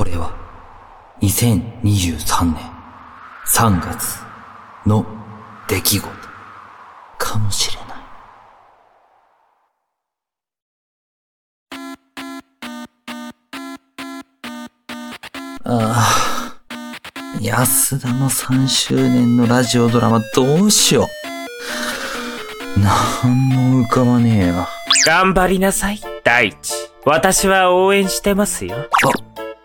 それは、2023年3月の出来事かもしれない。ああ、安田の3周年のラジオドラマどうしよう。なんも浮かばねえよ。頑張りなさい、大地。私は応援してますよ。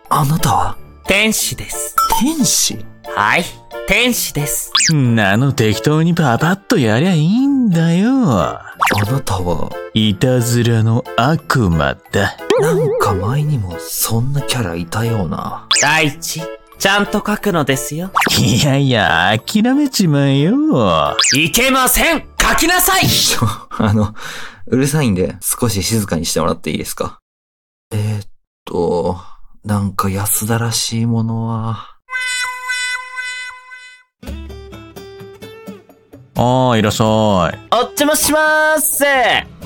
あなたは天使です。天使はい、天使です。んなの適当にパパッとやりゃいいんだよ。あなたはいたずらの悪魔だ。なんか前にもそんなキャラいたような。大地、ちゃんと書くのですよ。いやいや、諦めちまえよ。いけません書きなさいちょ、あの、うるさいんで少し静かにしてもらっていいですかえー、っと、なんか安田らしいものは。ああ、いらっしゃい。おっちもしまーす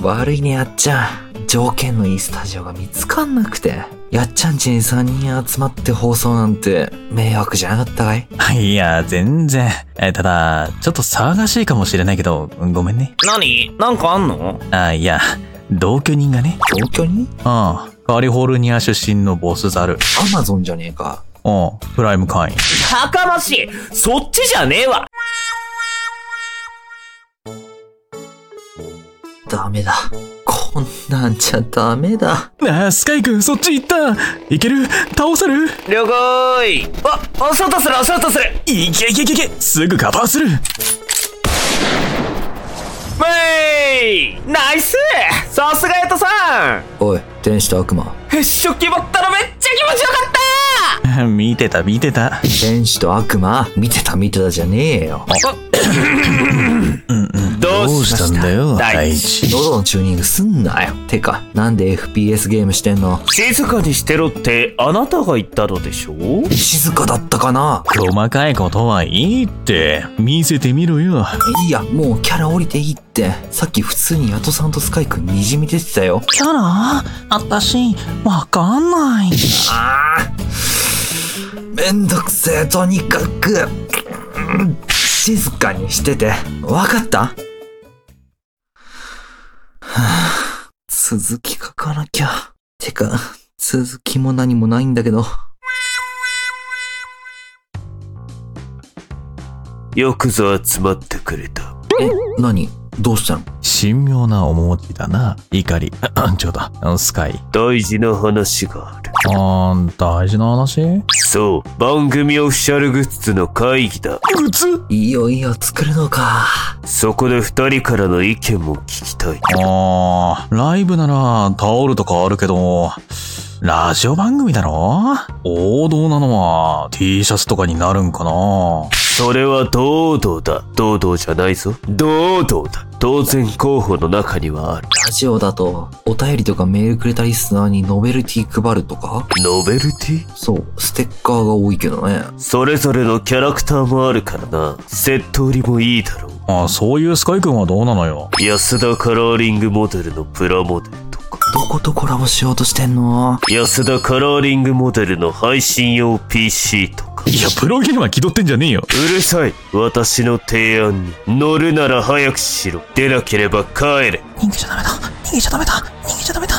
悪いね、やっちゃん。条件のいいスタジオが見つかんなくて。やっちゃんちに3人集まって放送なんて迷惑じゃなかったかい いや、全然。えただ、ちょっと騒がしいかもしれないけど、ごめんね。何なんかあんのあいや、同居人がね。同居にああ、カリフォルニア出身のボスザル。アマゾンじゃねえか。うん、プライム会員。やかましいそっちじゃねえわダメだ。こんなんじゃダメだ。ああ、スカイ君、そっち行ったいける倒せるりょこーいあ、アサートするアサートするいけいけいけいけすぐカバーする めーいナイスさすがヤトさんおい、天使と悪魔。へっしょ決まったのめっちゃ気持ちよかった見てた見てた。天使と悪魔見てた見てたじゃねえよ。どどうしたんだよ、大大地地。喉のチューニングすんなよ。てか、なんで FPS ゲームしてんの静かにしてろってあなたが言ったのでしょう静かだったかな細かいことはいいって、見せてみろよ。いいや、もうキャラ降りていいって。さっき普通にヤトさんとスカイくんにじみ出てたよ。キャラ私、わかんない。ああ。めんどくせえ、とにかく。うん静かにしてて。わかったはあ続き書かなきゃ。てか、続きも何もないんだけど。よくぞ集まってくれたえ、何どうしたの神妙な面持ちだな。怒り、 あちょうだ、スカイ。大事な話があるあー、大事な話そう番組オフィシャルグッズの会議だ靴いよいよ作るのか。そこで二人からの意見も聞きたいあー、ライブならタオルとかあるけど、ラジオ番組だろ王道なのは T シャツとかになるんかなそれは堂々だ堂々じゃないぞ堂々だ当然候補の中にはあるラジオだと、お便りとかメールくれたリスナーにノベルティ配るとかノベルティそう、ステッカーが多いけどね。それぞれのキャラクターもあるからなセット売りもいいだろうあそういうスカイ君はどうなのよ安田カラーリングモデルのプラモデルとかどことコラボしようとしてんの安田カラーリングモデルの配信用 PC とかいや、プロゲームは気取ってんじゃねえよ。うるさい私の提案に乗るなら早くしろ出なければ帰れ逃げちゃダメだ。逃げちゃダメだ。逃げちゃダメだ。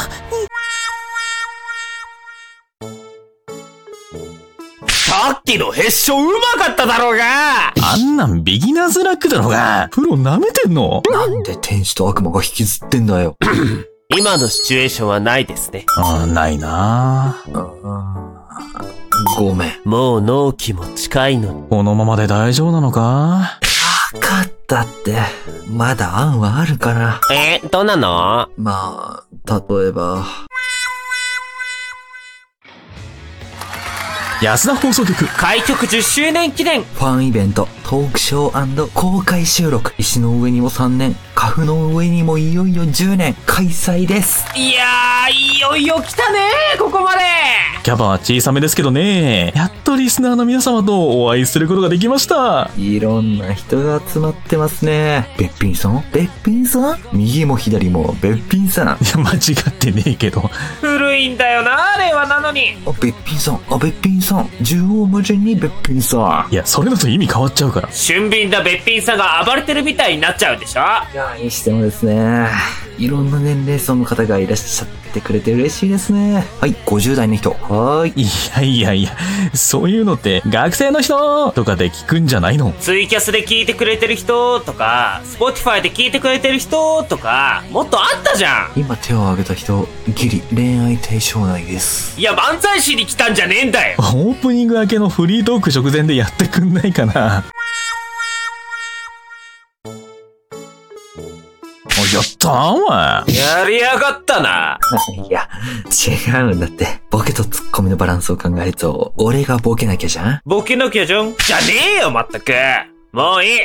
さっきのへっしょうまかっただろうがあんなんビギナーズラックだろうが。プロ舐めてんのなんで天使と悪魔が引きずってんだよ。今のシチュエーションはないですねあないなごめん。もう納期も近いのにこのままで大丈夫なのかわかったって。まだ案はあるから。えどうなのまあ、例えば。安田放送局。開局10周年記念ファンイベント、トークショー公開収録。石の上にも3年、カフの上にもいよいよ10年、開催です。いやーいよいよ来たねここまでキャパは小さめですけどね。やっとリスナーの皆様とお会いすることができました。いろんな人が集まってますね。べっぴんさんべっぴんさん右も左もべっぴんさん。あ、いや、間違ってねえけど。古いんだよな令和なのにべっぴんさん。あ、べっぴんさん。縦横無尽にべっぴんさん。いや、それだと意味変わっちゃうから。俊敏だべっぴんさんが暴れてるみたいになっちゃうでしょいや、にしてもですね。いろんな年齢層の方がいらっしゃってくれて嬉しいですね。はい、50代の人。はーい。いやいやいや、そういうのって学生の人とかで聞くんじゃないのツイキャスで聞いてくれてる人とか Spotify で聞いてくれてる人とかもっとあったじゃん今手を挙げた人、ギリ恋愛対象内です。いや漫才師に来たんじゃねえんだよオープニング明けのフリートーク直前でやってくんないかなおやったーお前やりやがったないや、違うんだって。ボケとツッコミのバランスを考えると、俺がボケなきゃじゃんボケなきゃじゃんじゃねえよまったくもういい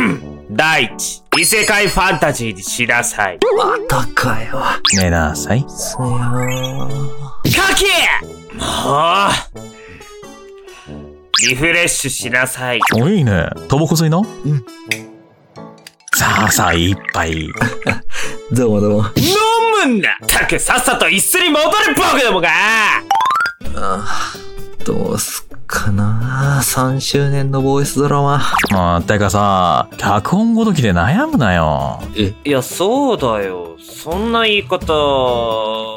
第一異世界ファンタジーにしなさいまたかよ。ねえなさいそうよカキもうリフレッシュしなさいおいいねタバコ吸いなうんさあさあ一杯どうもどうも。飲むんだったくさっさと椅子に戻れ僕どもがどうすっかな3周年のボイスドラマ。まあてかさ脚本ごときで悩むなよえ、いやそうだよそんな言い方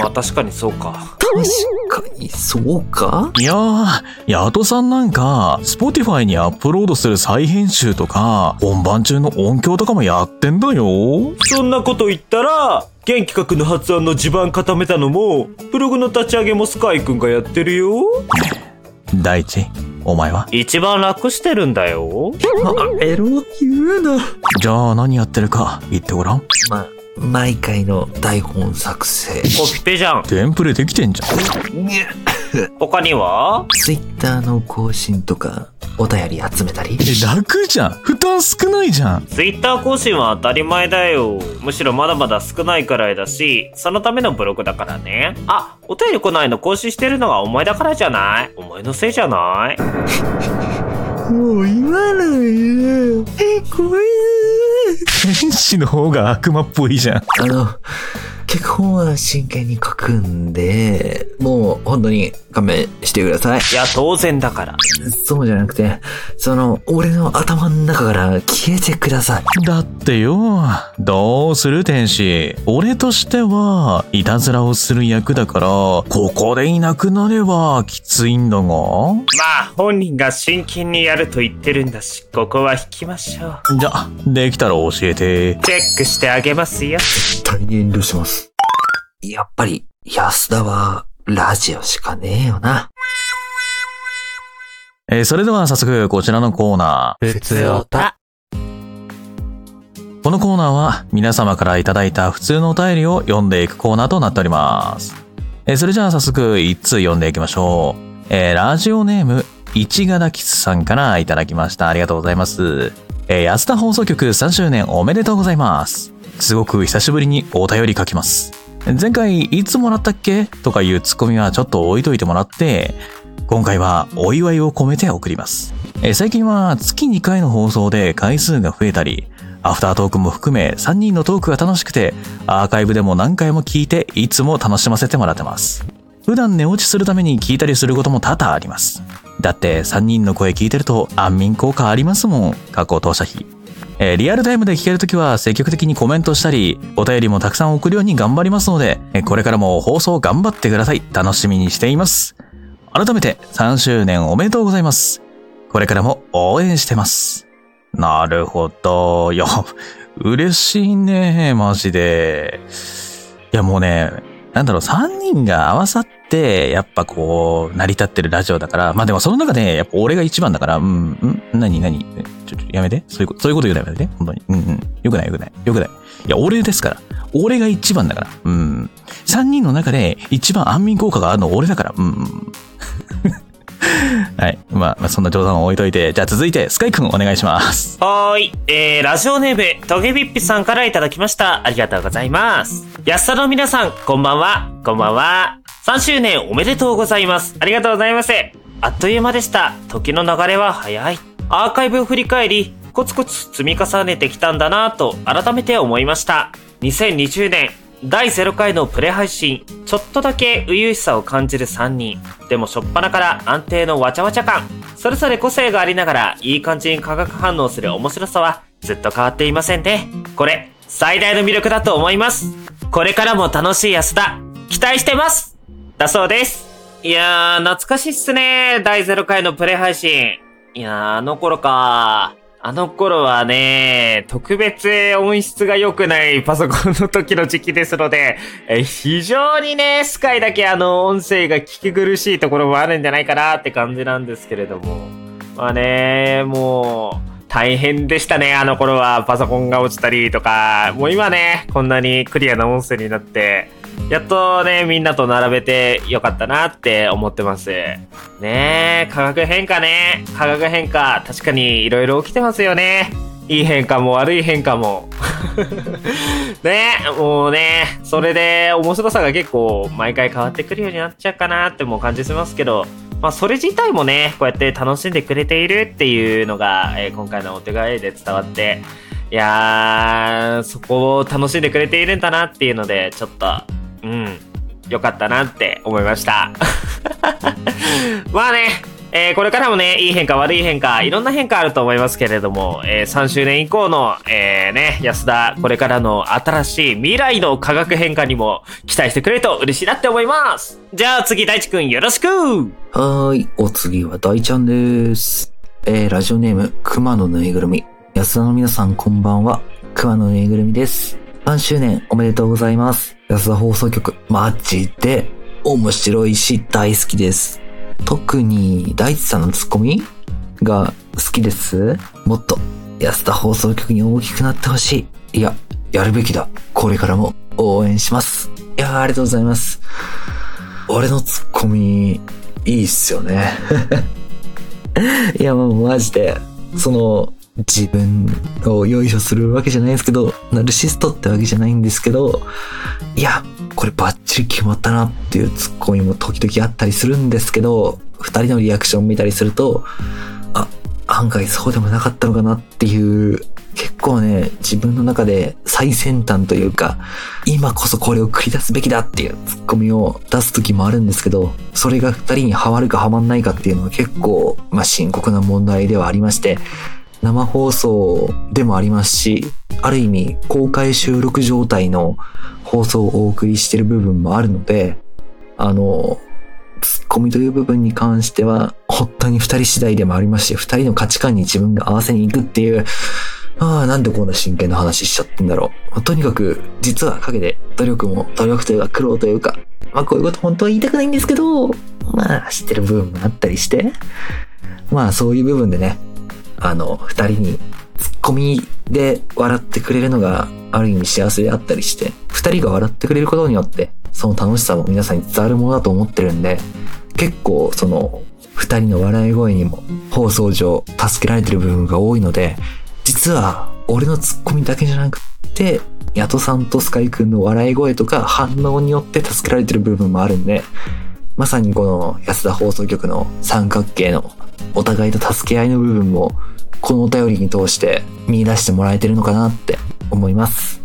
まあ確かにそうか確かに、そうかいやー、ヤトさんなんか、Spotify にアップロードする再編集とか、本番中の音響とかもやってんだよ。そんなこと言ったら現企画の発案の地盤固めたのもブログの立ち上げもスカイくんがやってるよ大地、お前は一番楽してるんだよあ、エロ言うな。じゃあ何やってるか言ってごらん。ま、毎回の台本作成。コピペじゃんテンプレできてんじゃん。他にはツイッターの更新とか、お便り集めたり。え、楽じゃん。負担少ないじゃん。ツイッター更新は当たり前だよ。むしろまだまだ少ないくらいだし、そのためのブログだからね。あ、お便り来ないの更新してるのがお前だからじゃないお前のせいじゃないもう言わないよ。え、ごめん天使の方が悪魔っぽいじゃん。あの、脚本は真剣に書くんで、もう本当に勘弁してください。いや、当然だから。そうじゃなくて、その、俺の頭の中から消えてください。だってよ、どうする天使。俺としては、いたずらをする役だから、ここでいなくなればきついんだが。まあ、本人が真剣にやると言ってるんだし、ここは引きましょう。じゃ、できたら教えて。チェックしてあげますよ。絶対に遠慮します。やっぱり、安田は、ラジオしかねえよな。えーそれでは早速、こちらのコーナー。このコーナーは、皆様からいただいた普通のお便りを読んでいくコーナーとなっております。えーそれじゃあ早速、一通読んでいきましょう。えーラジオネーム、市ヶ田キスさんからいただきました。ありがとうございます。えー安田放送局3周年おめでとうございます。すごく久しぶりにお便り書きます。前回、いつもらったっけとかいうツッコミはちょっと置いといてもらって、今回はお祝いを込めて送ります。えー最近は月2回の放送で回数が増えたり、アフタートークも含め3人のトークが楽しくて、アーカイブでも何回も聞いていつも楽しませてもらってます。普段寝落ちするために聞いたりすることも多々あります。だって3人の声聞いてると安眠効果ありますもん。過去当社費。えーリアルタイムで聞けるときは積極的にコメントしたり、お便りもたくさん送るように頑張りますので、えーこれからも放送頑張ってください。楽しみにしています。改めて3周年おめでとうございます。これからも応援してます。なるほど。いや、嬉しいね。マジで。いや、もうね、なんだろう、3人が合わさって、やっぱこう、成り立ってるラジオだから、まあでもその中で、やっぱ俺が一番だから、うん、ん何何えちょ、ちょ、やめて。そういうこと、そういうこと言うのやめてね。本当に。うん、うん。よくない、よくない。よくない。いや、俺ですから。俺が一番だから。うん。3人の中で一番安眠効果があるの俺だから。うんうん。はい。まあ、まあ、そんな冗談を置いといて、じゃあ続いて、スカイくんお願いします。はーい。えー、ラジオネーム、トゲビッピさんからいただきました。ありがとうございます。安田の皆さん、こんばんは。こんばんは。 3周年おめでとうございます。ありがとうございます。あっという間でした。時の流れは早い。アーカイブを振り返り、コツコツ積み重ねてきたんだなぁと改めて思いました。2020年、第0回のプレ配信、ちょっとだけ初々しさを感じる3人。でもしょっぱなから安定のわちゃわちゃ感。それぞれ個性がありながら、いい感じに化学反応する面白さは、ずっと変わっていませんね。これ、最大の魅力だと思います。これからも楽しい安田、期待してますだそうです。いやー、懐かしいっすね。第0回のプレ配信。いやー、あの頃か。あの頃はね、特別音質が良くないパソコンの時の時期ですので、え非常にね、スカイだけあの音声が聞き苦しいところもあるんじゃないかなって感じなんですけれども。まあね、もう、大変でしたね、あの頃は。パソコンが落ちたりとか、もう今ね、こんなにクリアな音声になって、やっとね、みんなと並べてよかったなって思ってます。ねえ、化学変化ね。化学変化、確かにいろいろ起きてますよね。いい変化も悪い変化も。 ねえ、もうね、それで面白さが結構毎回変わってくるようになっちゃうかなってもう感じしますけど、まあ、それ自体もね、こうやって楽しんでくれているっていうのが、えー今回のお手紙で伝わって、いやー、そこを楽しんでくれているんだなっていうので、ちょっと、うん、良かったなって思いました。 まあね、えーこれからもね、いい変化、悪い変化、いろんな変化あると思いますけれども、えー3周年以降の、えーね、安田、これからの新しい未来の科学変化にも期待してくれると嬉しいなって思います。じゃあ次、大地くんよろしくはーい、お次は大ちゃんです。えー、ラジオネーム、熊のぬいぐるみ。安田の皆さんこんばんは。熊のぬいぐるみです。3周年おめでとうございます。安田放送局、マジで面白いし大好きです。特に大地さんのツッコミが好きです。もっと安田放送局に大きくなってほしい。いや、やるべきだ。これからも応援します。いやー、ありがとうございます。俺のツッコミ、いいっすよね。 いや、もうマジで、その、自分をよいしょするわけじゃないですけど、ナルシストってわけじゃないんですけど、いや、これバッチリ決まったなっていうツッコミも時々あったりするんですけど、二人のリアクション見たりすると、あ、案外そうでもなかったのかなっていう、結構ね、自分の中で最先端というか、今こそこれを繰り出すべきだっていうツッコミを出す時もあるんですけど、それが二人にハマるかハマんないかっていうのは結構、まあ、深刻な問題ではありまして、生放送でもありますし、ある意味公開収録状態の放送をお送りしてる部分もあるので、あの、ツッコミという部分に関しては、本当に二人次第でもありますし、二人の価値観に自分が合わせに行くっていう、ああ、なんでこんな真剣な話しちゃってんだろう。まあとにかく、実は陰で努力も、努力というか苦労というか、まあこういうこと本当は言いたくないんですけど、まあ知ってる部分もあったりして、まあそういう部分でね、あの、二人にツッコミで笑ってくれるのがある意味幸せであったりして、二人が笑ってくれることによって、その楽しさも皆さんに伝わるものだと思ってるんで、結構その、二人の笑い声にも放送上助けられてる部分が多いので、実は俺のツッコミだけじゃなくって、ヤトさんとスカイくんの笑い声とか反応によって助けられてる部分もあるんで、まさにこの安田放送局の三角形のお互いの助け合いの部分もこのお便りに通して見出してもらえてるのかなって思います。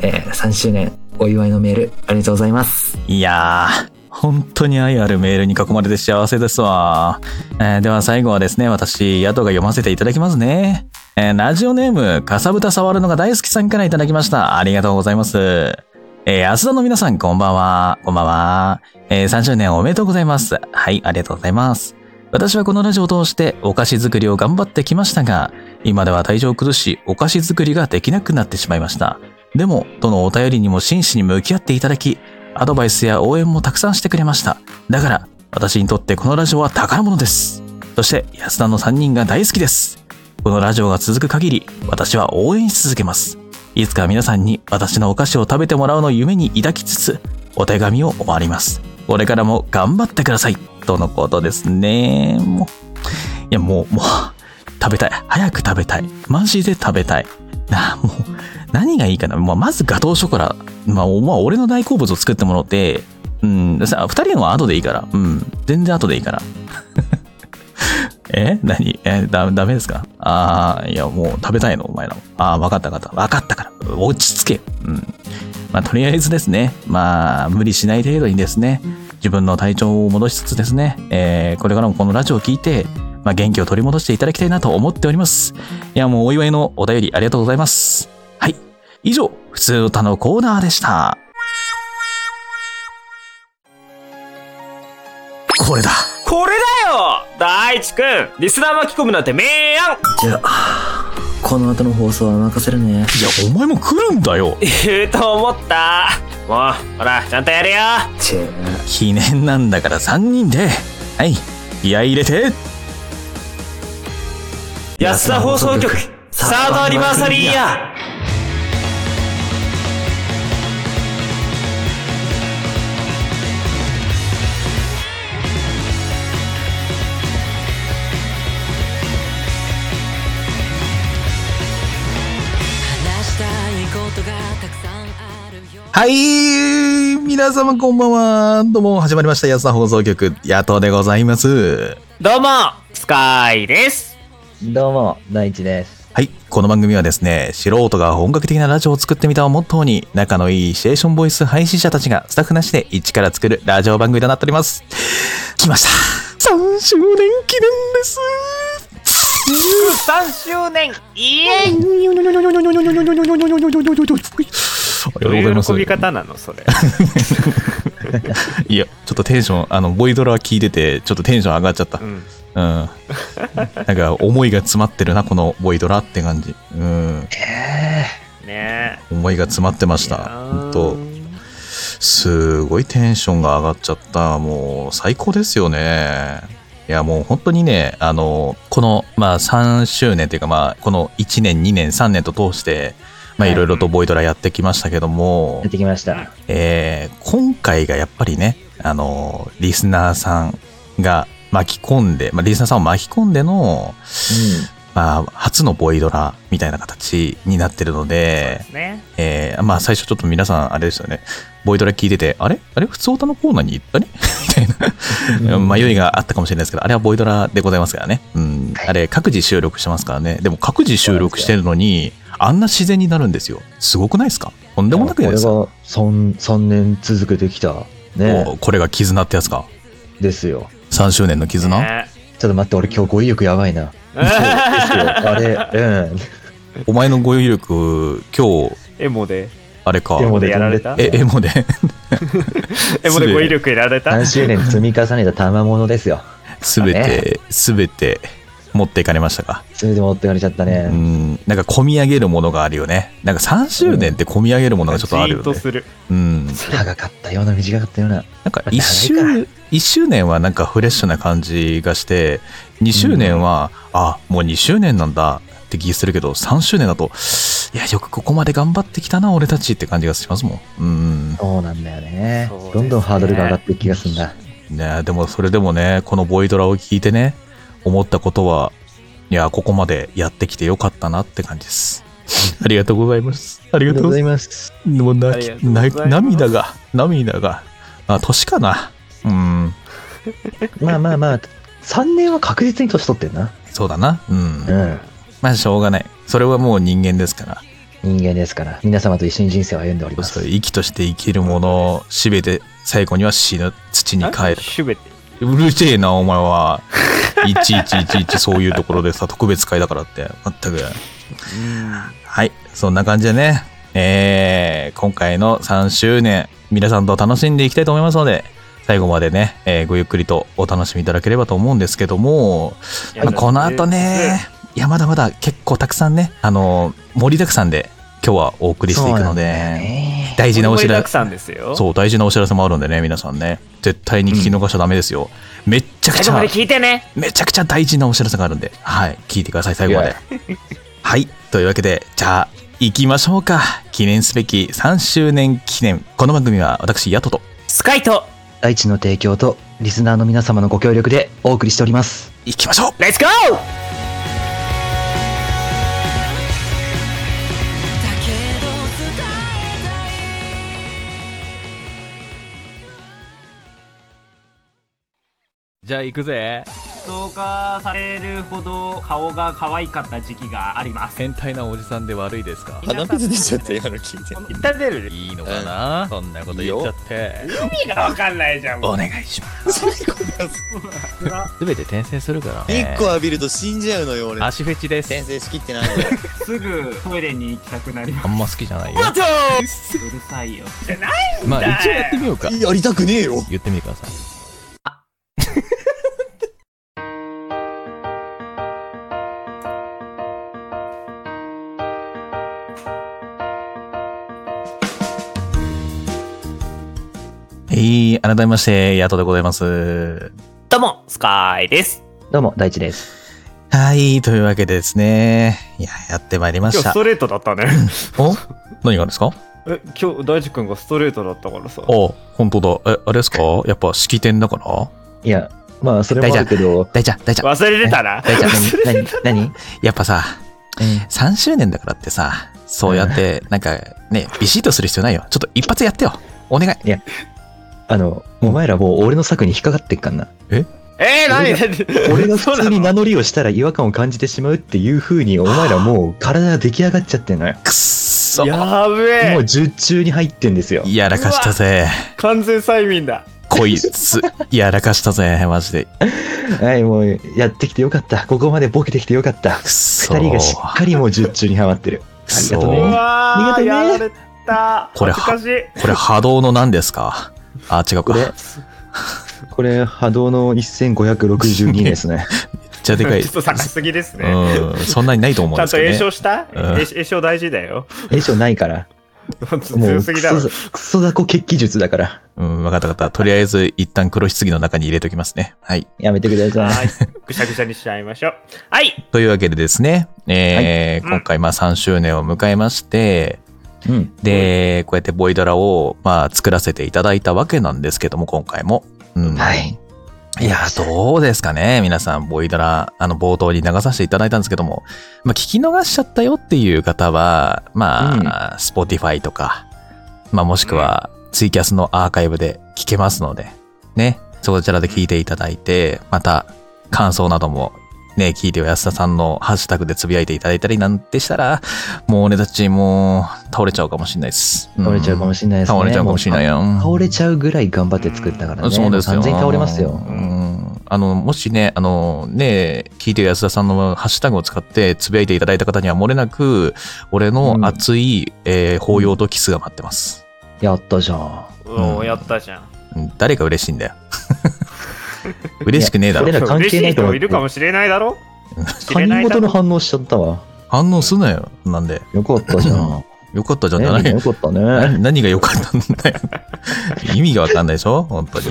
えー3周年お祝いのメールありがとうございます。いやー、本当に愛あるメールに囲まれて幸せですわ。えーでは最後はですね、私、ヤトが読ませていただきますね。えーラジオネーム、かさぶた触るのが大好きさんからいただきました。ありがとうございます。えー、安田の皆さん、こんばんは。こんばんは。えー30年おめでとうございます。はい、ありがとうございます。私はこのラジオを通してお菓子作りを頑張ってきましたが、今では体調を崩し、お菓子作りができなくなってしまいました。でも、どのお便りにも真摯に向き合っていただき、アドバイスや応援もたくさんしてくれました。だから、私にとってこのラジオは宝物です。そして、安田の3人が大好きです。このラジオが続く限り、私は応援し続けます。いつか皆さんに私のお菓子を食べてもらうのを夢に抱きつつ、お手紙を終わります。これからも頑張ってください。とのことですね。もう。いや、もう、もう、食べたい。早く食べたい。マジで食べたい。なあ、もう、何がいいかな。まあ、まずガトーショコラ。まあ、おまあ、俺の大好物を作ってもらって、うん、さ、二人のは後でいいから。うん、全然後でいいから。 え何えだ、ダメですかああ、いや、もう食べたいのお前らも。ああ、わかったわかった。わかったから。落ち着け。うん。まあ、とりあえずですね。まあ、無理しない程度にですね、自分の体調を戻しつつですね、えーこれからもこのラジオを聞いて、まあ、元気を取り戻していただきたいなと思っております。いや、もうお祝いのお便りありがとうございます。はい。以上、普通歌のコーナーでした。これだ。これだよ大地くんリスナー巻き込むなんて明暗じゃあ、この後の放送は任せるね。いや、お前も来るんだよ。言うと思ったもうほらちゃんとやれよチェ記念なんだから3人で。はい。気合い入れて。安田放送局サードアニバーサリーイヤー話したいことがたくさんあるよはい。皆様こんばんは。どうも、始まりました。安田放送局、野党でございます。どうもスカイですどうも、大地です。はい。この番組はですね、素人が本格的なラジオを作ってみたをモットーに、仲のいいシチュエーションボイス配信者たちがスタッフなしで一から作るラジオ番組となっております。来ました。3周年記念です。 3周年イエあイりがとうございます。方なのそれいや、ちょっとテンション、あの、ボイドラ聞いてて、ちょっとテンション上がっちゃった。うん。んなんか、思いが詰まってるな、このボイドラって感じ。うん。ね思いが詰まってましえた。ほんとい。やーすごいテンションが上がっちゃった。もう最高ですよね。いやもう本当にね、あの、この、まあ3周年というかまあ、この1年、2年、3年と通して、まあはいいろいろとボイドラやってきましたけどもやっ、てきました。えー今回がやっぱりね、あの、リスナーさんが巻き込んで、まあリスナーさんを巻き込んでの、まあ初のボイドラみたいな形になってるので、ねえーまあ最初ちょっと皆さんあれですよね、ボイドラ聞いてて、あれあれ普通歌のコーナーにあれ みたいな迷いがあったかもしれないですけど、あれはボイドラでございますからね。うん。あれ各自収録してますからね。でも各自収録してるのに、あんな自然になるんですよ。すごくないですかとんでもなくないですかこれが 3, 三年続けてきた、ね、おこれが絆ってやつか。ですよ。 3周年の絆、ねちょっと待って、俺今日語彙力やばい な。あれ、うん。お前の語彙力、今日、エモであれかで。もでやられたえ、エモで。エモで語彙力やられた3周年積み重ねた賜物ですよ。すべて、すべて持っていかれましたか。それで持ってかれちゃったうね。ん、なんか込み上げるものがあるよね。なんか3周年って込み上げるものがちょっとあるよじーねと。するうん。なん長かったような、短かったような。か1長周、一周年はなんかフレッシュな感じがして、2周年は、あ、もう2周年なんだって気するけど、3周年だと、いや、よくここまで頑張ってきたな、俺たちって感じがしますもん。そうなんだよねそうですねどんどんハードルが上がっていく気がするんだ。うん。ねでもそれでもね、このボイドラを聞いてね、思ったことは、いや、ここまでやってきてよかったなって感じです。ありがとうございます。ありあがりがとうとうございまごすざいます。もうあり泣がき、とう泣ございまきす涙が、涙が、あ、年かな。うん、まあまあまあ、3年は確実に年取ってんな。そうだな。うん。うん。まあ、しょうがない。それはもう人間ですから。人間ですから、皆様と一緒に人生を歩んでおりまそすう。息として生きるもの、すべて最後には死ぬ、土に帰る。すべてうるせえな、お前は。いちいちいちいちそういうところでさ、特別会だからって、まったく。はい、そんな感じでね、えー、今回の3周年、皆さんと楽しんでいきたいと思いますので、最後までね、えーごゆっくりとお楽しみいただければと思うんですけども、まあ、この後ね、いや、まだまだ結構たくさんね、あの、盛りだくさんで今日はお送りしていくので、大大事なお知らたくさんですよそう、大事なお知らせもあるんでね、皆さんね。絶対に聞き逃しちゃダメですよ。めっちゃく最ち後まゃで、聞いてねめちゃくちゃ大事なお知らせがあるんで、はい、聞いてください、最後まで。はい、というわけで、じゃあ、行きましょうか。記念すべき3周年記念。この番組は私、ヤトと、スカイと大地の提供とリスナーの皆様のご協力でお送りしております。行きましょうレッツゴーだけど伝えたいじゃあ行くぜ。ストーカーされるほど顔が可愛かった時期があります。変態なおじさんで悪いですか鼻水出ちゃった今の聞いて痛出るいいのかな、そんなこと言っちゃって。意味がわかんないじゃん。お願いします。最高だすべて転生するから。 1個浴びると死んじゃうのよ俺足フェチです。先生好きってないのすぐトイレに行きたくなりまあんま好きじゃないよ。す。うるさいよ。まあ一応やってみようか。やりたくねえよ言ってみてください。はい、改めまして、ヤトでございます。どうも、スカイです。どうも、大地です。はい、というわけでですね、いや、やってまいりました。トレートだったねお何がですかえ今日大地君がストレートだったからさあ、本当だ。え、あれですかやっぱ式典だからいや、まあ、それもあるけど、大ちゃん、大ちゃん、忘れてたな 大ちゃん、何、何、やっぱさ、3周年だからってさ、そうやって、なんかね、ビシッとする必要ないよ。ちょっと一発やってよ。お願い。あの、お前らもう俺の策に引っかかってっかんな。えー、何俺がそうな普通にの名乗りをしたら違和感を感じてしまうっていう風に、お前らもう体が出来上がっちゃってんのよ。くっそ。やべもえう術中に入ってんですよ。やらかしたぜ。完全催眠だこいつ、やらかしたぜ。マジで。はい、もうやってきてよかった。ここまでボケてきてよかったく。っそ。二人がしっかりもう術中にはまってる。くそありがとうねわ苦手ーねやられたこれは恥ずかしいこれ波動の何ですかあ、違うか。こめれっ、これ波動の1562で すね。ちゃでかいちょ。っと高すぎですね、うん、そんなにないと思うんちゃでんすと栄唱けど、ね。した、うんえ栄唱大事だよえ、しょないから。も強うすクぎだろソ、クソ雑魚血気術だから。うん、わかったわかった。とりあえず、一旦黒棺の中に入れときますね。はい。やめてくださ。はいいぐしゃぐしゃにしちゃいましょうはいというわけでですね、えーはいうん今回、まあ、3周年を迎えまして、うん。で、こうやってボイドラを、まあ、作らせていただいたわけなんですけども、今回も。うん。はい。いや、どうですかね皆さん、ボイドラ、あの、冒頭に流させていただいたんですけども、まあ、聞き逃しちゃったよっていう方は、まあ、スポティファイとか、まあ、もしくは、ツイキャスのアーカイブで聞けますので、ね、そちらで聞いていただいて、また、感想なども、ね、聞いてよ安田さんのハッシュタグでつぶやいていただいたりなんてしたら、もう俺たちもう倒れちゃうかもしれないです。倒れちゃうかもししれないですね。倒れちゃうかもしれないよ。もう倒れちゃうぐらい頑張って作ったからね。そうですよ。完全に倒れますよ。うん。あの、もしね、あの、ね、聞いてる安田さんのハッシュタグを使ってつぶやいていただいた方には漏れなく、俺の熱い、えー抱擁とキスが待ってます。やったじゃん。んおーやったじゃんうん誰が嬉しいん だよ。嬉しくねえだろ俺。ら関係ないと思嬉しい人いるかもしれないだろ他人事の反応しちゃったわ。反応すんなよ。なんで。よかったじゃん。よかったじゃん。ねなみんなよよかったね。何何が良かったんだよ。意味がわかんないでしょ本当に。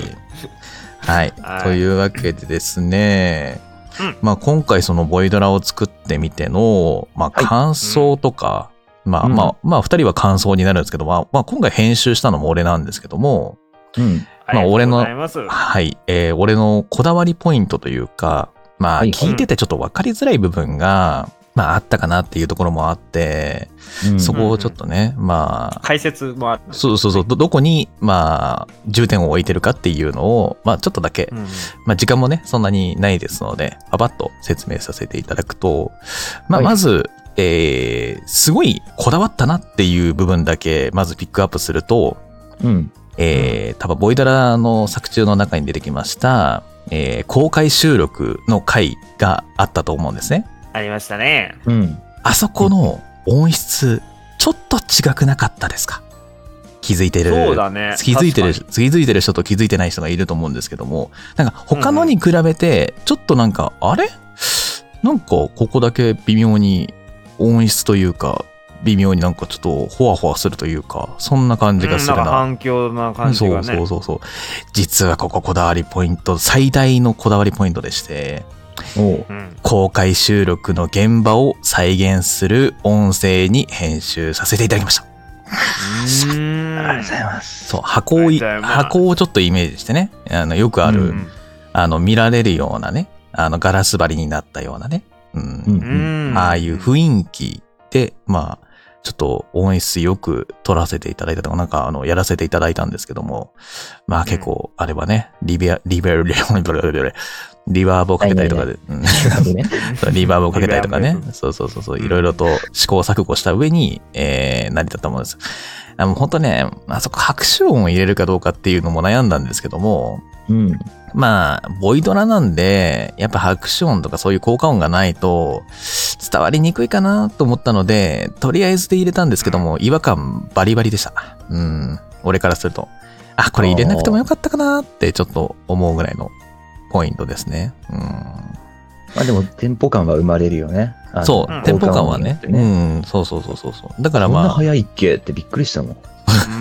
はい。はいというわけでですね、うんまあ今回そのボイドラを作ってみての、まあ感想とか、まあうんまあ、まあ二人は感想になるんですけど、まあ、まあ今回編集したのも俺なんですけども、うん。ありがとう俺のございますはい、えー俺のこだわりポイントというか、まあはい聞いててちょっとわかりづらい部分が、まああったかなっていうところもあって、うんそこをちょっとね、まあ、解説もあるそうそうそう、どどこに、まあ、重点を置いてるかっていうのを、まあ、ちょっとだけ、うんまあ、時間もね、そんなにないですので、パパッと説明させていただくと、まあ、はいまず、えー、すごいこだわったなっていう部分だけ、まずピックアップすると、うん。えー、多分ボイドラの作中の中に出てきました、えー、公開収録の回があったと思うんですね。ありましたねうん。あそこの音質、ちょっと違くなかったですか気づいてるそうだね気づいてる、確か気づいてる人と気づいてない人がいると思うんですけども、なんか他のに比べて、ちょっとなんか、あれなんかここだけ微妙に音質というか、微妙になんかちょっとほわほわするというか、そんな感にじがするうんなんかな。反響な感じがねそうそうそうそう。実はこここだわりポイント、最大のこだわりポイントでして、おう。うん公開収録の現場を再現する音声に編集させていただきました。ありがとうございます。そう、箱をい、はいじゃあまあ箱をちょっとイメージしてね、あの、よくある、うんあの、見られるようなね、あの、ガラス張りになったようなね、うん、うん。うんああいう雰囲気で、まあ、ちょっと応援室よく撮らせていただいたとか、なんかあの、やらせていただいたんですけども、まあ結構、あれはね、リベア、リベア、リベア、リベアリベアリバーブをかけたりとかで、うんね。そうリバーブをかけたりとかリねバー。そうそうそうそう、いろいろと試行錯誤した上に、えー、成り立ったものです。あもう本当ね、あそこ拍手音を入れるかどうかっていうのも悩んだんですけども、 うん。まあ、ボイドラなんで、やっぱ拍手音とかそういう効果音がないと、伝わりにくいかなと思ったので、とりあえずで入れたんですけども、違和感バリバリでした。うん、俺からすると。あ、これ入れなくてもよかったかなってちょっと思うぐらいのポイントですね。うんまあでも、テンポ感は生まれるよね。あのそうんう、テンポ感はね。効果音によってうん、そうそうそうそうそう。だからこんなまあ、早いっけってびっくりしたもん。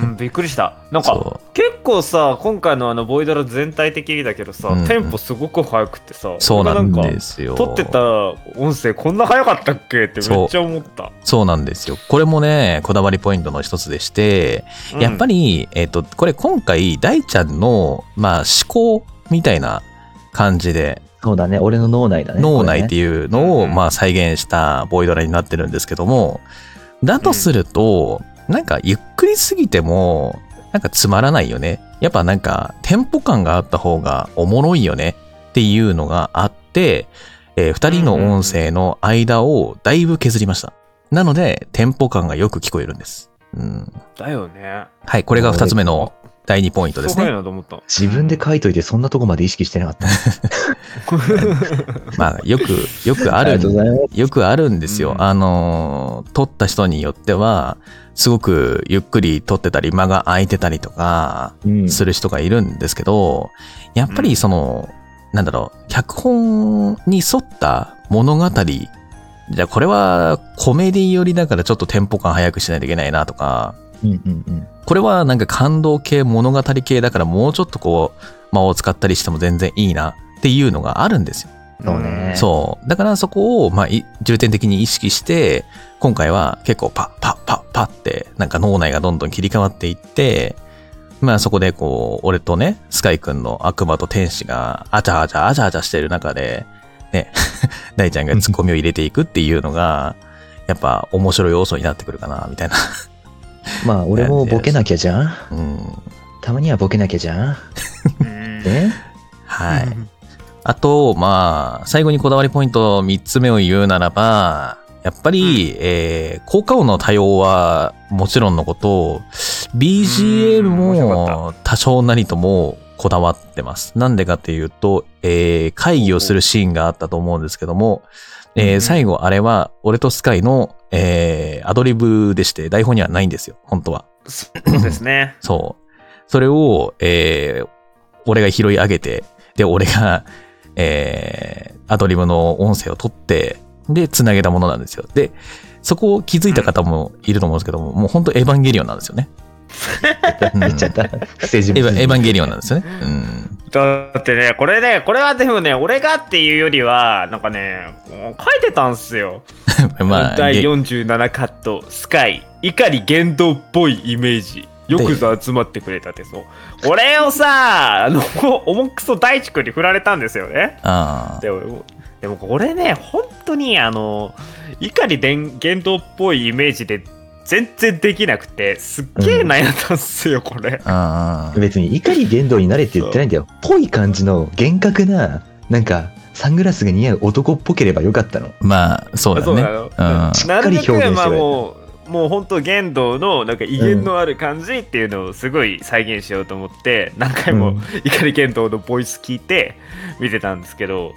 うん、びっくりした。なんか、そ結構さ、今回のあの、ボイドラ全体的にだけどさ、うんうんテンポすごく速くてさ、う、そうなん俺がでかすよ。撮ってた音声こんな速かったっけってめっちゃ思った。そうなんですよ。これもね、こだわりポイントの一つでして、やっぱり、り、えっと、これ今回、大ちゃんの、まあ、思考みたいな感じで、そうだね。俺の脳内だね。脳内っていいうのうを、んまあ、再現したボイドラになってるんですけども、だとすると、なんか、ゆっくりすぎても、なんかつまらないよね。やっぱなんか、テンポ感があった方がおもろいよねっていうのがあって、えー二人の音声の間をだいぶ削りました。なので、テンポ感がよく聞こえるんです。うん。だよね。はい、これが二つ目の第二ポイントですすごいね。なと思った。自分で書いといて、そんなとこまで意識してなかった。まあ、よく、よくあありるがとうございます。よくあるんですよ。うんあのー、撮った人によっては、すごくゆっくり撮ってたり、間が空いてたりとか、うんする人がいるんですけど、やっぱりその、なんだろう、脚本に沿った物語、じゃあこれはコメディ寄りだからちょっとテンポ感早くしないといけないなとか、うんうんうん。これはなんか感動系、物語系だからもうちょっとこう、間を使ったりしても全然いいなっていうのがあるんですよ。そうね。そう。だからそこを、まあ、い重点的に意識して、今回は結構パッパッパッパッって、なんか脳内がどんどん切り替わっていって、まあそこでこう、俺とね、スカイくんの悪魔と天使が、あちゃあちゃあちゃあちゃしてる中で、ね、 大ちゃんがツッコミを入れていくっていうのが、やっぱ面白い要素になってくるかな、みたいな。まあ、俺もボケなきゃじゃん。うん。たまにはボケなきゃじゃん。ね。はい。あと、まあ、最後にこだわりポイント3つ目を言うならば、やっぱり、えー効果音の多様はもちろんのこと、BGM 面白も多少なりともこだわってます。なんでかっていうと、えー会議をするシーンがあったと思うんですけども、えー最後あれは、俺とスカイの、えーアドリブでして、台本にはないんですよ、本当は。そうですね。そう。それを、えー俺が拾い上げて、で、俺が、えーアドリブの音声を取って、で、繋げたものなんですよ。で、そこを気づいた方もいると思うんですけども、もう本当エヴァンゲリオンなんですよね。 うんエ言っちゃっヴた。不正事ァエヴァンゲリオン。ンなんですよね。うん。だってね、これね、これはでもね、俺がっていうよりは、なんかね、もう書いてたんすよ。まあ、第ゲ47カット、スカイ、怒り言動っぽいイメージ。よくぞ集まってくれたってそう。これをさ、あの、重くそ大地君に振られたんですよね。ああ、でも、でもこれね、本当にあの、怒り伝言動っぽいイメージで全然できなくて、すっげえ悩んだんすよ、これ。ああ、別に怒り言動になれって言ってないんだよ。ぽい感じの厳格な、なんか、サングラスが似合う男っぽければよかったの。まあ、そうだそうね。なのうん。なるべく表現してねまあはいたもうもう本当言動のなんか威厳のある感じっていうのをすごい再現しようと思って何回うもん怒り言動のボイス聞いて見てたんですけど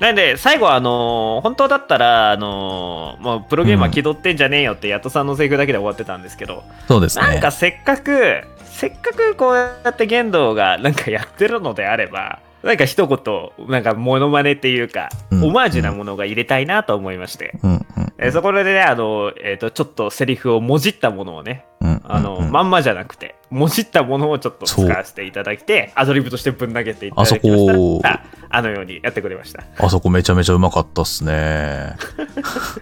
なんで最後はあのー本当だったらあのーもうプロゲーマー気取ってんじゃねえよってヤトさんのセリフだけで終わってたんですけどそうですなんねか。せっかくせっかくこうやって言動がなんかやってるのであればなんか一言なんかモノマネっていうかうんオマージュなものが入れたいなと思いまして。うんうん。えーそこでね、あの、えっ、と、ちょっとセリフをもじったものをね、うんうんあの、うんまんまじゃなくて、もじったものをちょっと使そうわせていただいて、アドリブとしてぶん投げていただきましたあそこああのようにやってくれました。あそこめちゃめちゃうまかったっすね。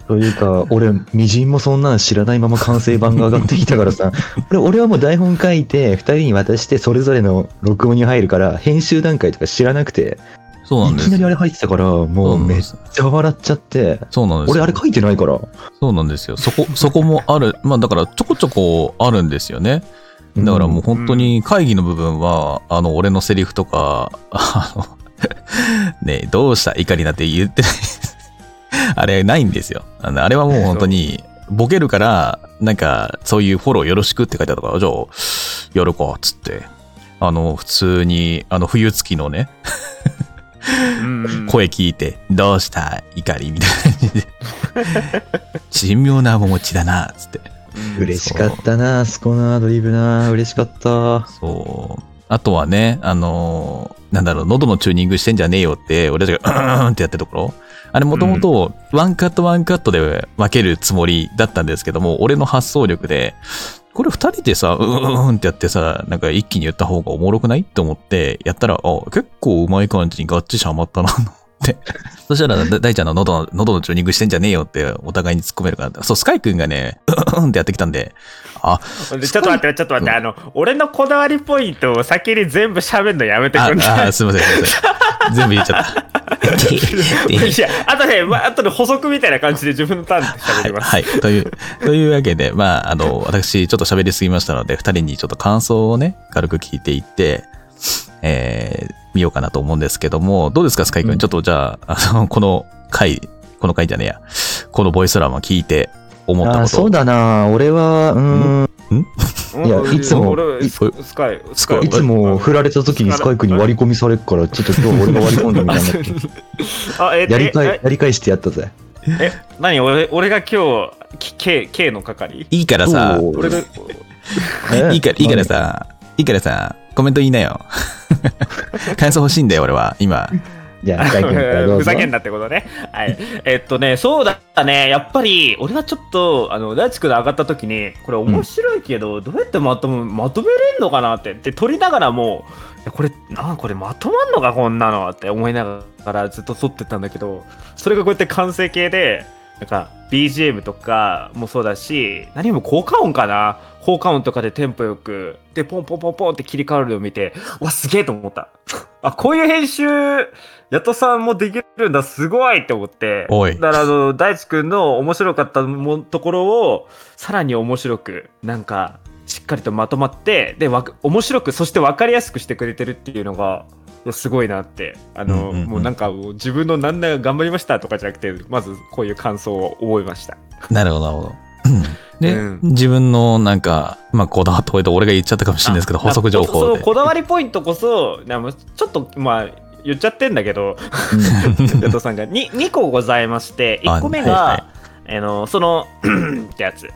というか、俺、みじんもそんなん知らないまま完成版が上がってきたか らさ、俺俺はもう台本書いて、二人に渡して、それぞれの録音に入るから、編集段階とか知らなくて、そうなんいできすなりあれ入ってたから、もうめっちゃ笑っちゃって、そうなんです俺あれ書いてないから。そうなんですよそこ そこもあるまあだからちょこちょこあるんですよねだからもう本当に会議の部分は、あの俺のセリフとか あのねえどうした怒りなんて言ってない あれないんですよあのあれはもう本当にボケるからなんかそういうフォローよろしくって書いてあったからじゃあやるかっつってあの普通にあの冬月のねうんうん声聞いて、どうした怒りみたいな感 じで。神妙な面持ちだな、つって。嬉しかったな、あそこのアドリブな、嬉しかった。そう。あとはね、あのーなんだろう、喉のチューニングしてんじゃねえよって、俺たちが、うーんってやってるところ。あれもともと、ワンカットワンカットで分けるつもりだったんですけども、俺の発想力で、これ二人でさ、うーんってやってさ、なんか一気に言った方がおもろくないって思って、やったら、あ、結構うまい感じにガッチしはまったな、と思って。そしたら、だ大ちゃんの喉の、喉のチューニングしてんじゃねえよって、お互いに突っ込めるからって。そう、スカイくんがね、うーんってやってきたんで、あ、でちょっと待って、ちょっと待って、あの、俺のこだわりポイントを先に全部喋るのやめてあくんないあ、すいません、すいません。全部言っちゃった。 いや、あとね、まあとで補足みたいな感じで自分のターンで喋ります。はい。という、というわけで、まあ、あの、私、ちょっと喋りすぎましたので、二人にちょっと感想をね、軽く聞いていって、えー、見ようかなと思うんですけども、どうですか、スカイ君。ちょっとじゃあ、あの、この回、この回じゃねえや、このボイスドラマ聞いて思ったあこーとそをうだな、俺は、ううんいやいつも俺スいスカイ、スカイーん、いつも振られた時にスカイ君に割り込みされるから、ちょっと今日俺が割り込んだみたいになって。あ、え、やりかええやり返してやったぜ。え、何俺、俺が今日、き K、K の係いいからさ、おー俺が、えいいから、いいからさ、いいからさ、コメント言いな よ。感想欲しいんだよ、俺は、今。じゃあ、スカ イ君からどうぞ。ふざけんなってことね。はい。えっとね、そうだったね。やっぱり、俺はちょっと、あの、大地君で上がった時に、これ面白いけど、どうやってまとめ、まとめれんのかなって。で、撮りながらもう、いやこれ、なんこれまとまんのか、こんなのって思いながらずっと撮ってたんだけど、それがこうやって完成形で、なんか、BGM とかもそうだし、何よりも効果音かな。効果音とかでテンポよく、で、ポンポンポンポンって切り替わるのを見て、うわ、すげえと思った。 あ、こういう編集、やとさんもできるんだ、すごいって思って。おいだから、あの、大地くんの面白かったもところを、さらに面白く、なんか、しっかりとまとまって、で、わく面白く、そして分かりやすくしてくれてるっていうのが、いやすごいなって。あの、うんうんうんもうなんか、自分のなんだ頑張りましたとかじゃなくて、まずこういう感想を覚えました。なるほど、なるほど。で、うん自分のなんか、まあ、こだわったポイント、俺が言っちゃったかもしれないですけど、補足情あ報そうで。こだわりポイントこそなんかちょっとまあ言っちゃってんだけど矢戸さんが 2, 2個ございましてあ1個目が、はいあのそのってやつ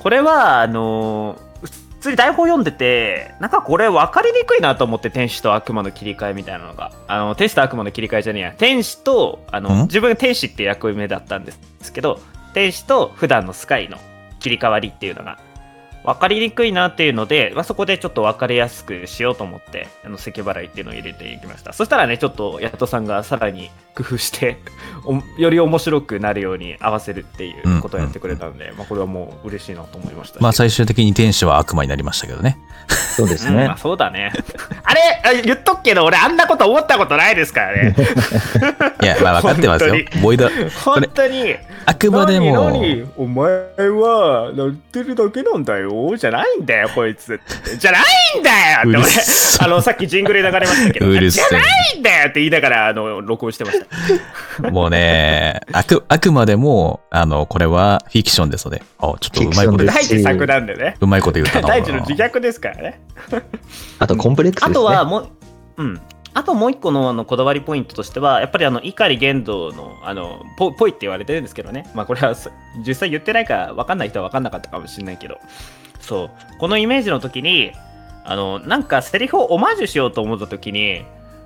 これはあの普通に台本読んでてなんかこれ分かりにくいなと思って天使と悪魔の切り替えみたいなのがあの天使と悪魔の切り替えじゃねえや天使とあんの自分が天使っていう役目だったんですけど天使と普段のスカイの切り替わりっていうのが分かりにくいなっていうので、まあ、そこでちょっと分かりやすくしようと思ってあの咳払いっていうのを入れていきましたそしたらねちょっとヤトさんがさらに工夫して おより面白くなるように合わせるっていうことをやってくれたので、まあ、これはもう嬉しいなと思いましたしまあ、最終的に天使は悪魔になりましたけどね。そうですうんねまあ、。そうだね あれ あ言っとくけど俺あんなこと思ったことないですからね いや、まあ、分かってますよ本。ボイド、そ本れ、当にあくまでも、お前は乗ってるだけなんだよじゃないんだよこいつってじゃないんだよってうる俺せあのさっきジングル流れましたけどうるじせゃないんだよって言いながらあの録音してましたえ。もうね、あく、あくまでも、あの、これはフィクションですので、あ、ちょっとうまいことフィクションで言う、大地作なんでねうまいこと言ったな。大地の自虐ですからねあと、コンプレックスです、あね。とはもう、うん。あともう一個のあのこだわりポイントとしては、やっぱりあの碇玄道のあのぽぽいって言われてるんですけどね、まあこれはそ実際言ってないから分かんない人は分かんなかったかもしれないけど、そう、このイメージの時に、あのなんかセリフをオマージュしようと思った時に、うん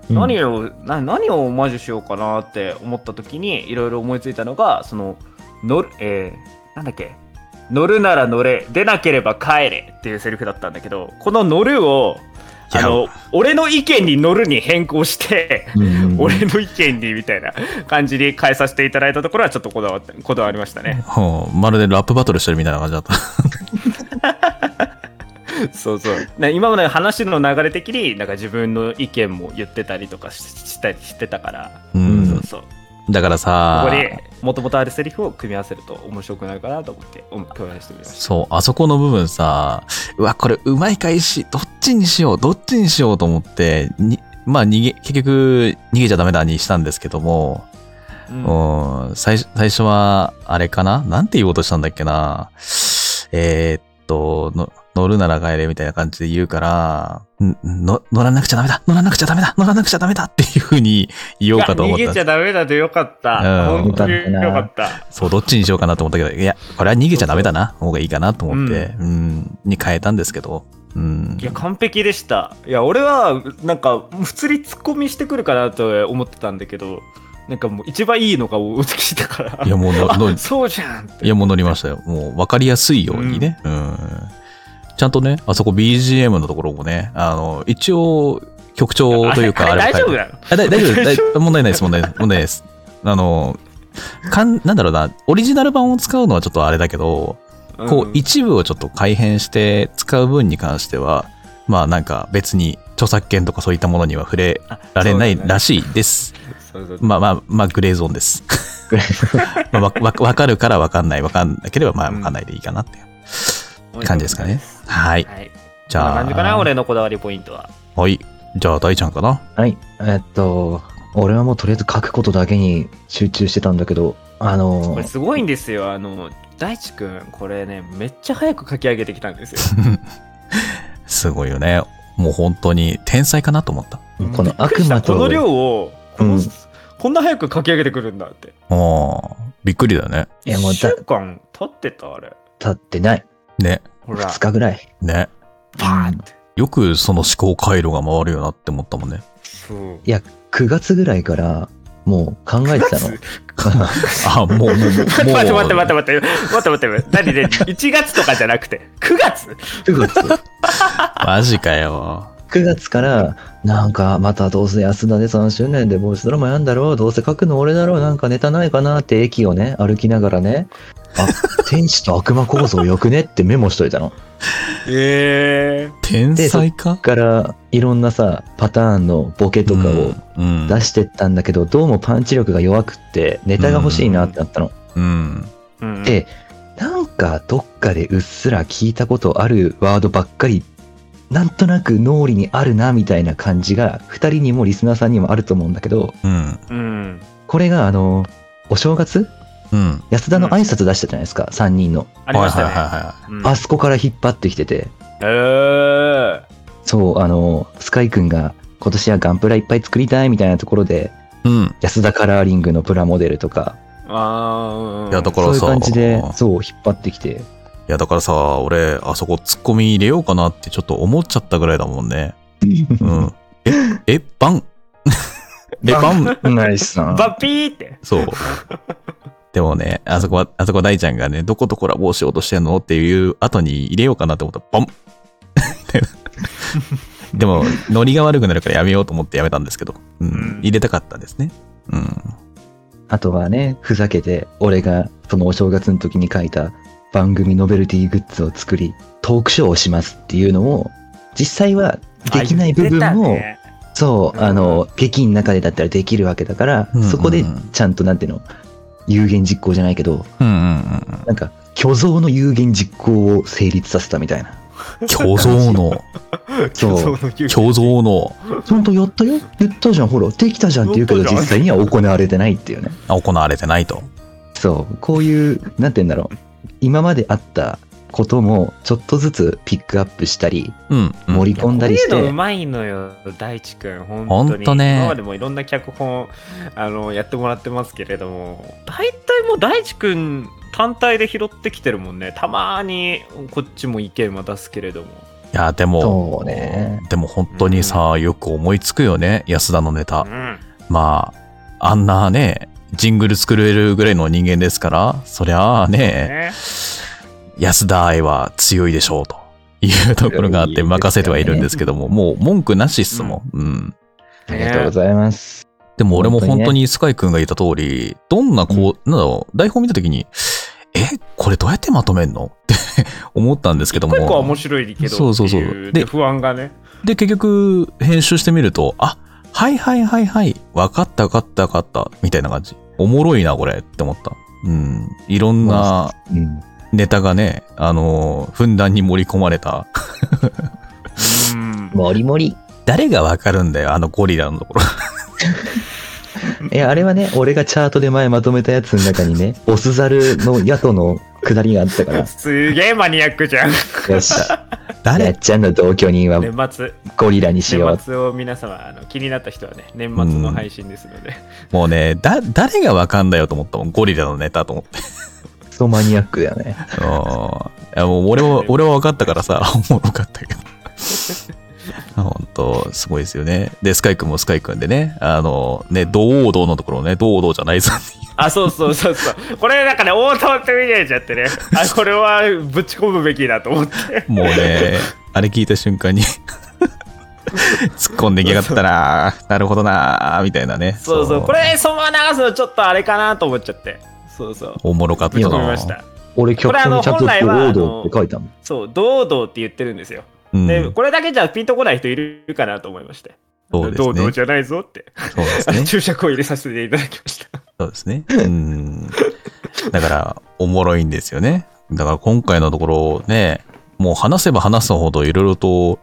何をな何をオマージュしようかなって思った時にいろいろ思いついたのがその乗る、えー、なんだっけ乗るなら乗れ出なければ帰れっていうセリフだったんだけどこの乗るをいあやの俺の意見に乗るに変更して、うん俺の意見にみたいな感じに変えさせていただいたところはちょっとこだわってこだわりましたね。ほうまるでラップバトルしてるみたいな感じだった。そうそう。ね、今までの話の流れ的に、なんか自分の意見も言ってたりとかししたりしてたから、そうんう。そう。こだからさこ、に、もともとあるセリフを組み合わせると面白くなるかなと思って、お共演してみましそう、あそこの部分さ、うわ、これうまいかいし、どっちにしよう、どっちにしようと思って、にまあ逃げ、結局逃げちゃダメだにしたんですけども、た。うんうん、最初最初は、あれかななんて言おうとしたんだっけなえーっと、の乗るなら帰れみたいな感じで言うから、んの乗らなくちゃダメだ乗らなくちゃダメだ乗らなくちゃダメだっていう風に言おうかと思っいや逃げちた。ゃダメだとよかった。うん本当によかった。そう、どっちにしようかなと思ったけど、いや、これは逃げちゃダメだな、方がいいかなと思って、うん、に変えたんですけど、うんい。や、完璧でした。いや、俺は、なんか、普通にツッコミしてくるかなと思ってたんだけど、なんかもう一番いいのがおきしたから。いや、もうの、のあそうじゃんっていや、もう乗りましたよ。もう分かりやすいようにね。うん。ちゃんとね、あそこ BGM のところもね、あの、一応、曲調というか、あれあ大れ丈も夫変えだよ。あ大大丈夫大問題ないです、問題ないです。問題ないです。あの、かん、なんだろうな、オリジナル版を使うのはちょっとあれだけど、こう、ん一部をちょっと改変して使う分に関しては、まあなんか別に著作権とかそういったものには触れられないらしいです。そうそうまあまあ、まあ、グレーゾーン です。まあ、わ、わわかるからわかんない、わかんなければ、まあ、わかんないでいいかなっていう感じですかね。はい。はい。じじゃあ、ゃ感じかな、あ、俺のこだわりポイントは。はい。じゃあ、大ちゃんかなはい。えっと、俺はもうとりあえず書くことだけに集中してたんだけど、あのこれ、すごいんですよ。あの、大地くん、これね、めっちゃ早く書き上げてきたんですよ。すごいよね。もう本当に天才かなと思った。この悪魔と、この量を、このうんこんな早く書き上げてくるんだって。ああ、びっくりだよね。いやもう1だ週間経ってた、あれ。立ってない。ね、ほら2、日ぐらい。ね。バーンって。よくその思考回路が回るよなって思ったもんね。そう。 9月ぐらいから、もう考えてたの。あ、もう、もう、もう。待って待って待って待って待って待って待って何で1月とかじゃなくて9月9月。 マジかよ。 9月から、なんか、またどうせ安田で3周年でボイスドラマやんだろう、どうせ書くの俺だろう、なんかネタないかなって駅をね、歩きながらね、 あ、天使と悪魔構造よくねってメモしといたの。ええ天才かから、いろんなさ、パターンのボケとかをうん。出してったんだけど、どうもパンチ力が弱くって、ネタが欲しいなってなったの。うん。うんで、なんかどっかでうっすら聞いたことあるワードばっかり、なんとなく脳裏にあるなみたいな感じが、二人にもリスナーさんにもあると思うんだけど、うん。うんこれがあの、お正月うん。安田の挨拶出したじゃないですか、三3人の。ありましたね、はいはいはいはい。うんあそこから引っ張ってきてて、えーそう、あの、スカイくんが今年はガンプラいっぱい作りたいみたいなところで、うん。安田カラーリングのプラモデルとか、あーいや、だかそうらいうさ、感じで、いそう、引っ張ってきて。や、だからさ、俺、あそこ突っ込み入れようかなってちょっと思っちゃったぐらいだもんね。うん。え、え、バン え、バンナイスな。バッピーってそう。でもね、あそこは、あそこは大ちゃんがね、どことコラボしようとしてんのっていう後に入れようかなと思ったら、バン みたいなでも、ノリが悪くなるからやめようと思ってやめたんですけど、うん。入れたかったですね。うん。あとはね、ふざけて、俺がそのお正月の時に書いた番組ノベルティグッズを作り、トークショーをしますっていうのを、実際はできない部分も、そう、あの、劇の中でだったらできるわけだから、うんうんうんそこでちゃんとなんていうの、有言実行じゃないけど、うんうんうんなんか、虚像の有言実行を成立させたみたいな。うん。虚像 の、そう。虚像の、ちゃんとやったよ言ったじゃん、ほら、できたじゃんって言うけど、実際には行われてないっていうね。あ行われてないと。そう、こういう、なんて言うんだろう。今まであったことも、ちょっとずつピックアップしたり、うん、うん。盛り込んだりして、こういうのうまいのよ大地君本ほ当んにとね今までもいろんな脚本あのやってもらってますけれども大体もう大地君単体で拾ってきてるもんねたまにこっちも意見は出すけれどもいや、でもそ、うねでも本当にさ、よく思いつくよね、安田のネタう。んまあ、あんなね、ジングル作れるぐらいの人間ですから、そりゃあね、ね安田愛は強いでしょうというところがあって任せてはいるんですけども、もう文句なしっすもん。うん。ありがとうございます。でも俺も本本当当ににスカイ君が言った通り、どんなこう、なんだろう、台本見たときに、え、これどうやってまとめんのって思ったんですけども結構面白いけどっていうそうそうそうでで不安がねで、結局、編集してみると、あ、はいはいはいはい、わかったわかったわかった、みたいな感じ。おもろいな、これ、って思った。うん。いろんなうん。ネタがね、あのーふんだんに盛り込まれた。うんもりもり。誰がわかるんだよ、あのゴリラのとこ ろ。え、あれはね、俺がチャートで前まとめたやつの中にね、オスザルの野党の下りがあったから、よすげえマニアックじゃんっしゃ。や誰っちゃんの同居人は年末ゴリラにしよう年。末を皆様あの気になった人はね年末の配信ですので、もうね、だ、誰がわかんだよと思ったもん、ゴリラのネタと思 って。クソマニアックだよね。うん。いや、もう俺は、俺はわかったからさ、おもろかったけど。 本当すごいですよね。で、スカイ君もスカイ君でね、あの、ね、堂々のところをね、堂々じゃないぞっていうあそうそうそうそうこれなんかね王道って見えちゃってねあこれはぶち込むべきだと思ってもうね、 あれ聞いた瞬間に、 突っ込んできやがったなぁなるほどなぁみたいなね。そうそうこれそのまま流すのちょっとあれかなと思っちゃってそうそうおもろかったぶなちぁ込みました俺、曲にちゃんこれとあの本来は王道って書いたもん。そう堂々って言ってるんですようん、でこれだけじゃピンとこない人いるかなと思いましてそうです堂々ね。じゃないぞってそうです ね。注釈を入れさせていただきましたそうですね。うん。だから、おもろいんですよね。だから今回のところね、もう話せば話すほどいろいろと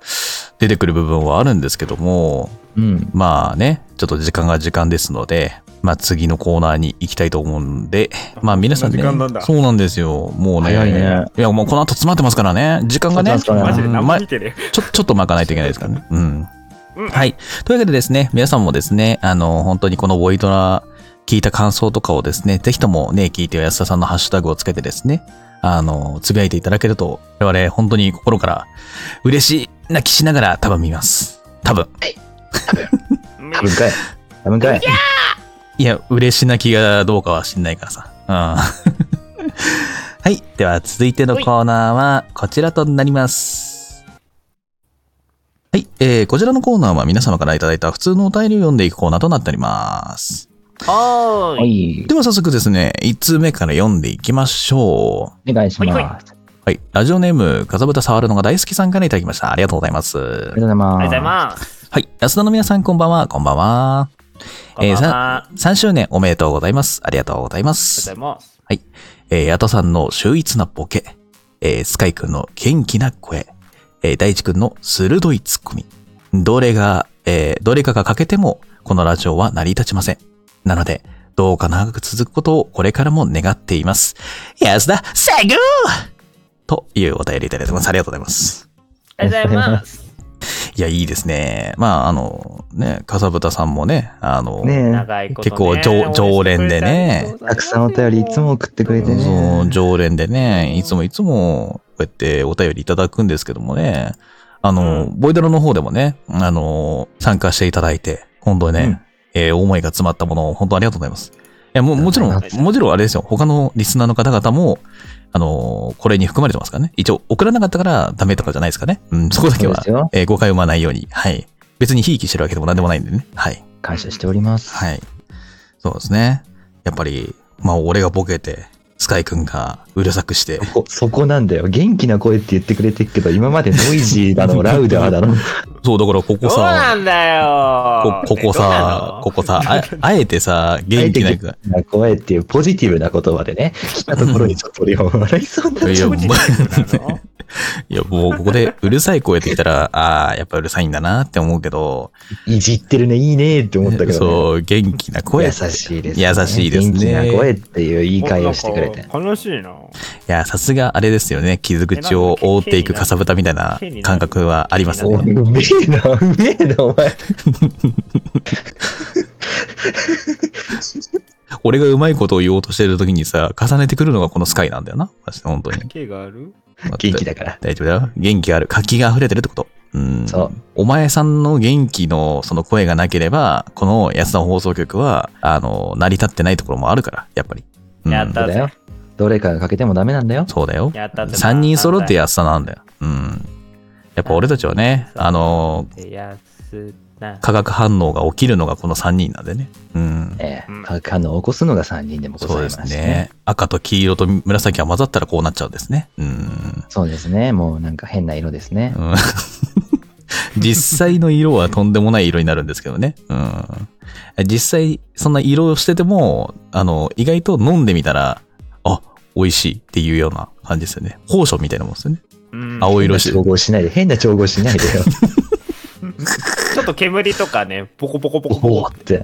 出てくる部分はあるんですけども、うん。まあね、ちょっと時間が時間ですので、まあ次のコーナーに行きたいと思うんで、まあ皆さんね、そんな時間なんだそうなんですよ。もうね、早いね。いや、もうこの後詰まってますからね。時間がね、そうなんマジでうん何まもあ見てねちょ、ちょっと巻かないといけないですからね。うん。うんはい。というわけでですね、皆さんもですね、あの、本当にこのボイドラ聞いた感想とかをですね、ぜひともね、聞いて安田さんのハッシュタグをつけてですね、あの、つぶやいていただけると、我々本当に心から嬉しい泣きしながら多分見ます。多分。多分かい。多分かい。いや、嬉し泣きがどうかは知んないからさ。うん。 はい。では、続いてのコーナーは、こちらとなります。はい。えー、こちらのコーナーは皆様からいただいた普通のお便りを読んでいくコーナーとなっております。はは。い。では、早速ですね、1通目から読んでいきましょう。お願いします。はいあはい。ラジオネーム、かざぶた触るのが大好きさんからいただきました。ありがとうございますりがとう。ございます。ありがとうございます。はい。安田の皆さん、こんばんは。こんばんは。こんばんは。 3周年おめでとうございます。ありがとうございます。ありがとうございますえー、ヤトさんの秀逸なボケ、えー、スカイくんの元気な声、えー、大地くんの鋭いツッコミ。どれが、えー、どれかが欠けても、このラジオは成り立ちません。なので、どうか長く続くことをこれからも願っています。安田、セグーというお便りいただいてます。ありがとうございます。ありがとうございます いや、いいですね。まあ、あの、ね、かさぶたさんもね、あの、ね長いこと、ね。結構常常連でねえ、たくさんお便りいつも送ってくれてそうね。常連でね、いつもいつも、こうやってお便りいただくんですけどもね、あの、ボイドロの方でもね、あの、参加していただいて、本当にね、えー思いが詰まったものを本当ありがとうございます。いや、もうもちろありんが、もちろんあれですよ、他のリスナーの方々も、あの、これに含まれてますからね。一応、送らなかったからダメとかじゃないですかね。うん、そこだけそうはです、よ。えー誤解を生まないように。はい。別にひいきしてるわけでも何でもないんでね。はい。感謝しております。はい。そうですね。やっぱり、まあ、俺がボケて、スカイくんがうるさくして、こそこなんだよ。元気な声って言ってくれてるけど、今までノイジーだの、ラウダーだの。そう、だからここそうなさ、んだよこここさ、ここさ、ああえてさ、元気なく、元気な声っていうポジティブな言葉でね、来たところにちょっと俺は笑いそうになっいちゃや、うもう、 いや、もうここでうるさい声ってきたら、ああ、やっぱうるさいんだなって思うけど、いじってるね、いいねって思ったけど、ね。そう、元気な声優って。しいです、優しいですね元気な声っていう言い換えをしてくれて。楽しいな。いや、さすがあれですよね。傷口を覆っていくかさぶたみたいな感覚はありますおうね。めえな、うめえな、お前。俺がうまいことを言おうとしてる時にさ、重ねてくるのがこのスカイなんだよな。マジで本当に。毛がある元気だから。大丈夫だよ。元気ある。活気が溢れてるってこと。うん。そう。お前さんの元気のその声がなければ、この安田放送局は、あの、成り立ってないところもあるから、やっぱり。うん、やったそうだよ。どれかが欠けてもダメなんだよ。そうだよ。やったってば3人揃って安田なんだよ。うん。やっぱ俺たちはね、あの、安な化学反応が起きるのがこの3人なんでね。うん。えうえん化学反応を起こすのが3人でもござそいうまですすね。ね。赤と黄色と紫が混ざったらこうなっちゃうんですね。うん。そうですね。もうなんか変な色ですね。うん実際の色はとんでもない色になるんですけどね。うん。実際、そんな色をしてても、あの、意外と飲んでみたら、あ、美味しいっていうような感じですよね。宝書みたいなもんですよね。うん青色変なし調合しないで、変な調合しないで よ。ちょっと煙とかね、ポコポコポコポおコおって。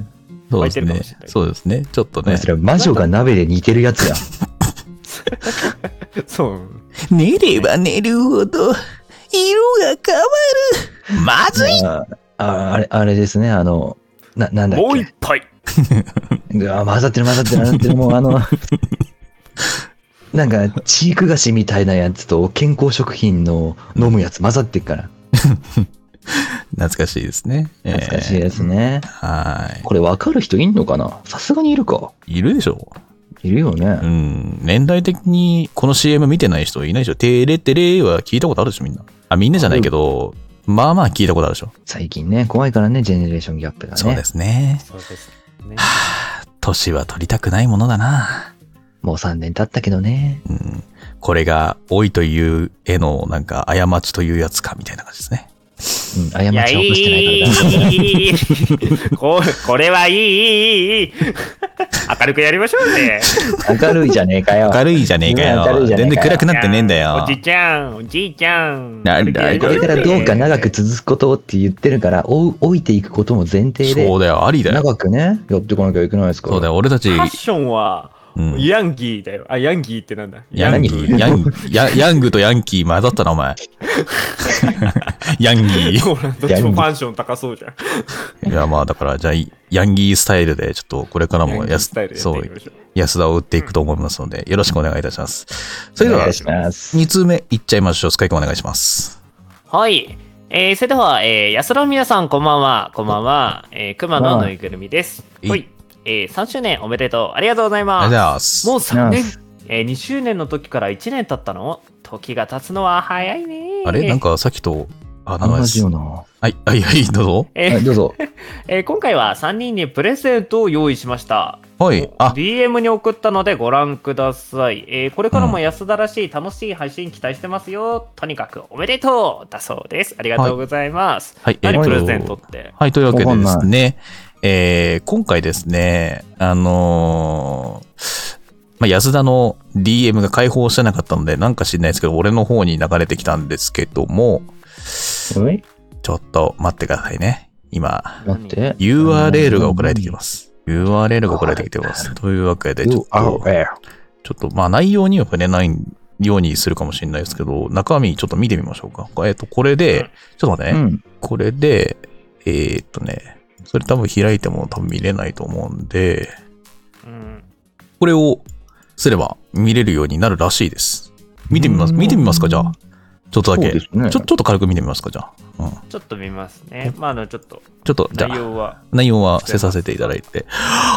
そう湧でいすてるかねもしれな。いそうですね。ちょっとねそ。れは魔女が鍋で似てるやつや。そう。寝れば寝るほど、色が変わる。まずいあああれ、あれですね。あの、な、なんだっもう一杯け。あ混ざってる混ざってる混ざってる。もうあの、なんか、チーク菓子みたいなやつと健康食品の飲むやつ混ざってっから。懐かしいですね。懐かしいえですね。ーはこれ分かる人いんのかなさすがにいるか。い。いるでしょいるよね。うん。年代的にこの CM 見てない人いないでしょ。てれてれは聞いたことあるでしょ、みんな。あ、みんなじゃないけど、まあまあ聞いたことあるでしょ。最近ね、怖いからね、ジェネレーションギャップがね。そうですね。そうですね。年は取りたくないものだな。もう3年経ったけどね。うん。これが、老いという絵の、なんか、過ちというやつか、みたいな感じですね。うん、過ちをいや、い起こしてないからだ。い。ここれはいいいいいい。明るくやりましょうね。明るいじゃねえかよ。明るいじゃねえかね明るよ。いじゃねえ全か然よ暗くなってねえんだよお。じいちゃん、おじいちゃん。なんだいこれからどうか長く続くことって言ってるから、お老いていくことも前提でそ、うだよ、ありだよ。長くね、やっていかなきゃいけないですから。そうだよ、俺たちフ、ァッションは、うんヤンギーだよ。あ、ヤンギーってなんだヤング、ヤング、ヤヤングとヤンキー混ざったな、お 前。ヤンギー。そうなんだどっちもファッション高そうじゃん。いや、まあだから、じゃあ、ヤンギースタイルで、ちょっとこれからヤもンギーやスすタイルでやっそていきうましょう。安田を打っていくと思いますので、よろしくお願いいたします。それでおは願い、します。 2通目いっちゃいましょう。スカイ君お願いします。はい。えー、それでは、えー、安田の皆さん、こんばんは。こんばんは。えー、熊のぬいぐるみです。はいはい。えー、3周年おめでとう。ありがとうございあまりす。がとうございます。もう3年ありがとうございま。えー、2周年の時から1年経ったの時が経つのは早いね。あれなんかさっきと、あ、名前同でじすよ。う な。はい、はい、はい、どうぞ。えーはい、どうぞ。えー今回は3人にプレゼントを用意しました。はい、あ、 DM に送ったのでご覧ください。えーこれからも安田らしい楽しい配信期待してますよ。とにかくおめでとうだそうです。ありがとうございます。はい、何えっプとレゼントって。はい、というわけででわすかね、えー今回ですね、あのーまあ、安田の DM が解放してなかったので、なんか知んないですけど、俺の方に流れてきたんですけども、おいちょっと待ってくださいね。今、待って。 URL が送られてきます。URL が送られてきてます。というわけで、ちょっと、 URL。ちょっと、まあ内容には触れないようにするかもしれないですけど、中身ちょっと見てみましょうか。えっ、と、これで、ちょっと待ってうね。ん。これで、えーっとね、それ多分開いても多分見れないと思うんで、うん、これをすれば見れるようになるらしいです。見てみます。うん見てみますか、じゃあ。ちょっとだそうけ。でちすね。ょちょっと軽く見てみますか、じゃあ。うん。ちょっと見ますね。まあ、あの、ちょっとちょっと、じゃ内あ、容は。内容は伏せさせていただいて。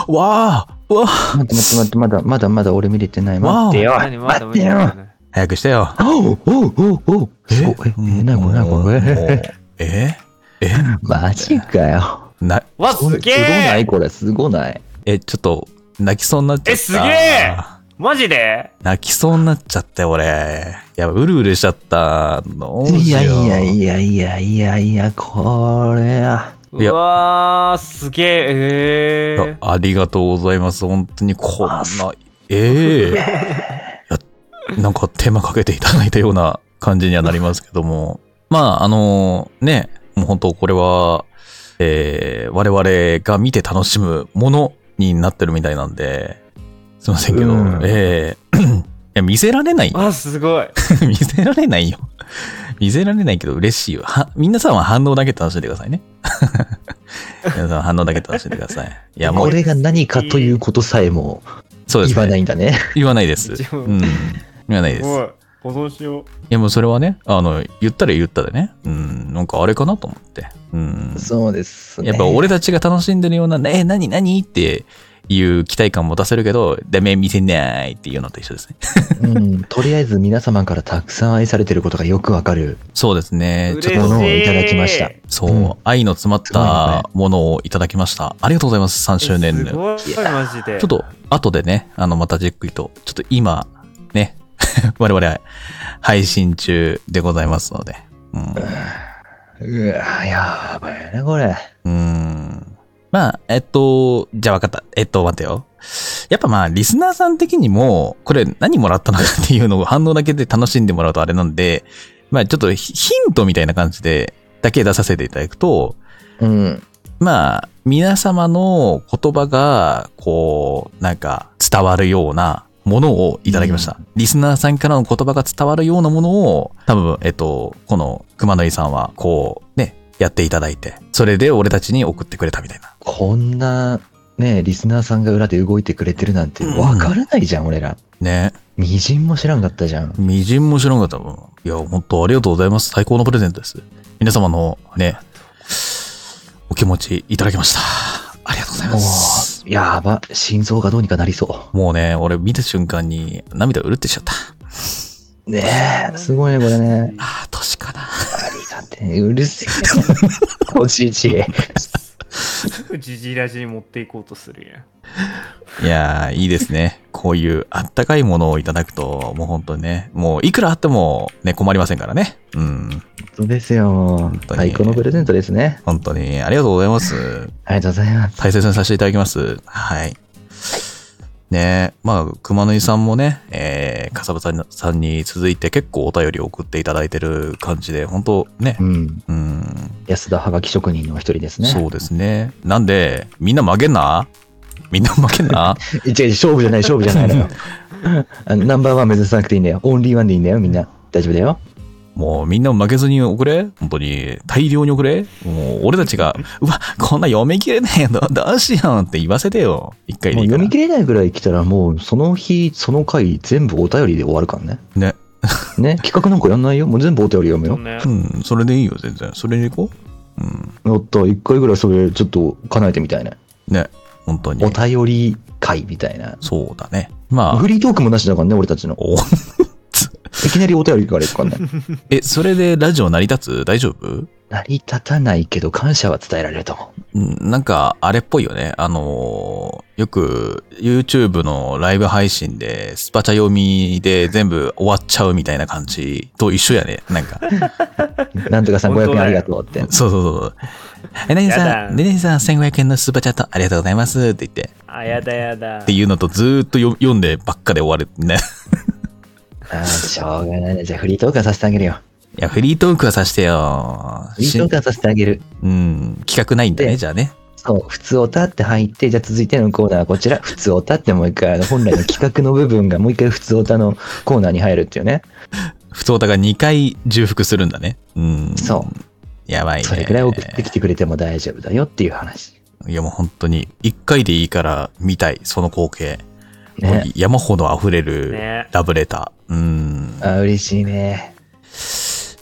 わあわあ待って待って待って、まだまだまだ俺見れてない。わ待あってよ。何ま待だまってよだ。早くしてよ。おうおうおうおうすごい。え、うんなにこれなにこれもうええマジかよ。な、わ、すげすごなえいこれ、すごない。え、ちょっと、泣きそうになっちゃった。えすげえマジで泣きそうになっちゃって、俺。いや、うるうるしちゃった。どういしよやういやいやいやいやいや、これは。いうやわー、すげえ。えいやありがとうございます。本当にこんな、ええいやなんか手間かけていただいたような感じにはなりますけども。まあ、あのね、もう本当これは、えー我々が見て楽しむものになってるみたいなんで、すいませんけど、うんええいや見せられないよ ー。わ、すごい。見せられないよ。見せられないけど嬉しいよ。は、皆さんは反応だけ楽しんでくださいね。 皆さんは反応だけ楽しんでください。いや、もこう、れが何かということさえもそうです、言わね。ないんだね。言わないです。一う応ん。言わないですす。いごい。保存しよう。や、もうそれはね、あの、言ったら言ったでね。うん、なんかあれかなと思って。うん。 そうですね。やっぱ俺たちが楽しんでるような、ねえ、何何っていう期待感も出せるけど、ダメ見せないっていうのと一緒ですね。 うん、とりあえず皆様からたくさん愛されてることがよくわかるそうですね。ちょっとものをいただきました。そう、うん愛の詰まっすごいよたものをいただきました。ありがとうございます、3周年すの。ごい、マジで。ちょっと、後でね、あの、またじっくりと、ちょっと今、ね、 我々、配信中でございますので。うんうわやばいな、これ。うーん。まあ、えっと、じゃあ分かった。えっと、待てよ。やっぱまあ、リスナーさん的にも、これ何もらったのかっていうのを反応だけで楽しんでもらうとあれなんで、まあちょっとヒヒントみたいな感じで、だけ出させていただくと、うん。まあ、皆様の言葉が、こう、なんか、伝わるようなものをいただきました。リスナーさんからの言葉が伝わるようなものを、多分、えっと、この熊野井さんは、こう、ね、やっていただいて、それで俺たちに送ってくれたみたいな。こんな、ね、リスナーさんが裏で動いてくれてるなんてうんわからないじゃん、俺ら。ね。みじんも知らんかったじゃん。みじんも知らんかったもん。いや、本当ありがとうございます。最高のプレゼントです。皆様のね、お気持ちいただきました。ありがとうございもます。う、やば、心臓がどうにかなりそもうね、俺見た瞬間に涙うるってしちゃった。う。ねえ、すごいね、これね。ああ、年かな。ありがてえ、うるせえ。 おじいじ。ジジイラジに持っていこうとするやん。いやー、いいです ね。こういうあったかいものをいただくと、もう本当にね、もういくらあってもね、困りませんからね。うん。そうですよ当に最高のプレゼントですね。本当に、ありがとうございます。ありがとうございます。大切にさせていただきます。はい。ねえ、まあ、熊野井さんもね、えー、かさぶたさんに続いて結構お便りを送っていただいてる感じで、本当ねう、ん。うん、安田はがき職人の一人ですね。そうですね。なんで、みんな負けんなみんな負けんな違う違う、勝負じゃない、勝負じゃないのよ。あのナンバーワン目指さなくていいんだよ。オンリーワンでいいんだよ、みんな。大丈夫だよ。もうみんな負けずに送れ本当に大量に送れもう俺たちが、うわ、こんな読み切れないよ。どどうしようって言わせてよ。一回でもういいか読らみ。切れないぐらい来たら、もうその日、その回、全部お便りで終わるからね。ね。 ね、企画なんかやんないよ。もう全部お便り読むよ。ねうん、それでいいよ、全然。それでいこう。うん。やった、一回ぐらいそれ、ちょっと叶えてみたいね。ね、本当にお。便り回みたいな。そうだね。まあフ、リートークもなしだからね、俺たちの。お いきなりお便りからいくからね。え、それでラジオ成り立つ大丈夫成り立たないけど、感謝は伝えられると思う。うんなんか、あれっぽいよね。あのーよく YouTube のライブ配信でスパチャ読みで全部終わっちゃうみたいな感じと一緒やね。なんか。 なんとかさん本当500だよ円ありがとうって。そうそうそうそう。え、なにさやだん、ねねさん1500円のスーパーチャットありがとうございますって言って、っあ、やだやだ。ていうのとずーっとよ読んでばっかで終わる ね。ああ、しょうがないね。じゃあフリートークはさせてあげるよ。いや、フリートークはさしてよ。フリートークはさせてあげる。うん、企画ないんだね、でじゃあね。そう、普通おたって入って、じゃあ続いてのコーナーはこちら。普通おたってもう一回、あの本来の企画の部分がもう一回普通おたのコーナーに入るっていうね。不当だが2回重複するんだね。うん。。そうやばいね。それぐらい送ってきてくれても大丈夫だよっていう話。いやもう本当に、1回でいいから見たい、その光景。ね。山ほど溢れるねラブレター。うん。あ、嬉しいね。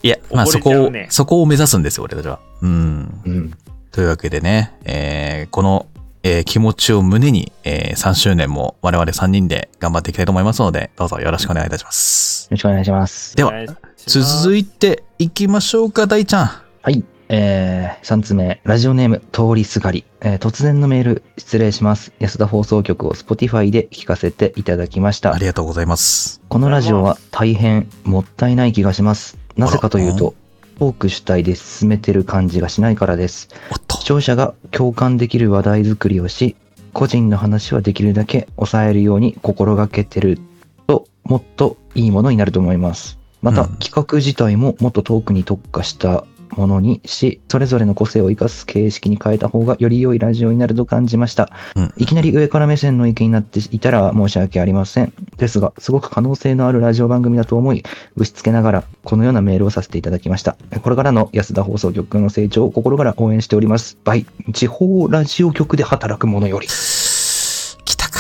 いや、ま溺あそれちこゃを、うねそこを目指すんですよ、俺たちは。うん。うん。というわけでね、えーこの、えー気持ちを胸に、えー3周年も我々3人で頑張っていきたいと思いますので、どうぞよろしくお願いいたします。よろしくお願いします。でおは、願いします続いていきましょうか、大ちゃん。はい。えー、3つ目、ラジオネーム、通りすがり。えー突然のメール、失礼します。安田放送局を Spotify で聞かせていただきましたあ。りがとうございます。このラジオは大変もったいない気がします。なぜかというと、多く主体で進めてる感じがしないからです。おっと視。聴者が共感できる話題作りをし、個人の話はできるだけ抑えるように心がけてると、もっといいものになると思います。また、うん企画自体ももっとトークに特化したものにし、それぞれの個性を生かす形式に変えた方がより良いラジオになると感じました。うんいきなり上から目線の意見になっていたら申し訳ありません。ですが、すごく可能性のあるラジオ番組だと思い、ぶしつけながら、このようなメールをさせていただきました。これからの安田放送局の成長を心から応援しております。バイ、地方ラジオ局で働く者より。来たか。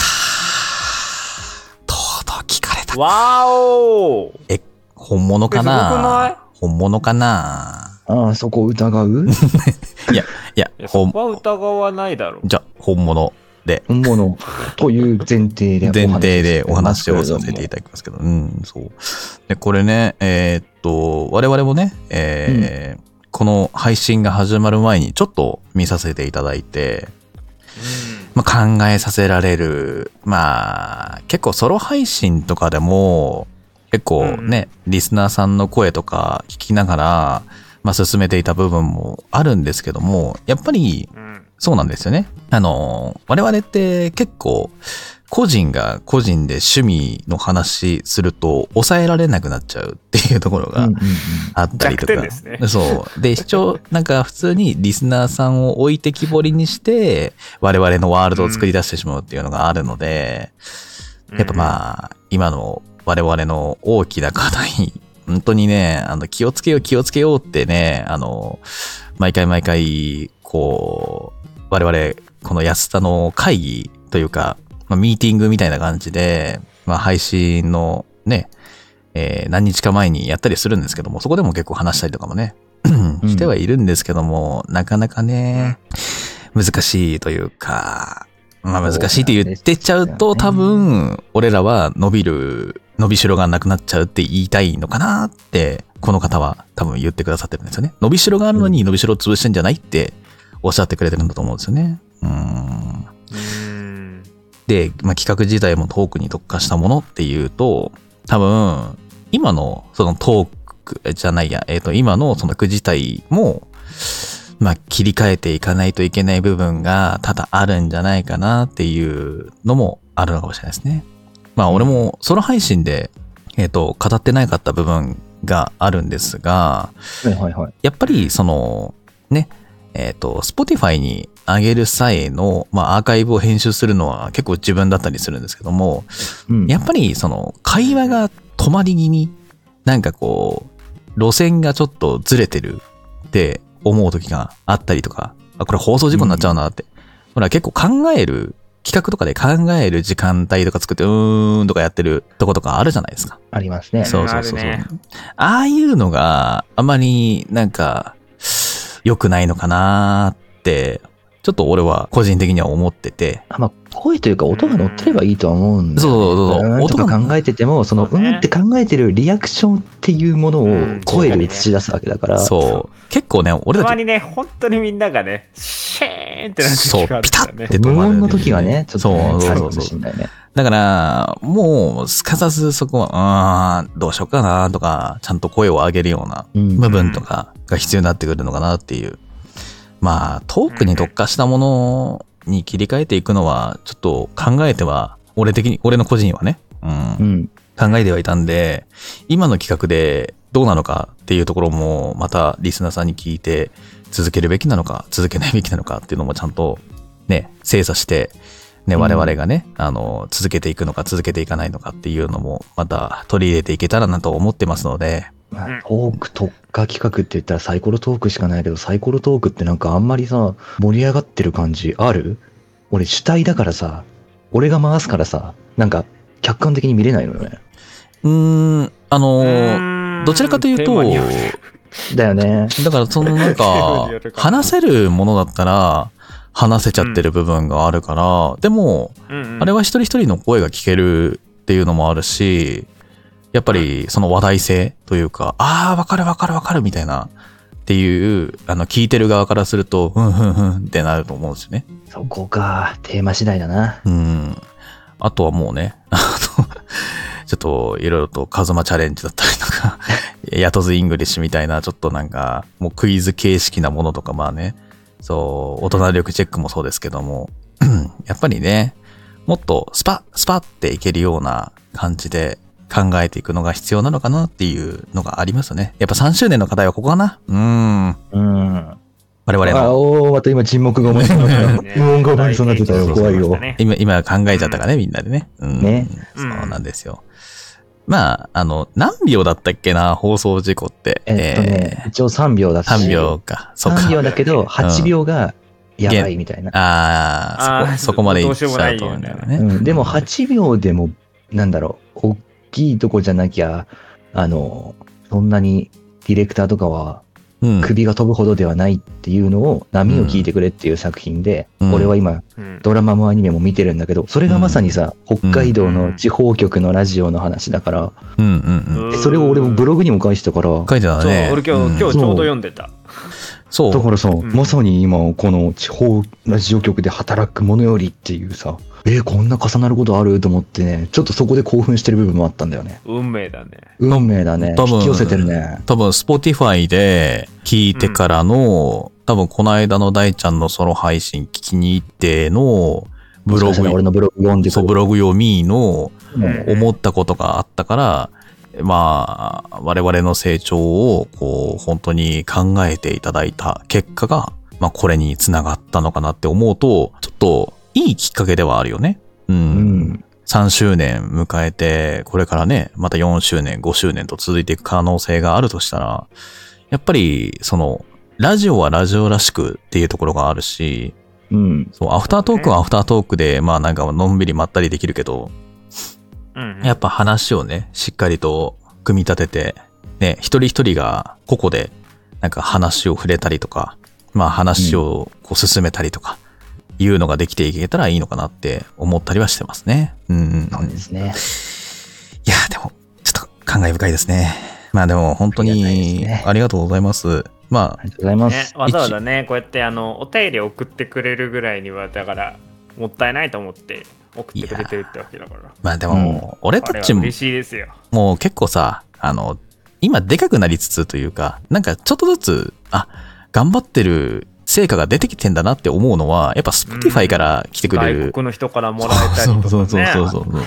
とうとう聞かれた。わお本物かえすごくないな本物かなああ、そこ疑ういや、いや、ほそん、こは疑わないだろう。じゃ、本物で、本物という前提でお話しして前提でお話をますけれどさもせていただきますけど、うん、そう。で、これね、えーっと、我々もね、えーこの配信が始まる前にちょっと見させていただいて、まあ、考えさせられる、まあ、結構ソロ配信とかでも、結構ね、リスナーさんの声とか聞きながら、まあ、進めていた部分もあるんですけども、やっぱり、うん。そうなんですよね。あの、我々って結構、個人が個人で趣味の話すると抑えられなくなっちゃうっていうところがうんうんうんあったりとか。弱点ですねそう。で、視聴、なんか普通にリスナーさんを置いてきぼりにして、我々のワールドを作り出してしまうっていうのがあるので、やっぱまあ、今の我々の大きな課題、 本当にね、あの、気をつけよう気をつけようってね、あの、毎回毎回、こう、我々、この安田の会議というか、まあ、ミーティングみたいな感じで、まあ、配信のね、えー何日か前にやったりするんですけども、そこでも結構話したりとかもね、 してはいるんですけども、なかなかね、難しいというか、まあ難しいって言ってっちゃうと、そ多うなん分、俺らは伸びる、伸びしろがなくなっちゃうって言いたいのかなって、この方は多分言ってくださってるんですよね。伸びしろがあるのに伸びしろを潰してんじゃないっておっしゃってくれてるんだと思うんですよね。うん。うん。で、まあ、企画自体もトークに特化したものっていうと、多分、今のそのトークえじゃないや、えっ、と、今のその句自体も、まあ、切り替えていかないといけない部分が多々あるんじゃないかなっていうのもあるのかもしれないですね。まあ、俺もソロ配信で、えっ、と、語ってなかった部分があるんですが、はいはいはい。やっぱりそのね、えっ、と、Spotify に上げる際の、まあ、アーカイブを編集するのは結構自分だったりするんですけども、うんやっぱりその会話が止まり気味、なんかこう、路線がちょっとずれてるって思う時があったりとか、あ、これ放送事故になっちゃうなって。ほら結構考える、企画とかで考える時間帯とか作って、うーんとかやってるとことかあるじゃないですか。ありますね。そうそうそうそう。あるねああいうのがあまりなんか良くないのかなーって、ちょっと俺は個人的には思ってて。あまあ、声というか音が乗ってればいいとは思うんで。そうそうそううんと音がか考えてても、その、そううねんって考えてるリアクションっていうものをうん声で映し出すわけだから。そう。結構ね、俺たたまち、にね、本当にみんながね、シェーンってなってそう、ピタねッて止無まる、音の時はね、ちょっとね、そうそうそうかもしんないね。だから、もう、すかさずそこは、うーん、どうしようかなとか、ちゃんと声を上げるようなうん部分とかが必要になってくるのかなっていう。まあ、トークに特化したものに切り替えていくのは、ちょっと考えては、俺的に、俺の個人はね、うんう、ん。考えてはいたんで、今の企画でどうなのかっていうところも、またリスナーさんに聞いて、続けるべきなのか、続けないべきなのかっていうのもちゃんとね、精査して、ね、うん我々がね、あの、続けていくのか、続けていかないのかっていうのも、また取り入れていけたらなと思ってますので、まうんあ、トーク特化企画って言ったらサイコロトークしかないけど、サイコロトークってなんかあんまりさ、盛り上がってる感じある俺主体だからさ、俺が回すからさ、なんか客観的に見れないのよね。うーん、あのうんどちらかというテーとマによ、だよね。だからそのな んーマかによる、か話せるものだったら、話せちゃってる部分があるから、でも、うんうんあれは一人一人の声が聞けるっていうのもあるし、やっぱりその話題性というか、ああ、わかるわかるわかるみたいなっていう、あの、聞いてる側からすると、うんうんうんってなると思うんですよね。そこか。テーマ次第だな。うん。あとはもうね、 あの、ちょっといろいろとカズマチャレンジだったりとか、ヤトズイングリッシュみたいな、ちょっとなんか、もうクイズ形式なものとか、まあね、そう、大人力チェックもそうですけども、 やっぱりね、もっとスパッ、スパッっていけるような感じで考えていくのが必要なのかなっていうのがありますよね。やっぱ3周年の課題はここかなうん。うん。我々あの。おー、また今沈黙が思いつかなか った。ね無音が思いそうになってたよ。怖いよ。今、今考えちゃったかね、みんなでね。うん。ねそうなんですよ。まあ、あの、何秒だったっけな、放送事故って。えっとね、え一応3秒だし。ー3秒。か。そうか3。秒だけど、8秒がやばいみたいな。ああ、あーそこ、そこまでいっちどうしようもなゃういとよ思うんねだようね。ん、でも8秒でも、なんだろう、大きいとこじゃなきゃ、あの、そんなにディレクターとかはうん。首が飛ぶほどではないっていうのを波を聞いてくれっていう作品で、うん俺は今うんドラマもアニメも見てるんだけど、それがまさにさ、北海道の地方局のラジオの話だから、うんうんでそれを俺もブロログにも返したから、うん。書いてたそう、ね。俺今うん日、今日ちょうど読んでた。そだう。からさ、んまさに今この地方ラジオ局で働くものよりっていうさ、えーこんな重なることあると思ってね、ちょっとそこで興奮してる部分もあったんだよね。運命だね。運命だね。多分引き寄せてるね。多分、Spotify で聞いてからの、多分、この間の大ちゃんのソロ配信聞きに行っての、ブロもしかしたらグ俺、のブログ読んでそう、くブる。ログ読みの、うん思ったことがあったから、まあ、我々の成長を、こう、本当に考えていただいた結果が、まあ、これにつながったのかなって思うと、ちょっと、いいきっかけではあるよね。う。うんん。 3周年迎えて、これからね、また4周年、5周年と続いていく可能性があるとしたら、やっぱり、その、ラジオはラジオらしくっていうところがあるし、うん。そう、アフタートークはアフタートークで、まあなんかのんびりまったりできるけど、うんやっぱ話をね、しっかりと組み立てて、ね、一人一人が個々で、なんか話を触れたりとか、まあ話をこう進めたりとか、いうのができていけたらいいのかなって思ったりはしてますね。うんうんそうん。ういですね。や、でも、ちょっと感慨深いですね。まあでも本当ありがたいでにすねありがとうございます。まありがとうございまねす。、わざわざねこうやってあのお便り送ってくれるぐらいにはだからもったいないと思って送ってくれてるってわけだからあ、まあでも、俺あれたはちも嬉しいですよもう結構さ、あの、今でかくなりつつというか、なんかちょっとずつ、あ、頑張ってる成果が出てきてんだなって思うのは、やっぱ Spotify から来てくれる。外国の人からもらえたりとか、ね、そうそうそうそうそう。ね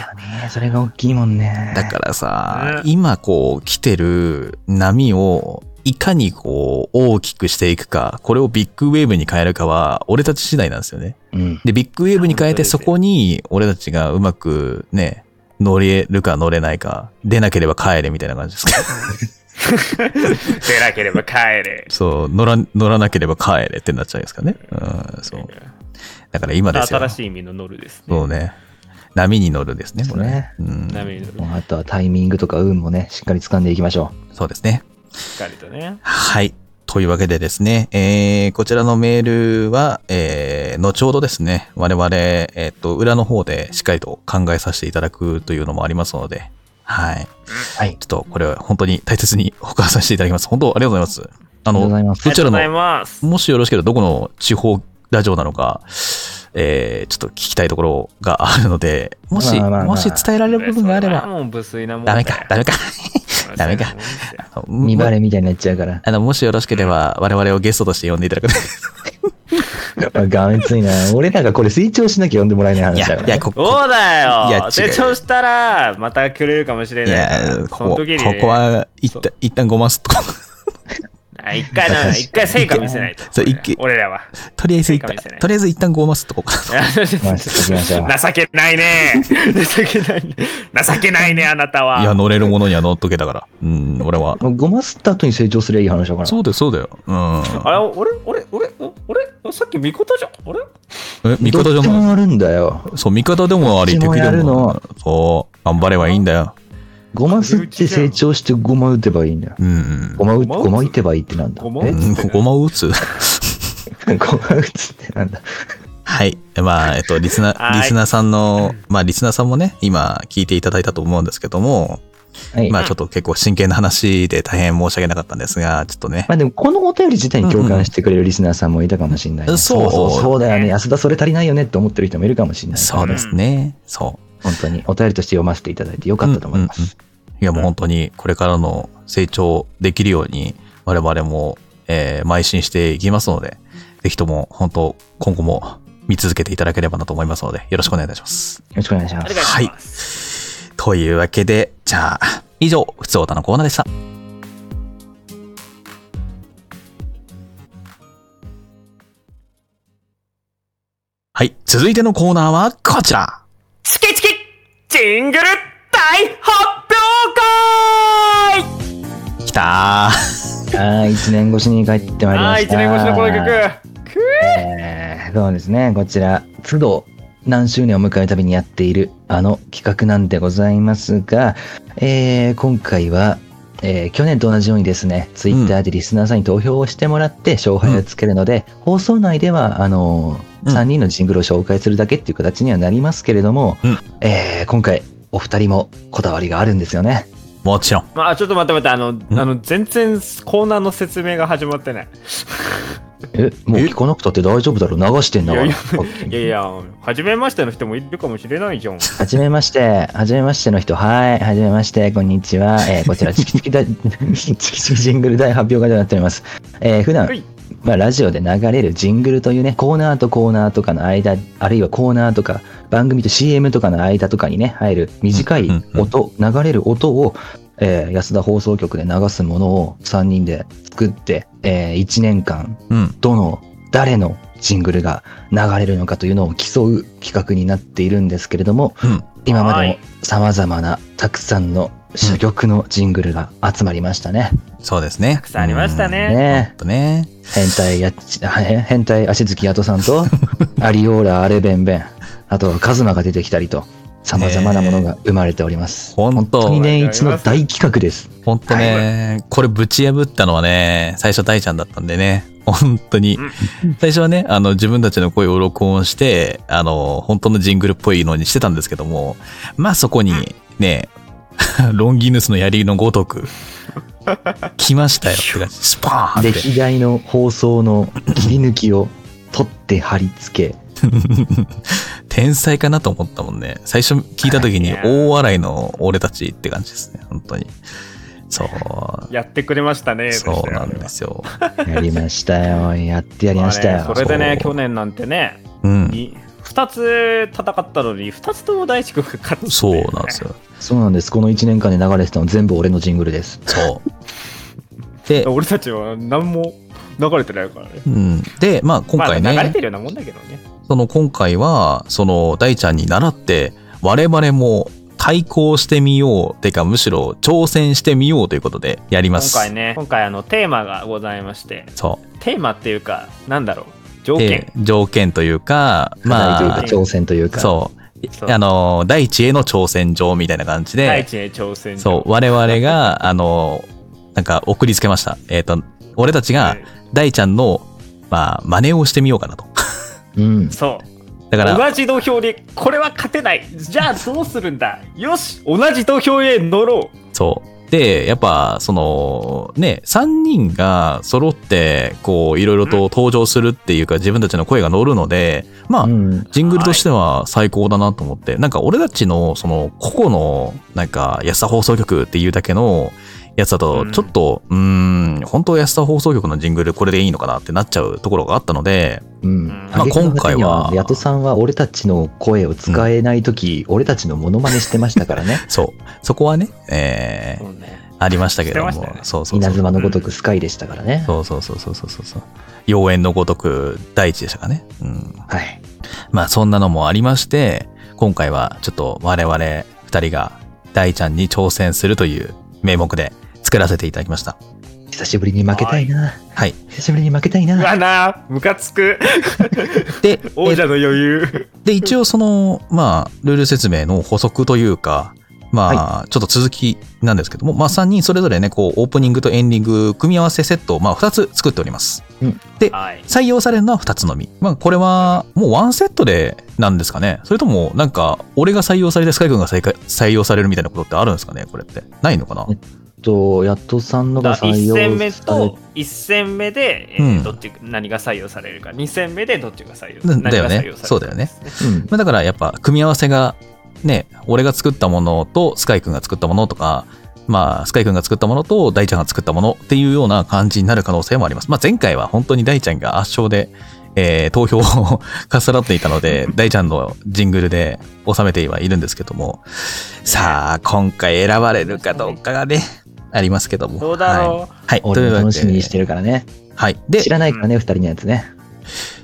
それが大きいもんね。だからさ、ね今こう来てる波を、いかにこう大きくしていくか、これをビッグウェーブに変えるかは、俺たち次第なんですよね。うん。で、ビッグウェーブに変え本て、当ですそよこに俺たちがうまくね、乗れるか乗れないか、出なければ帰れみたいな感じですか。出なければ帰れそう、乗ら、乗らなければ帰れってなっちゃうんですかね。うん、そう。だから今ですよ。新しい意味の乗るですねそうね。波に乗るですね、これね。うん。波に乗るもうあとはタイミングとか運もね、しっかり掴んでいきましょそうですね。しっかりとねはい。というわけでですね、えー、こちらのメールは、えー、後ほどですね、我々、えっと、裏の方でしっかりと考えさせていただくというのもありますので、はい。はいちょっと、これは本当に大切に保管させていただきます。本当、ありがとうございます。あありがとうございの、ますどちらのありがとうございますもしよろしければ、どこの地方ラジオなのか、えー、ちょっと聞きたいところがあるので、もし、まあまあまあもし伝えられる部分があれそば、はもう無粋なもんだダよメか、ダメか、ダメか。う。見バレみたいになっちゃうから。 あの、もしよろしければ、我々をゲストとして呼んでいただく。がめついな。俺らがこれ成長しなきゃ呼んでもらえないい話だよや、ね。いや、ここ、そうだいや違よう成長したらまたくれるかもしれいないからや、こそのこ、こ時にこは、一そ旦、一旦ごますと。あ一回 な一回成果見せないとそう一回俺らは とりあえず一いいか旦もしれない、とりあえず一旦ご ますと。まあ行きましょう 情けないね。 情けないね。情けないね、あなたは。いや、乗れるものには乗っとけたから。うん、俺は。もうごますった後に成長すりゃいい話だから。そうだよ、そうだよ。うん。あれ、俺、俺、俺、俺、さっき見事じゃん。あれえ、味方どじっゃちないもあるんだよ。そう、味方でもあり、どっちも敵でやるもあのる。そう、頑張ればいいんだよ。ごますって成長してごま打てばいいんだよ。うんうんご。ま打ごま打つごま打てばいいってなんだ。えごまご打まつうんごまを打つ 打つってなんだ。はい。まあ、えっと、リスナはー、いリスナーさんの、まあ、リスナーさんもね、今、聞いていただいたと思うんですけども、はい。ままあ、ちょっと結構真剣な話で大変申し訳なかったんですが、ちょっとね。あでも、このお便り自体に共感してくれるリスナーさんもいたかもしれないね、うんそうそうそうそうだよね。安田それ足りないよねって思ってる人もいるかもしれない。そうですね。そう。本当に。お便りとして読ませていただいてよかったと思います。うんうんいや、もう本当に、これからの成長できるように、我々も、えー、邁進していきますので、ぜひとも、本当、今後も見続けていただければなと思いますので、よろしくお願いいたします。よろしくお願いします。はい。というわけで、じゃあ、以上、ふつおたのコーナーでした。はい、続いてのコーナーはこちらチキチキジングル大発表会きたああ、一年越しに帰ってまいりあまあ、し一た。年越しのこの曲。くえーそうですね、こちら、都度何周年を迎えるたびにやっているあの企画なんでございますが、えー今回は、えー去年と同じようにですね、ツイッターでリスナーさんに投票をしてもらって勝敗をつけるので、放送内では、あのー、うん3人のジングルを紹介するだけっていう形にはなりますけれども、うんえー今回、お二人もこだわりがあるんですよね。もちろん。まあ、ちょっと待って待って、あの、あの、全然コーナーの説明が始まってない。え、もう聞かなくたって大丈夫だろ流してんだから。いやいや さっきいやいや、初めましての人もいるかもしれないじゃん。はじめまして、はじめましての人、はい、はじめまして、こんにちは。えーこちら、 チキチキ大、チキチキジングル大発表会となっております。えー普段はい、まあ、ラジオで流れるジングルというね、コーナーとコーナーとかの間、あるいはコーナーとか、番組と CM とかの間とかにね、入る短い音、流れる音を、えー安田放送局で流すものを3人で作って、え1年間、うん。どの、誰のジングルが流れるのかというのを競う企画になっているんですけれども、うん今まはでもい様々なたくさんの珠玉のジングルが集まりましたね。そうですね。たくさんありましたね。ねとね。え変態やっち、 え変態足月やとさんと、アリオーラアレベンベン、あとカズマが出てきたりと、様々なものが生まれております。ほん本と当に年一の大企画です。ほんとね、これぶち破ったのはね、最初大ちゃんだったんでね、本当にうん。最初はね、あの、自分たちの声を録音して、あの、本当のジングルっぽいのにしてたんですけども、まあそこに、ね、 ロンギヌスの槍のごとく、来ましたよって感じ。スパーンって。歴代の放送の切り抜きを取って貼り付け、天才かなと思ったもんね。最初聞いた時いにや大笑いの俺たちって感じですね。本当に。そう。やってくれましたね。。そうなんですすよ。やりましたよ。やってやりましたよ。まあねそれでね、そ去う年なんてね、うん。に2つ戦ったのに、2つとも大地君が勝つ。そうなんです。よ。そうなんです。この1年間で流れてたの全部俺のジングルです。そう。で、 俺たちは何も流れてないからね。うん。で、まあ今回まあ、流れねて、るようなもんだけどね。その今回は、その大ちゃんに習って、我々も対抗してみよう。てか、むしろ挑戦してみようということでやりま今す。回ね、今回あのテーマがございまして、そう。テーマっていうか、なんだろう、条で件。、条件というか、まあ、というまかあ、挑戦というか。そう。そうあの、第一への挑戦状みたいな感じ第で、一へ挑戦状。そう、我々が、あの、なんか送りつけました。えっ、と、俺たちがうん、大ちゃんの、まあ、真似をしてみようかなと。う。ん。そう。だから、同じ土俵でこれは勝てないじゃあどうするんだよし同じ土俵へ乗ろうそう。で、やっぱ、その、ね、3人が揃って、こう、いろいろと登場するっていうか、自分たちの声が乗るので、まあう、ん。ジングルとしては最高だなと思って、なんか俺たちのその個々のなんか安田放送局っていうだけのやつだとうんちょっと、うーん、本当安田放送局のジングルこれでいいのかなってなっちゃうところがあったので、うん。まあ今回は。ヤトさんは俺たちの声を使えないとき、俺たちのモノマネしてましたからね そう、そこはね、えーそうねありましたけれども、してましたねそうそうそ稲う。妻のごとくスカイでしたからね。そうそうそうそうそうそうそう。妖艶のごとく第一でしたかね。うん。はい。まあそんなのもありまして、今回はちょっと我々二人が大ちゃんに挑戦するという名目で作らせていただきました。久しぶりに負けたいな。はい。久しぶりに負けたいうな。わなムカつくで、王え者の余裕で、一応その、まあ、ルール説明の補足というか、まあ、ちょっと続きなんですけども、まあ3人それぞれね、こう、オープニングとエンディング組み合わせセットを、まあ2つ作っております。はい採用されるのは2つのみ。まあこれは、もうワンセットでなんですかねそれとも、なんか、俺が採用されてスカイ君が採用採用されるみたいなことってあるんですかねこれって。ないのかなと、ヤトさんのがだ採1用戦目されと1戦目で、えーうんどっち何が採用されるか2戦目でどっちが採用だだよ何が採用ねされるかそうだよねうん。まあ、だからやっぱ組み合わせがね、俺が作ったものとスカイくんが作ったものとか、まあ、スカイくんが作ったものと大ちゃんが作ったものっていうような感じになる可能性もあります。まあ、前回は本当に大ちゃんが圧勝で、えー投票を重なっていた ので、大ちゃんのジングルで収めてはいるんですけども、さあ、今回選ばれるかどうかがね、ありますけども。そうだろう、はい。はい。とい俺うもわけで楽しみにしてるからね。はい。で知、らないからね、二人のやつね。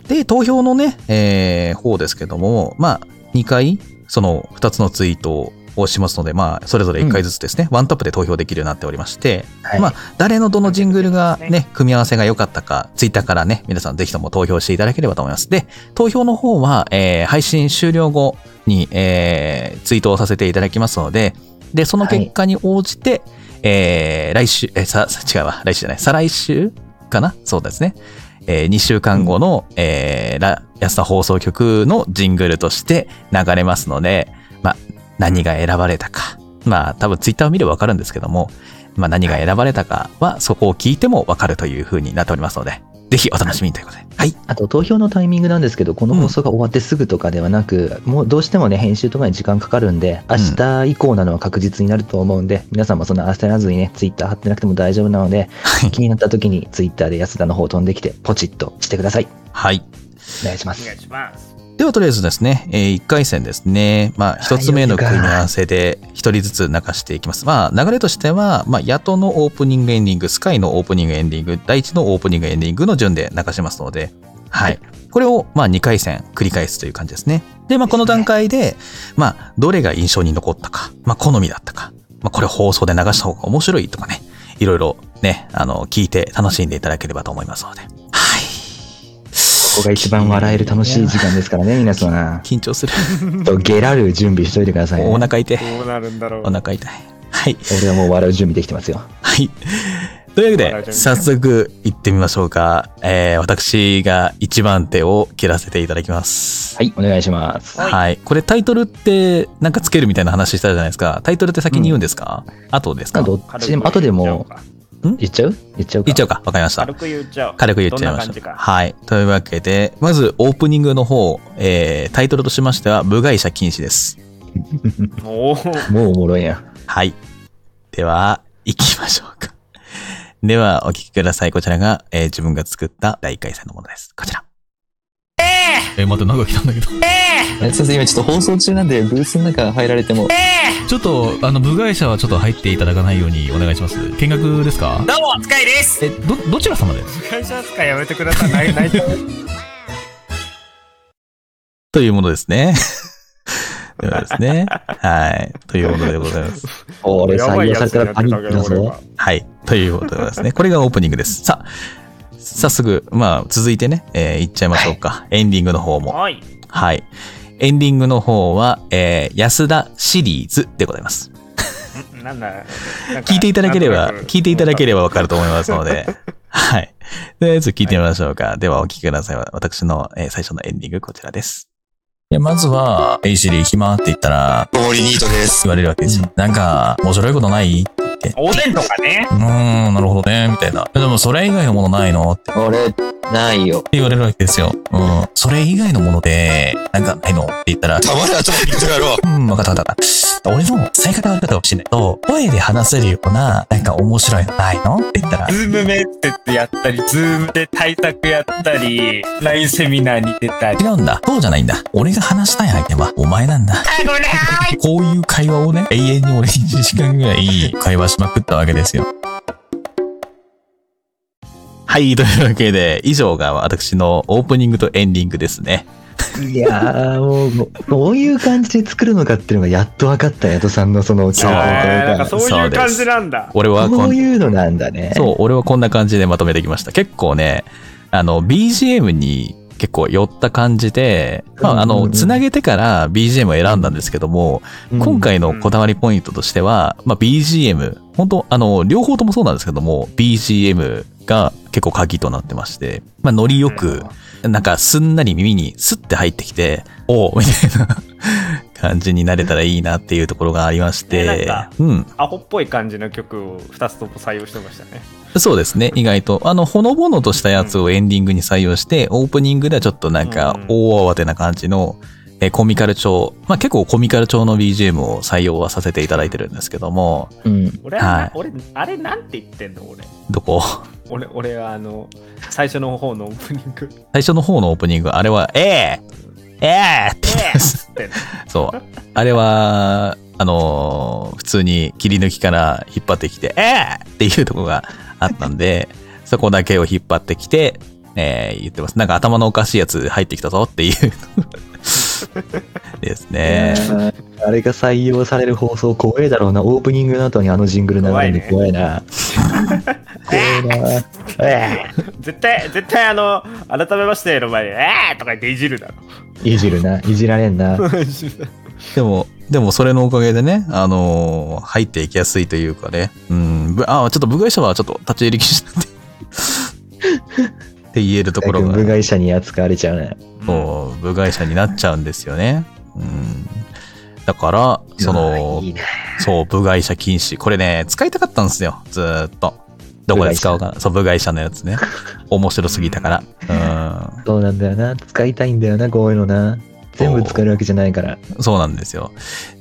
で、投票のね、えー方ですけども、まあ、2回、その2つのツイートをしますので、まあ、それぞれ1回ずつですね、ワンタップで投票できるようになっておりまして、はいまあ、誰のどのジングルがそうですね、組み合わせが良かったか、ツイッターからね、皆さんぜひとも投票していただければと思います。で、投票の方は、えー配信終了後に、えーツイートをさせていただきますので、で、その結果に応じて、えー来週、えーさ、さ違うわ、来週じゃない、再来週かなそうですね。え2週間後の、えーラ、安田放送局のジングルとして流れますので、まあ、何が選ばれたか。まあ、多分ツイッターを見ればわかるんですけども、まあ、何が選ばれたかは、そこを聞いてもわかるという風になっておりますので、ぜひお楽しみにということで。はい。あと投票のタイミングなんですけど、この放送が終わってすぐとかではなく、もうどうしてもね、編集とかに時間かかるんで、明日以降なのは確実になると思うんで、皆さんもそんな焦らずにね、ツイッター貼ってなくても大丈夫なので、はい気になった時にツイッターで安田の方飛んできて、ポチッとしてください。はい。お願いしまお願すい。します。ではとりあえずですね、え1回戦ですね、まあ、1つ目の組み合わせで1人ずつ流していきます。まあ、流れとしては、まあ、ヤトのオープニングエンディング、スカイのオープニングエンディング、大地のオープニングエンディングの順で流しますので、はい。これを、まあ、2回戦繰り返すという感じですね。で、まあ、この段階で、まあ、どれが印象に残ったか、まあ、好みだったか、まあ、これ放送で流した方が面白いとかね、いろいろね、あの、聞いて楽しんでいただければと思いますので。はい。ここが一番笑える楽しい時間ですからね、皆さん。緊張する。ちょっとゲラる準備しといてください、おね。腹痛い。どうなるんだろう。お腹痛い。はい。俺はもう笑う準備できてますよ。はい。という笑わうけ準備で、早速行ってみましょうか。えー私が一番手を切らせていただきます。はい、お願いします。はい。これタイトルってなんかつけるみたいな話したじゃないですか。タイトルって先に言うんですか、後ですかまあどっちでも、後でも言っちゃう言っちゃうか。言っちゃうか。わかりました。軽く言っちゃおう。軽く言っちゃいどまんな感しじた。かはい。というわけで、まずオープニングの方、えータイトルとしましては、部外者禁止です。おーもうおもろいやん。はい。では、行きましょうか。では、お聞きください。こちらが、えー自分が作った第1回戦のものです。こちら。え、待って、なんか来たんだけど。すいません、今ちょっと放送中なんで、ブースの中入られても。ちょっと、あの、部外者はちょっと入っていただかないようにお願いします。見学ですかどうも、使いですえ、ど、どちら様です会社扱いやめてください。ない、ない。というものですね。ということですね。はい。というものでございます。俺や採ばい用やされつたやっらてパたニけックどだ俺ぞは。。はい。ということでですね。これがオープニングです。さあ、早速、まあ、続いてね、えー行っちゃいましょうか。エンディングの方も。はい。はい。エンディングの方は、えー安田シリーズでございます。なんだ聞いていただければ、聞いていただけれればわかると思いますので、はい。とりあえず聞いてみましょうか。ではお聞きください。私の、えー最初のエンディング、こちらです。まずは、エイシリー暇って言ったら、モリニートです。言われるわけですよ。なんか、面白いことないば。おでんとかね。うーん、なるほどね、みたいな。でも、それ以外のものないのって俺、ないよ。言われるわけですよ。うん。それ以外のもので、なんかないのって言ったら、たまら頭にいったやろう。うん、わかったわかった。俺の使い方が悪かったかもしれないけど、声で話せるような、なんか面白いのないのって言ったら、ズームメッセってやったり、ズームで対策やったり、LINE セミナーに出たり。違うんだ。そうじゃないんだ。俺が話したい相手はお前なんだ。こういう会話をね、永遠に俺に1時間ぐらい会話しまくったわけですよ。はい、というわけで、以上が私のオープニングとエンディングですね。いやーもう、もうこういう感じで作るのかっていうのがやっと分かった、矢戸さんのその経そうえーなん験かとそういう感じなんだ。俺はここんういうのなんだね。そう、俺はこんな感じでまとめてきました。結構ね、あの、BGM に結構寄った感じで、まあ、あうんうんの、うんつなげてから BGM を選んだんですけども、うん今、回のこだわりポイントとしては、まあ、BGM、本当あの、両方ともそうなんですけども、BGM が結構鍵となってまして、まあ、ノリよく、なんかすんなり耳にスッて入ってきて、おうみたいな 感じになれたらいいなっていうところがありましねてなんか、うん、アホっぽい感じの曲を2つとも採用してましたね。そうですね、意外と。あの、ほのぼのとしたやつをエンディングに採用して、オープニングではちょっとなんかうん、大慌てな感じの、えーコミカル調、まあ、結構コミカル調の BGM を採用はさせていただいてるんですけども、うん、俺はな、はい俺、あれなんて言ってんの俺。どこ俺、俺はあの、最初の方のオープニング。 最初の方のオープニング、あれは、ええええって言ってます。ってんのそう。あれは、あのー普通に切り抜きから引っ張ってきて、ええっていうとこがあったんで、 そこだけを引っ張ってきて、えー言ってます。なんか頭のおかしいやつ入ってきたぞ っていう。ですね。あれが採用される放送怖えだろうな。オープニングの後にあのジングル流れるの怖いな。怖えな。え絶対、絶対あの、改めましての前に、えーとか言っていじるだろ。 えいじるな。いじられんな。いじるだろでも、でもそれのおかげでね、あのー入っていきやすいというかね、うん、ぶあ、ちょっと部外者はちょっと立ち入り禁止なんで、 って言えるところが、部外者に扱われちゃうね。そう、部外者になっちゃうんですよね。うん。だから、その、いいねそう、部外者禁止。これね、使いたかったんですよ、ずーっと。どこで使おうかな。そう、部外者のや つね。面白すぎたから。うん。そうなんだよな。使いたいんだよな、こういうのな。全部使えるわけじゃないから。そうなんですよ。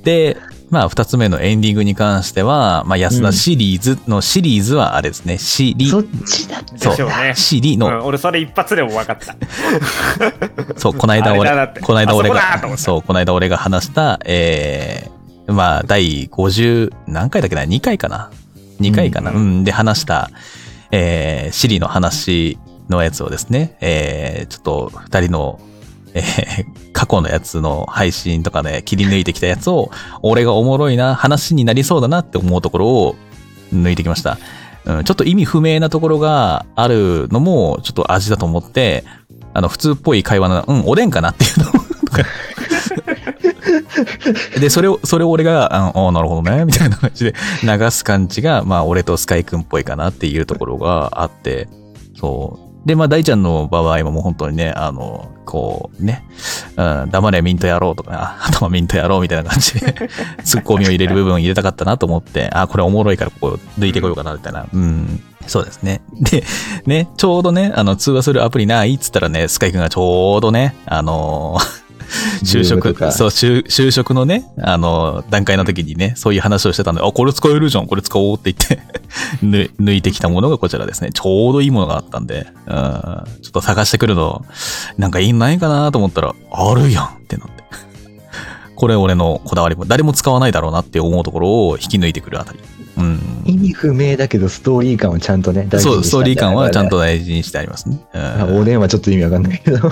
で、まあ、二つ目のエンディングに関しては、まあ、安田シリーズのシリーズはあれですね。シリ、そっちだって。そうでしょうねシリうの、ん、俺それ一発でも分かった。 そう、こないだあれだ俺なって、こないだ俺あそこだと思が、ったそう、こないだ俺が話した、えー、まあ、第50、何回だっけな ?2 回かな ?2 回かな、うんうん、で話した、えー、シリの話のやつをですね、えー、ちょっと二人の、えー、過去のやつの配信とかで切り抜いてきたやつを、俺がおもろいな、話になりそうだなって思うところを抜いてきました。うん、ちょっと意味不明なところがあるのも、ちょっと味だと思って、あの、普通っぽい会話な、うん、おでんかなっていうので、それを、それを俺が、あのあなるほどね、みたいな感じで流す感じが、まあ、俺とスカイくんっぽいかなっていうところがあって、そう。で、まあ、大ちゃんの場合ももう本当にね、あの、こうね、うん、黙れミントやろうとか、あ頭ミントやろうみたいな感じで、ツッコミを入れる部分を入れたかったなと思って、あ、これおもろいからここ抜いてこようかな、みたいな。うん。そうですね。で、ね、ちょうどね、あの、通話するアプリないっつったらね、スカイくんがちょうどね、あの就 Zoom と職、かそう、就就職のね、あの、段階の時にね、そういう話をしてたんで、あ、これ使えるじゃん、これ使おうって言って ぬ抜いてきたものがこちらですね。ちょうどいいものがあったんで、うん、ちょっと探してくるの、なんかいいのないかなと思ったら、あるやんってなって。 これ俺のこだわりも、誰も使わないだろうなって思うところを引き抜いてくるあたり。うん。意味不明だけど、ストーリー感をちゃんとね、大事にそう、ストーリー感はちゃんと。と大事にしてありますね。うあん、おでんはちょっと意味わかんないけど。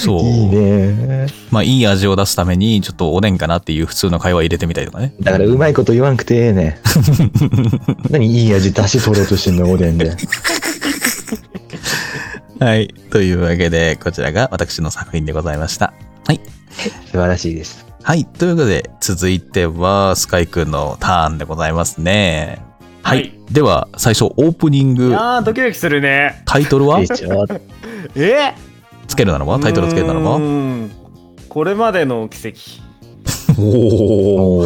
そう。いいね。まあ、いい味を出すために、ちょっとおでんかなっていう普通の会話入れてみたりとかね。だから、うまいこと言わんくてええね。何、いい味出し取ろうとしてんの、おでんで。はい。というわけで、こちらが私の作品でございました。はい。素晴らしいです。はい。ということで、続いては、スカイくんのターンでございますね。はい。はいでは、最初、オープニンいグ、やー、ドキドキするね。タイトルはでしょえつけるならばタイトルつけるならばうーんこれまでの奇跡。おお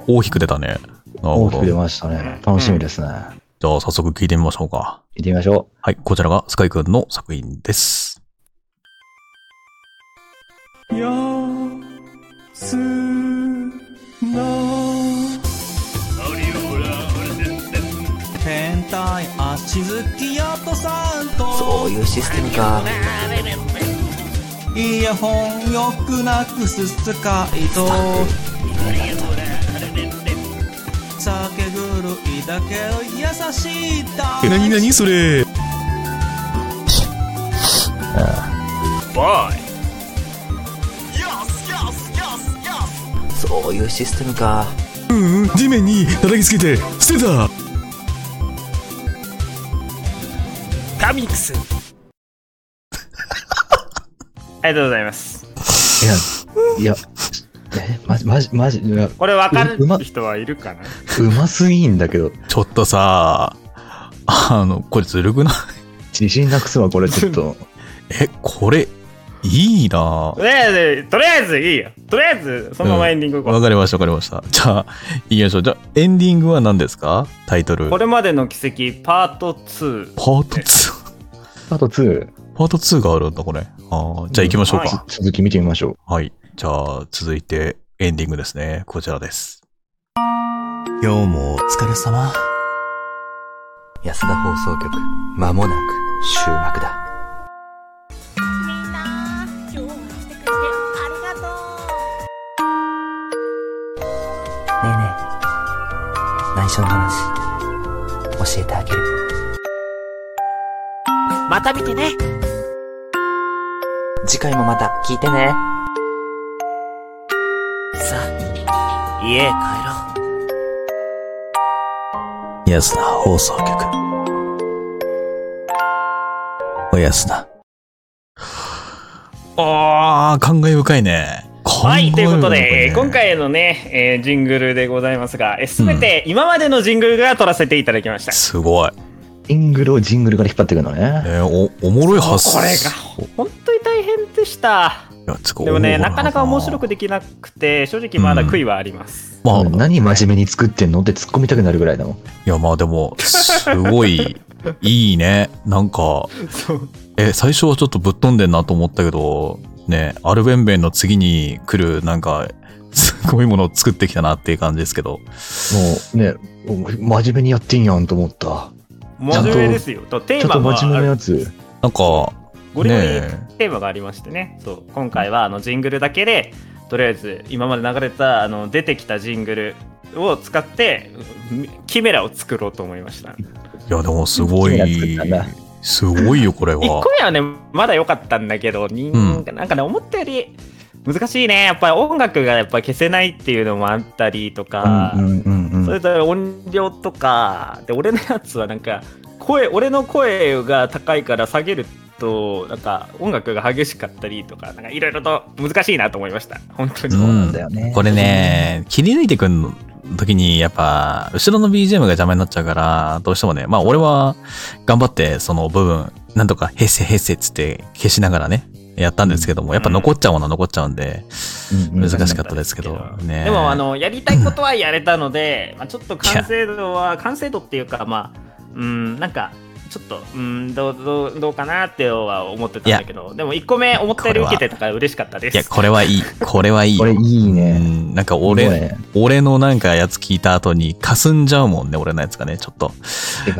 おー大きく出たね。なる大ほきど。く出じましたね。楽しみですね。ゃあ、早速聞いてみましょうか。行ってみましょはい。こちらが、スカイくんの作品です。変態足好きやとさんとそういうシステムか。イヤホンよくなくすスカイと酒狂いだけど優しいだなになにそれバイそういうシステムか。うん地面に叩きつけて捨てたタミックスありがとうございます。う。いや、いや、え、まじ、まじ、まじ、いやこれ分かるうま人はいるかなうますぎんだけど、ちょっとさ、あの、これずるくない 自信なくすわ、これちょっと。え、これ、いいなとりあえず、とりあえずいいよ。とりあえず、そのままエンディング行こうわかりました、わかりました。じゃあ、いきましょう。じゃあ、エンディングは何ですかタイトル。こパーれまでの奇跡パート2。ト 2? あと2、パート2があるんだ、これ。ああ、じゃあ行きましょうか。続き見てみましょう。はい。じゃあ、続いて、エンディングですね。こちらです。今日もお疲れ様安田放送局、まもなく終幕だ。みんな今日は来てくれてありがとうねえねえ内緒の話教えてあげるまた見てね次回もまた聞いてねさあ、家へ帰ろう。やすな放送局。おやすな。ああ、感慨深いね。はい、ということで、えー考えるのかね今回のね、えージングルでございますが、すべて今までのジングルが撮らせていただきました。すごい。ジングルをジングルから引っ張っていくのね。えお、おもろい発想。これが本当に大変でした。でもね、なかなか面白くできなくて、正直まだ悔いはあります。まあ、何真面目に作ってんのって突っ込みたくなるぐらいだもん。いや、まあでも、す ごい、いいね。なんか、え、最初はちょっとぶっ飛んでんなと思ったけど、ね、アルベンベンの次に来る、なんか、すごいものを作ってきたなっていう感じですけど。もうね、真面目にやってんやんと思った。真面目ですよ。とテちょーっとマ真面目なはやつ。なんか、ゴリゴリテーマがありましてね。そう今回はあのジングルだけでとりあえず今まで流れたあの出てきたジングルを使ってうんキメラを作ろうと思いました。いや、でもすごい、すごいよ、これ 1は個。目はねまだ良かったんだけど、にうんなんかね思ったより難しいねやっぱり音楽がやっぱ消せないっていうのもあったりとか、それぞれ音量とかで俺のやつはなんか声俺の声が高いから下げるとなんか音楽が激しかったりとかなんかいろいろと難しいなと思いました本当に、うんこれね、切り抜いてくん時に、やっぱ、後ろの BGM が邪魔になっちゃうから、どうしてもね、まあ俺は、頑張って、その部分、なんとか、へっせへっせっつって消しながらね、やったんですけども、やっぱ残っちゃうものは残っちゃうんで、難しかったですけど、ね。でもあのやりたいことはやれたの で、まあ、ちょっと完成度は完成度っていうかまあうんなんかちょっとうんどうどうどうかなっては思ってたんだけどでも1個目思ったより受けてたから嬉しかったですいや、これはいい。これはいい。これいいね。なんか俺、俺のなんかやつ聞いた後に、霞んじゃうもんね、俺のやつがね、ちょっと。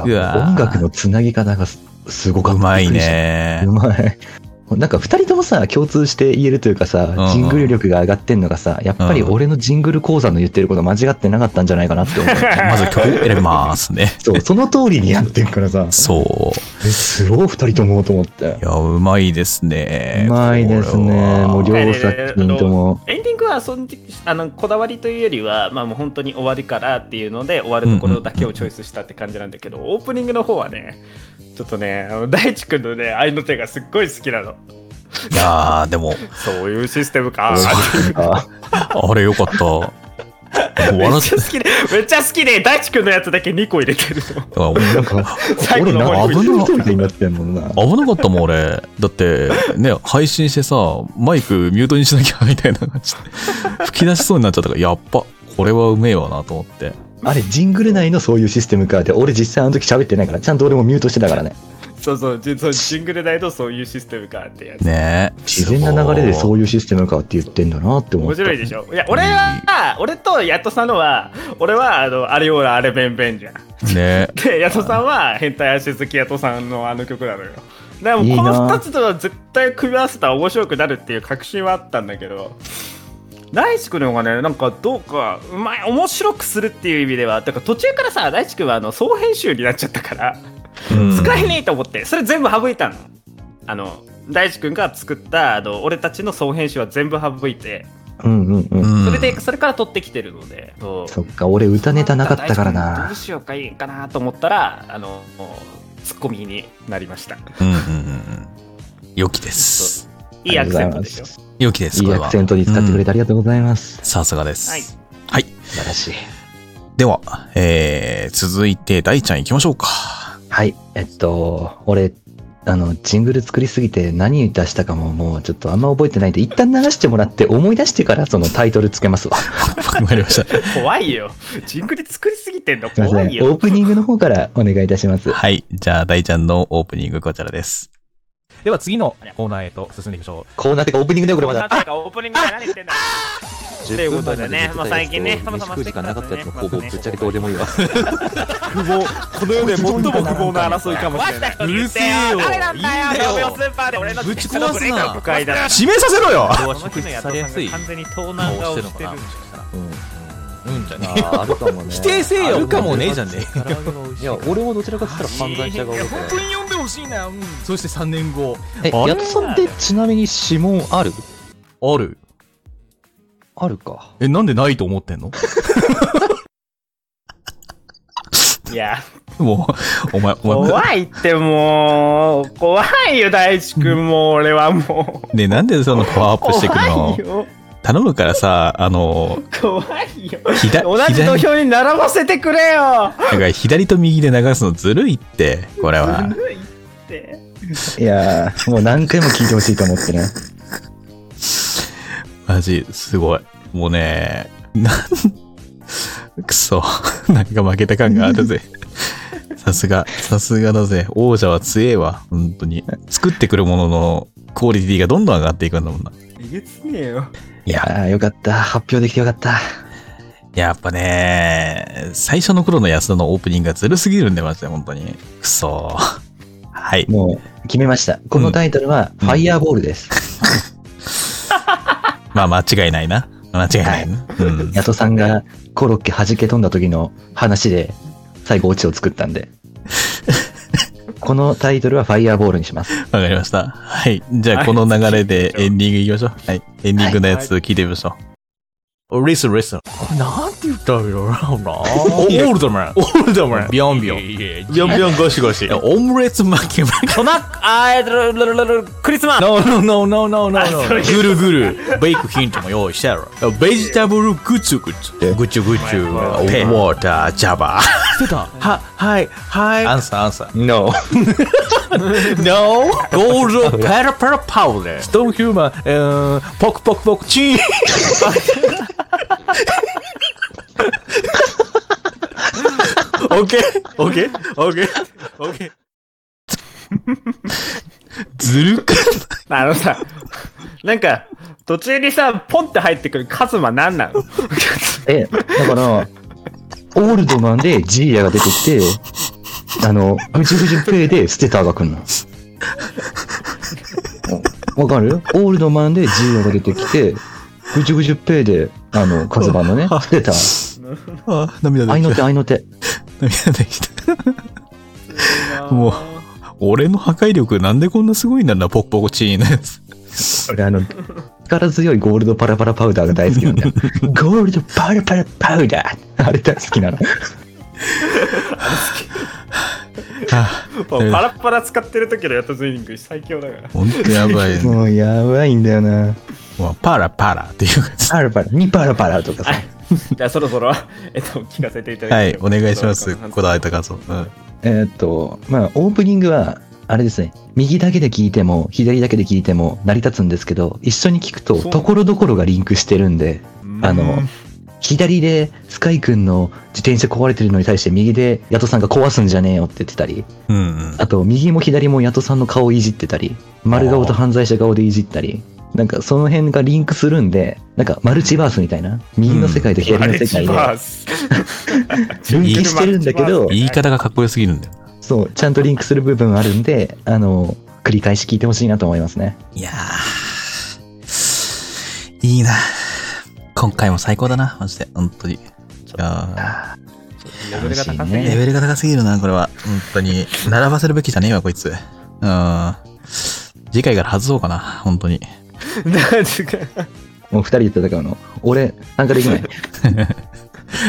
うわ音楽のつなぎ方がすすごかった。うまいねびっくりしたうまい。なんか二人ともさ、共通して言えるというかさ、うんジングル力が上がってんのがさ、やっぱり俺のジングル講座の言ってること間違ってなかったんじゃないかなって思 う。まず曲選びますね。そう、その通りにやってるからさ。そう。え、すごい二人ともと思って。いや、うまいですね。うまいですね。もう両作品とも。エンディングはそんあのこだわりというよりは、まあ、もう本当に終わりからっていうので終わるところだけをチョイスしたって感じなんだけど、オープニングの方はねちょっとねあの大地君のね愛の手がすっごい好きなのいやー、でも、そういうシステムかあれよかった。笑めっっちゃ好きでめっちゃ好きで大地君のやつだけ2個入れてるのあなんか、最後の方に俺なんか危ななってんもんな。危なかったもん、俺。だって、ね、配信してさ、マイクミュートにしなきゃみたいな感じで、吹き出しそうになっちゃったから、やっぱ、これはうめえわなと思って。あれ、ジングル内のそういうシステムか。で、俺実際あの時喋ってないから、ちゃんと俺もミュートしてたからね。そうそうじそうシングル代とそういうシステムかってやつね自然な流れでそういうシステムかって言ってんだなって思面って。白いでしょいや俺は俺とやっとさんのは俺はあのあれよらあれべんべんじゃんねでやとさんは変態足好きやとさんのあの曲なのよだからもういいこなの2つとは絶対組み合わせたら面白くなるっていう確信はあったんだけど大地君の方がねなんかどうかうまい面白くするっていう意味ではだから途中からさ大地君はあの総編集になっちゃったから、使えねえと思ってそれ全部省いたのあの大地君が作ったあの俺たちの総編集は全部省いてうんうんうん。それでそれから取ってきてるので、そうそっか、俺歌ネタなかったからなどう。しようかいいかなと思ったら、あの、ツッコミになりました。うんうんうんうん。良きです。いいアクセントでしょ。良きです、いこいれアは。クセントに使ってくれてありがとうございます。さすがです。はい。はい。素晴らしい。では、えー、続いて、大ちゃん行きましょうか。 はい、えっと、俺、あの、ジングル作りすぎて何出したかももうちょっとあんま覚えてないんで、一旦流してもらって思い出してからそのタイトルつけますわ。わかりました。怖いよ。ジングル作りすぎてんのすいま怖せん。いオよ。ープニングの方からお願いいたします。はい。じゃあ、大ちゃんのオープニングこちらです。では、次のコーナーへと進んでいきましょう。コーナーってかオープニングだよ、これまだ。なんかオープニングで何してんだということでね、まあ最近ね、たまたましてきたんですね。ほぼぶっちゃけどうでもいいわ。不毛、この世で最も不毛な争いかもしれない。うるせえよ。誰なんだよ。東京スーパーで俺のぶち壊すな。快だ。指名させろよこの日のやつさんが完全に盗難顔してる。うん、うんじゃねあーあるかもね否定せえあよ。るかもねじゃねいや、俺もどちらかって言ったら犯罪者側で。に呼んでほしいな。うん。そして3年後。え、やつさんってちなみに指紋あるある。あるか。え、なんでないと 思ってんのいや、もう、お前、お前。怖いってもう、怖いよ、大地君も、俺はもねなんでそのパワーアッう。プしてくの怖いよ。頼むからさ、あの、怖いよ左同じ土俵に並ばせてくれよなんか左と右で流すのずるいって、これは。いやー、もう何回も聞いてほしいと思ってね。マジ、すごい。もうね、なん、 くそ。なんか負けた感があるぜ。さすが、さすがだぜ。王者は強えわ。本当に。作ってくるもののクオリティがどんどん上がっていくんだもんな。えげつねえよいやー、よかった。発表できてよかった。やっぱね、最初の頃の安田のオープニングがずるすぎるんで、マジで、本当に。くそ。はい。もう、決めました。このタイトルは、ファイヤーボールです。まあ、間違いないな。間違いないな。うん。ヤトさんがコロッケ弾け飛んだ時の話で、最後オチを作ったんで。このタイトルはファイヤーボールにします。わかりました。はい。じゃはあ、いこの流れでエンディングいきましょう。はい。エンディングのやつ聞いてみましょう。リス、リス。なんて言ったらいいのかなオールドマン。オールドマン。ビョンビョン。ビョンビョンゴシゴシ。オムレツ巻き巻き。トナあールルルルルクリスマス No, no, no, no, no, no, あそ no. れぐるぐる。ベイクヒントも用意してやろ。ベジタブルグチュグチュ。グチュグチュ。ウペンォーター、ジャ バー。出た。は、はい、はい。アンサー、アンサー。 No. no. ゴールドパラパラパウダー。ストーンヒューマン、えー、ポクポクポクチン。オッケーオッケーオッケーオッケーずるくあのさなんか途中にさポンって入ってくるカズマなんなのえ、だから、オールドマンでジーヤが出てきて、あの、ぐじゅぐじゅプレイでステターが来るの。おわかるオールドマンでジーヤが出てきて、ぐじゅぐじゅプレイで、あの、カズマのね、ステター。あ、 涙合い出のてき手、た。合いの手。涙出てきた。もう、俺の破壊力なんでこんなすごいんだな、ポッポコチーンのやつ。俺あの、力強いゴールドパラパラパウダーが大好きなん だよ。ゴールドパラパラパウダーあれ大好きなの。あもうパラッパラ使ってる時のやったズイニング最強だ からほんとやばい。もうやばいんだよな。もうパラパラっていう感じ。パラパラ、にパラパラとかさ。じゃあそろそろ、えっと、聞かせていただきはい、お願いします。こだわりた感想。うん。えーっと、まあ、オープニングは、あれですね、右だけで聞いても、左だけで聞いても成り立つんですけど、一緒に聞くと、そうところどころがリンクしてるんで、あの、左でスカイくんの自転車壊れてるのに対して、右でヤトさんが壊すんじゃねえよって言ってたり、うんうん。あと、右も左もヤトさんの顔をいじってたり、丸顔と犯罪者顔でいじったり、なんかその辺がリンクするんで、なんかマルチバースみたいな、右の世界と左の世界で、リンクしてるんだけど、言い方がかっこよすぎるんだよ。そう、ちゃんとリンクする部分あるんで、あの、繰り返し聞いてほしいなと思いますね。いやー。いいな。今回も最高だな、マジで。本当に。いやレベルが高すぎ ーレるベルが高すぎるな、これは。本当に。並ばせるべきじゃねえわ、こいつ。うん。次回から外そうかな、本当に。 もう二人で戦うの。俺、参加で きない。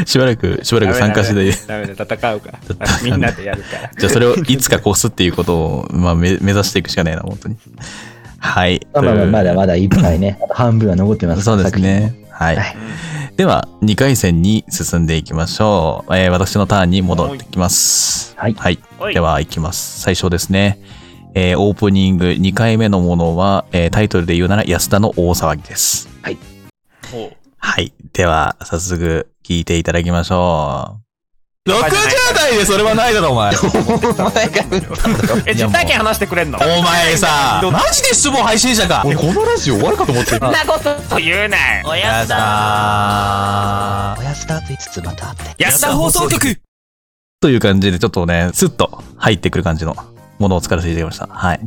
しばらく、しばらく参加しダメて、だダメだ戦うからあみんなでやるからじゃあそれをいつか越すっていうことを、まあ、め目指していくしかねえな、本当に。はい。まあまあまあ、まといだうまだいっぱ いね、あと半分は残ってます。そうですね。はい。では、2回戦に進んでいきましょう。えー私のターンに戻ってきます。はい。はい では、いきます。最初ですね。えーオープニング2回目のものは、えータイトルで言うなら安田の大騒ぎです。はい。はい。では、早速、聞いていただきましょう。60代でそれはないだろ、お前。え実体験話してくれんのお前 さ、マジで失望配信者か。俺、このラジオ終わるかと思ってそんなこと言うなよおやすだおやすだと言いつつまたって。安田放送局という感じで、ちょっとね、スッと入ってくる感じのものを使わせていただきました。はい。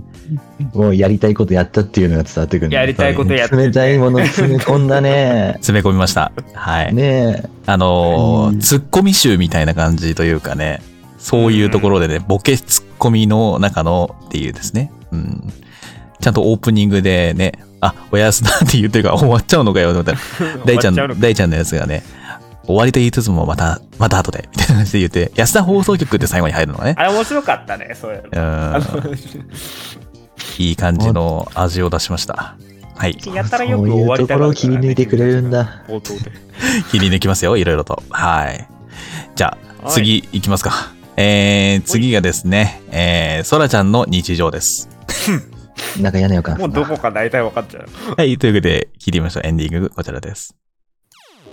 もうやりたいことやったっていうのが伝わってくる。やりたいことやって 冷たいもの詰め込ん だね。詰め込みました。はい。ねあのー、ツッコミ集みたいな感じというかね、そういうところでね、ボケツッコミの中のっていうですね。うん。ちゃんとオープニングでね、あ、おやすだって言ってるから 終わっちゃうのかよ、みたいな。大ちゃん終わっちゃうのの、大ちゃんのやつがね、終わりと言いつつもまた、また後で、みたいな感じで言って、安田放送局って最後に入るのね。あれ面白かったねそういうのうんあのいい感じの味を出しました。はい。やたらよこくう終いわうりとたがころるを切り抜いてくれるんだ。冒頭で。切り抜きますよ、いろいろと。はい。じゃあ、はい次いきますか。えー、次がですね、えー、そらちゃんの日常です。なんか嫌な予感。もうどこか大体分かっちゃう。はい、ということで、聞いてみましょう。エンディング、こちらです。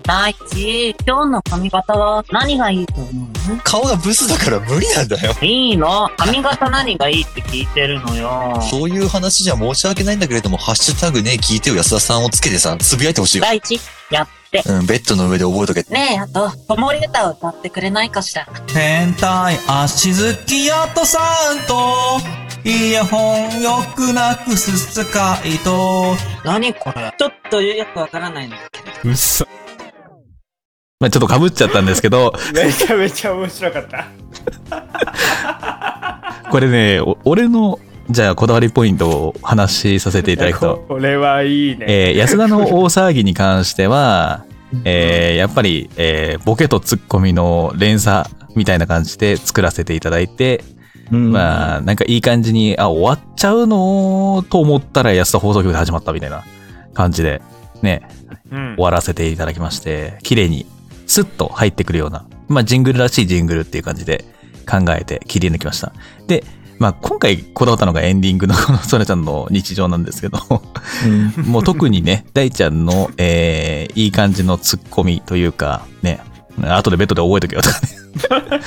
大地、今日の髪型は何がいいと思う顔がブスだから無理なんだよ。いいの髪型何がいいって聞いてるのよ。そういう話じゃ申し訳ないんだけれども、ハッシュタグね、聞いてよ安田さんをつけてさ、つぶやいてほしいよ。大地、やって。うん、ベッドの上で覚えとけ。ねえ、あと、子守歌を歌ってくれないかしら。変態足好きやとさんとイヤホンよくなくす世界と何これちょっとよくわからないの。うっそ。まあちょっと被っちゃったんですけど、 めちゃめちゃ面白かった。これね、お俺の、じゃあ、こだわりポイントをお話しさせていただくと、これはいいね。えー安田の大騒ぎに関しては、えーやっぱり、えーボケとツッコミの連鎖みたいな感じで作らせていただいて、まあ、なんかいい感じに、あ、終わっちゃうのと思ったら安田放送局で始まったみたいな感じで、ね、うん終わらせていただきまして、綺麗にスッと入ってくるような、まあジングルらしいジングルっていう感じで考えて切り抜きました。で、まあ今回こだわったのがエンディングのこのソラちゃんの日常なんですけど、もう特にね、大ちゃんの、えーいい感じのツッコミというか、ね、後でベッドで覚えとけよとか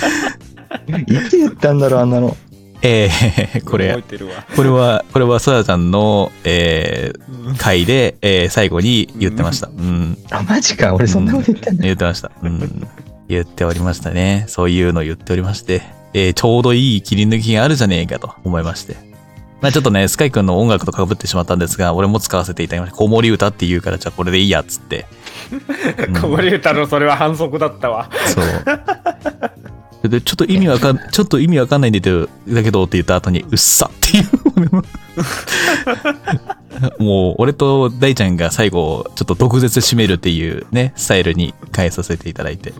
ね。いつ言ったんだろう、あんなの。えーこれ覚えてるわ、これは、これはソラちゃんの、えー回で、えー最後に言ってました。うん。あ、マジか、俺そんなこと言ったんだ。言ってました。うん。言っておりましたね。そういうのを言っておりまして、えーちょうどいい切り抜きがあるじゃねえかと思いまして。まあちょっとね、スカイ君の音楽とかぶってしまったんですが、俺も使わせていただきました。子守歌って言うから、じゃあこれでいいやっつ って。小森歌のそれは反則だったわ。そう。で、ちょっと意味わかん、ちょっと意味わかんないんだけど、だけどって言った後に、うっさっていう。もう、俺と大ちゃんが最後、ちょっと毒舌締めるっていうね、スタイルに変えさせていただいて。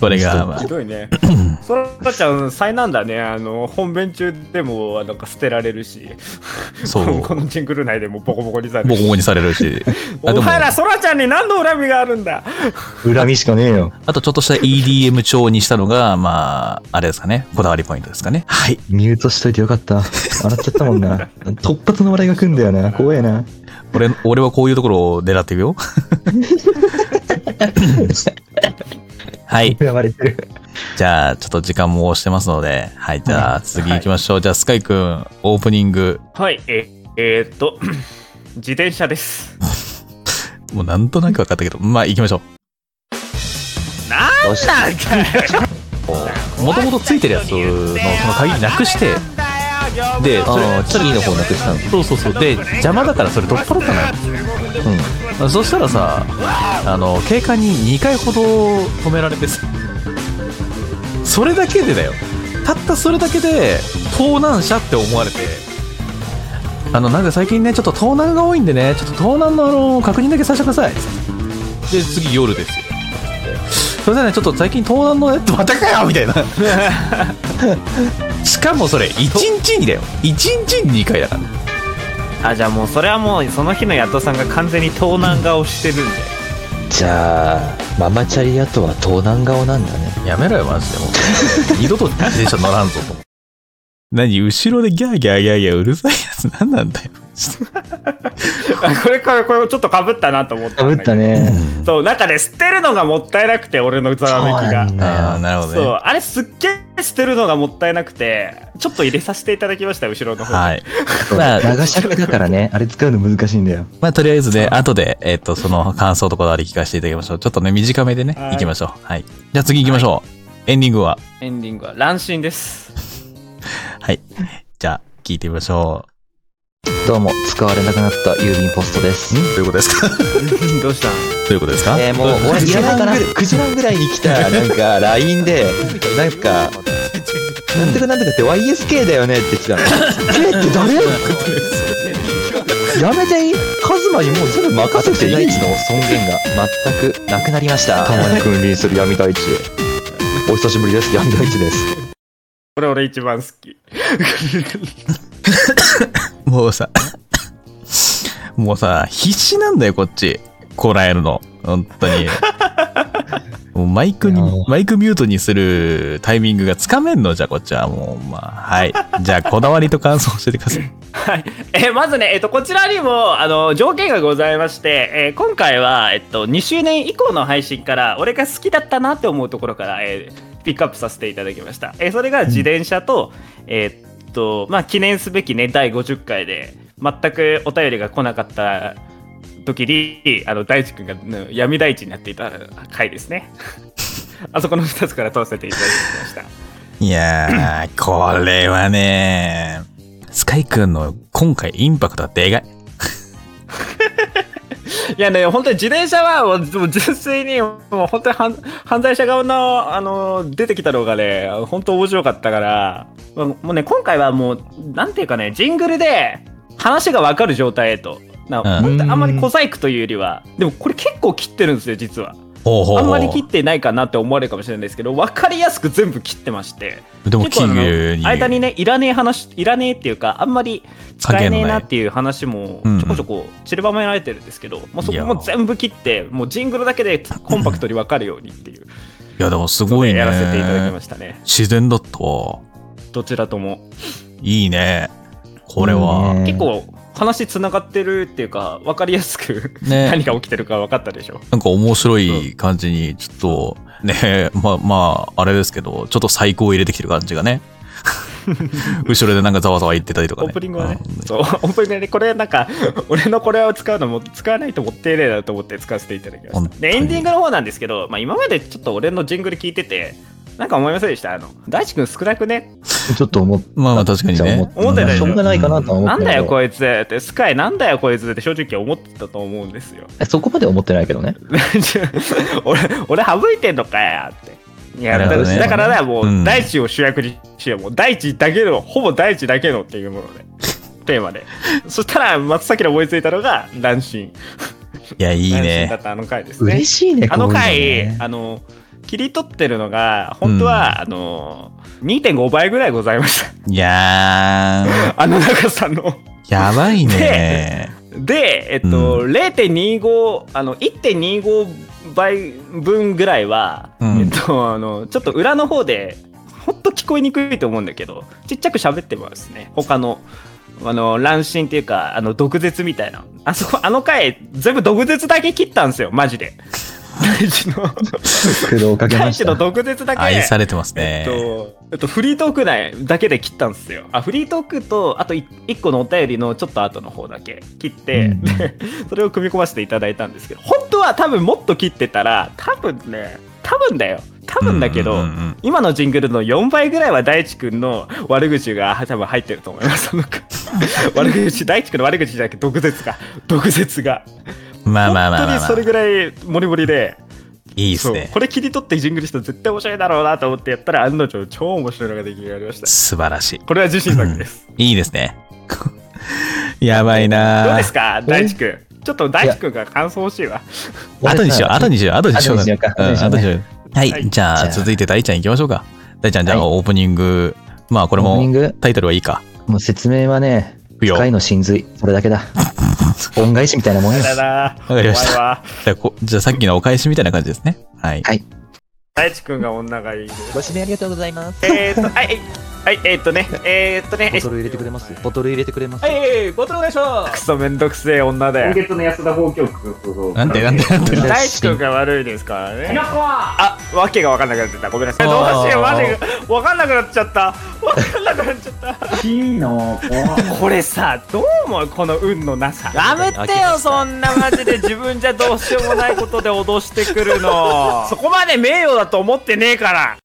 これが、まあひ、どいね。 そらちゃん、災難だね。あの、本編中でも、なんか捨てられるし。そ うこのジングル内でもボコボコにされる。ボコボコにされるし。あおでも前ら、そらちゃんに何の恨みがあるんだ恨みしかねえよ。あとちょっとした EDM 調にしたのが、まあ、あれですかね。こだわりポイントですかね。はい。ミュートしといてよかった。笑っちゃったもんな。突発の笑いが来んだよな。怖えな。俺、俺はこういうところを狙ってい くよ。はい。じゃあ、ちょっと時間も押してますので、はい、じゃあ次行きましょう。じゃあ、スカイくん、オープニング、はい、え、えーっと、 自転車です。もうなんとなく分かったけど、まあ行きましょなんなんかよう。もともとついてるやつの、その鍵なくして、で、それ、チャリの方なくしたの。そうそうそう。で、邪魔だからそれ取っ払ったのよ。うん。そしたらさ、あの、警官に2回ほど止められてさ、それだけでだよ。たったそれだけで、盗難者って思われて、あの、なんか最近ね、ちょっと盗難が多いんでね、ちょっと盗難のあの、確認だけさせてください。で、次夜ですよ。それでね、ちょっと最近盗難のやつまたかよみたい な。しかもそれ、1日にだよ。1日に2回だから。あ、じゃあもう、それはもう、その日のヤトさんが完全に盗難顔してるんで。じゃあ、ママチャリ後は盗難顔なんだね。やめろよ、マジで。もう二度と自転車乗らんぞと。何、後ろでギャーギャーギャーギャーうるさいやつ何なんだよ。あこれこれこれちょっとかぶったなと思ったぶったね。そうなんかね捨てるのがもったいなくて俺のざわめきがああ、なるほどそうね。あれすっげえ捨てるのがもったいなくてちょっと入れさせていただきました後ろの方はい。まあ、長尺だからね、あれ使うの難しいんだよ。まあ、とりあえずね、後で、えっ、と、その感想とこだわり聞かせていただきましょう。ちょっとね、短めでね、行きましょう。はい。じゃあ次行きましょう。エンディングは。エンディングは乱心ですはい。じゃあ、聞いてみましょどうも、使われなくなった郵便ポストです。どういうことですか どうしたう。どういうことですかえー、もう、俺、 9時いらないか半なぐらい、9時半ぐらいに来た、なん か、LINE で、なんか、なんとかなんとかって YSK だよねって来たの。K って誰やめていいカズマにもう全部任せていい大地の尊厳が全くなくなりました。たまに君臨する闇大地。お久しぶりです。闇大地です。これ俺一番好きう。もうさ、もうさ、必死なんだよ、こっち。こらえるの。本 当に。もうマイクに、マイクミュートにするタイミングがつかめんのじゃあ、こっちは。もう、まあ、はい。じゃあ、こだわりと感想教えてく ださい。えまずね、えっと、こちらにもあの条件がございまして、えー今回は、えっと、2周年以降の配信から俺が好きだったなって思うところから、えーピックアップさせていただきました、えーそれが自転車と、えーっとまあ、記念すべきね第50回で全くお便りが来なかった時にあの大地君がね闇大地になっていた回ですね あそこの2つから通せていただきましたいやー、これはね、スカイくんの今回インパクトはでかい。いやね、本当に自転車はもうもう純粋に、もう本当に犯犯罪者側の、あの、出てきたのがね、本当面白かったから、まあもうね、今回はもう、なんていうかね、ジングルで話がわかる状態へと。なうん本当にあんまり小細工というよりは、でもこれ結構切ってるんですよ、実は。ほうほうほうあんまり切ってないかなって思われるかもしれないですけど、わかりやすく全部切ってまして。でも結構あの綺麗に間にね、いらねえ話、いらねえっていうか、あんまり使えねえなっていう話もうんうんちょこちょこ散りばめられてるんですけど、もうそこも全部切って、もうジングルだけでコンパクトに分かるようにって いう、いや、でもすごいね。やらせていただきましたね。自然だったわ。どちらとも。いいね。これは。結構話つながってるっていうか、分かりやすくね何が起きてるか分かったでしょ。なんか面白い感じに、ちょっと、ね、 まあまあ、あれですけど、ちょっと最高を入れてきてる感じ がね。後ろでなんかざわざわ言ってたりとかオーねプ。ニングはね、そう、オ ープニングでこれなんか、 俺のこれを使うのも、使わないともったいないなと思って使わせていただきま本した。で、エンディングの方なんですけど、まあ今までちょっと俺のジングル聞いてて、なんか思いませんでしたあの、大地君少なくねちょっと思っまあまあ確かにね。思ってたでししょょうがないかなとは思なっんてだたけよどこいつって、スカイなんだよこいつって正直思ってたと思うんですよ。 そこまでは思ってないけどね。俺、俺省いてんのかやって。いや、なだかるほどら、ねだからね、もう、うん大地を主役にしよう。もう、大地だけの、ほぼ大地だけのっていうもので、テーマで。そしたら、松崎の思いついたのが、乱心。いや、いい斬新だねっ。たあの回ですね。嬉しいねあのこういう回、のねあの、切り取ってるのが、本当は、あの、2.5倍ぐらいございました。 いやー。あの中さんの。やばいね。で、えっと、0.25あの1.25倍分ぐらいは、うんえっとあのちょっと裏の方でほんと聞こえにくいと思うんだけどちっちゃく喋ってますね他のあの乱心っていうかあの毒舌みたいなあそこあの回全部毒舌だけ切ったんですよマジで苦労かけま大し地た。の毒舌だけ 愛されてますね。とえっと、フリートーク内だけで切ったんですよ。あ、フリートークと、あと1個のお便りのちょっと後の方だけ切って、で それを組み込ませていただいたんですけど、本当は多分もっと切ってたら、多分ね、多分だよ。多分だけど、今のジングルの4倍ぐらいは大地君の悪口が多分入ってると思います。あの 悪口、大地君の悪口じゃなくて毒舌が。毒舌が。まあまあま本あ当まあにまそれあ。ぐらいモリモリで、いいっすねそう。これ切り取ってジングルしたら絶対面白いだろうなと思ってやったら案の定超面白いのが出来上がりました素晴らしい。これは自信作です、いいですね。 やばいなーどうですか大地君ちょっと大地君が感想欲しいわ後にしよう、後にしよう、後にしよう。後にしようかん後にしようね後にしようはい、じゃあ、続いて大ちゃん行きましょうか。大ちゃん、じゃあ、オープニング。まあ、これオープニンもグ、タイトルはいいか。もう説明はね、いいよ深いの真髄、それだけだ。恩返しみたいなもんよ。だわかりましお前たは。じゃあこ、じゃあさっきのお返しみたいな感じですね。はい。はい。大地君が女がいいご指名ありがとうございますえー、っとはいはいはいえー、っとねえー、っとねボトル入れてくれますボトル入れてくれますはいはいボトルお願いしますクソめんどくせえ女で今月の安田放送局なんてなんてなんて大地君が悪いですからねキノコあわけが分かんなくなってたごめんなさいどうあーしようマジ分かんなくなっちゃった分かんなくなっちゃったキノコこれさどう思うこの運のなさやめてよそんなマジで自分じゃどうしようもないことで脅してくるの そこまで名誉だと思ってねえから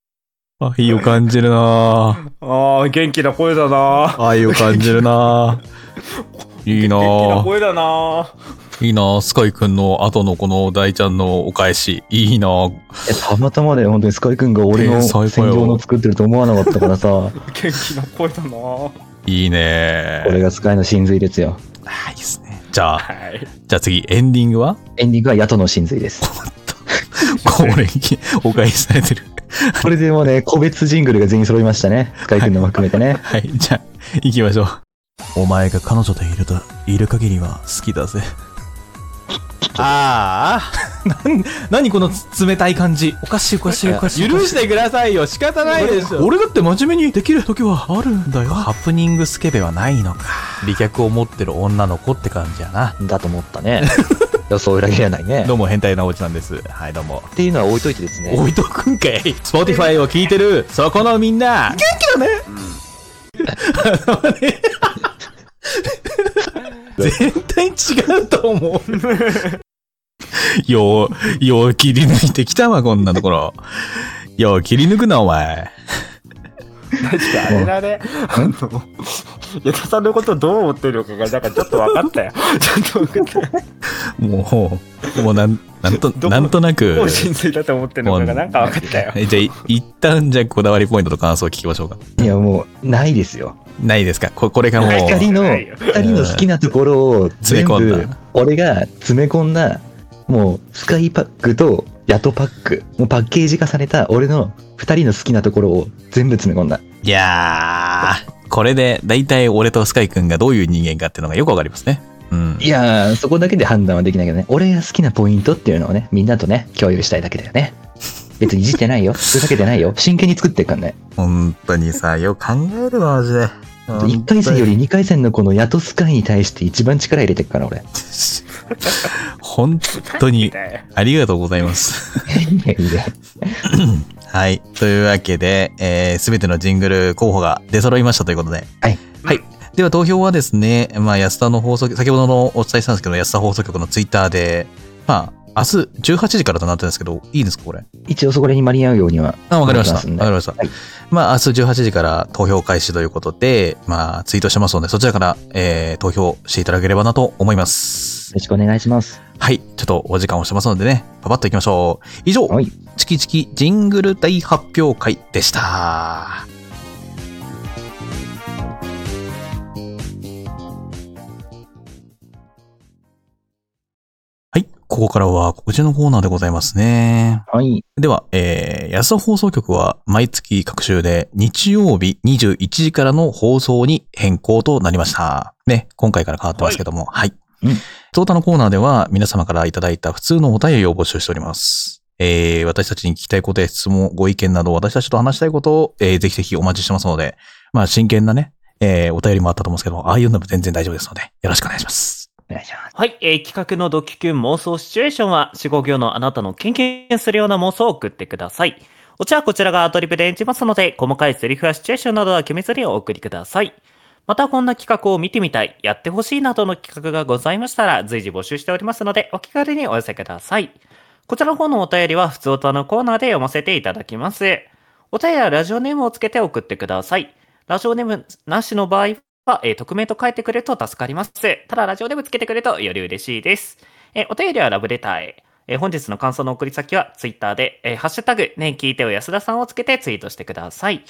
愛を感じるなああ元気な声だなぁ愛を感じる なぁいいなぁ声だな。いいなぁスカイくんの後のこの大ちゃんのお返し。いいなぁいやたまたまで本当にスカイ君が俺えーの最高戦よ場の作ってると思わなかったからさ、元気な声だな。はいいねこれがスカイの真髄ですよ。いいですね。じゃあ、い。じゃあ次、エンディングは エンディングは野党の真髄です。これ、お返しされてる。これでもうね、個別ジングルが全員揃いましたね。スカイ君のも含めてね。はい、じゃあ、行きましょう。お前が彼女でいると、いる限りは好きだぜ。ああ。なん、何このつ冷たい感じ。おかしいおかしいおかしいおかしい許してくださいよ。仕方ないでしょ。俺だって真面目にできる時はあるんだよ。ハプニングスケベはない のか。美脚を持ってる女の子って感じやな。だと思ったね。予想裏切らないね。どうも変態なおじさんです。はい、どうも。っていうのは置いといてですね。置いとくんかい。Spotify を聞いてる、そこのみんな。元気だね。あのね絶対違うと思う。よう、よう切り抜いてきたわ、こんなところ。よう切り抜くな、お前。確かあれだね。あの、 矢田さんのことどう思ってるのかが、なんかちょっと分かったよ。ちょっと分かった。もう、もうなん、なんと、なんとなく。もう真髄だと思ってるのかが、なんか分かったよ。えじゃあ、い一旦、じゃあ、こだわりポイントと感想を聞きましょうか。いや、もう、ないですよ。ないですかここれがもう。二人の、二人の好きなところを全詰め込部んだ、俺が詰め込んだ、もう、スカイパックと、ヤトパック、もうパッケージ化された俺の二人の好きなところを全部詰め込んだ。いやー、これで、だいたい俺とスカイくんがどういう人間かっていうのがよくわかりますね。いやー、そこだけで判断はできないけどね、俺が好きなポイントっていうのをね、みんなとね、共有したいだけだよね。別にいじってないよ。ふざけてないよ。真剣に作ってっからね。本当にさ、よく考えるわ、マジで。 1回戦より2回戦のこのヤトスカイに対して一番力入れてっから、 俺。本当に、ありがとうございます。はい。というわけで、す、え、べ、てのジングル候補が出揃いましたということで。はい。はい。では投票はですね、まあ、安田の放送、先ほどのお伝えしたんですけど、安田放送局のツイッターで、まあ、明日18時からとなってるんですけど、いいですか、これ。一応そこらに間に合うようには。あ、わかりました。わ頑か張りりました。まあ、明日18時から投票開始ということで、まあ、ツイートしてますので、そちらから、えー投票していただければなと思います。よろしくお願いします。はい。ちょっとお時間をしてますのでね、パパッといきましょう。以上、チキチキジングル大発表会でした。ここからは告知のコーナーでございますね。はい。では、えー、安田放送局は毎月各週で日曜日21時からの放送に変更となりました。ね、今回から変わってますけども、はい。トータのコーナーでは皆様からいただいた普通のお便りを募集しております。えー、私たちに聞きたいことや質問、ご意見など、私たちと話したいことを、えーぜひぜひお待ちしてますので、まあ、真剣なね、えー、お便りもあったと思うんですけども、ああいうのも全然大丈夫ですので、よろしくお願いします。はい、えー企画のドキュキュン妄想シチュエーションは、四五行のあなたのキュンキュンするような妄想を送ってください。お茶はこちらがアドリブで演じますので、細かいセリフやシチュエーションなどは決めずにお送りください。またこんな企画を見てみたい、やってほしいなどの企画がございましたら、随時募集しておりますので、お気軽にお寄せください。こちらの方のお便りは、普通歌のコーナーで読ませていただきます。お便りはラジオネームをつけて送ってください。ラジオネームなしの場合は、えー匿名と書いてくれると助かります。ただ、ラジオネームつけてくれるとより嬉しいです。えーお便りはラブレターへ。えー本日の感想の送り先は、ツイッターで、えーハッシュタグ、ねえ聞いてよ安田さんをつけてツイートしてください。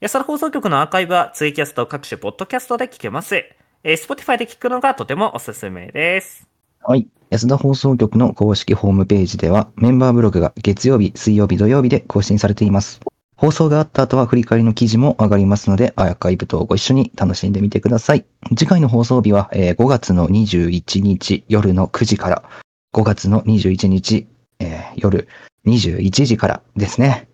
安田放送局のアーカイブは、ツイキャスト各種ポッドキャストで聞けます。えー Spotify で聞くのがとてもおすすめです。はい。安田放送局の公式ホームページではメンバーブログが月曜日、水曜日、土曜日で更新されています。放送があった後は振り返りの記事も上がりますので、アーカイブとご一緒に楽しんでみてください。次回の放送日は、えー5月の21日夜の9時から、5月の21日、えー夜21時からですね。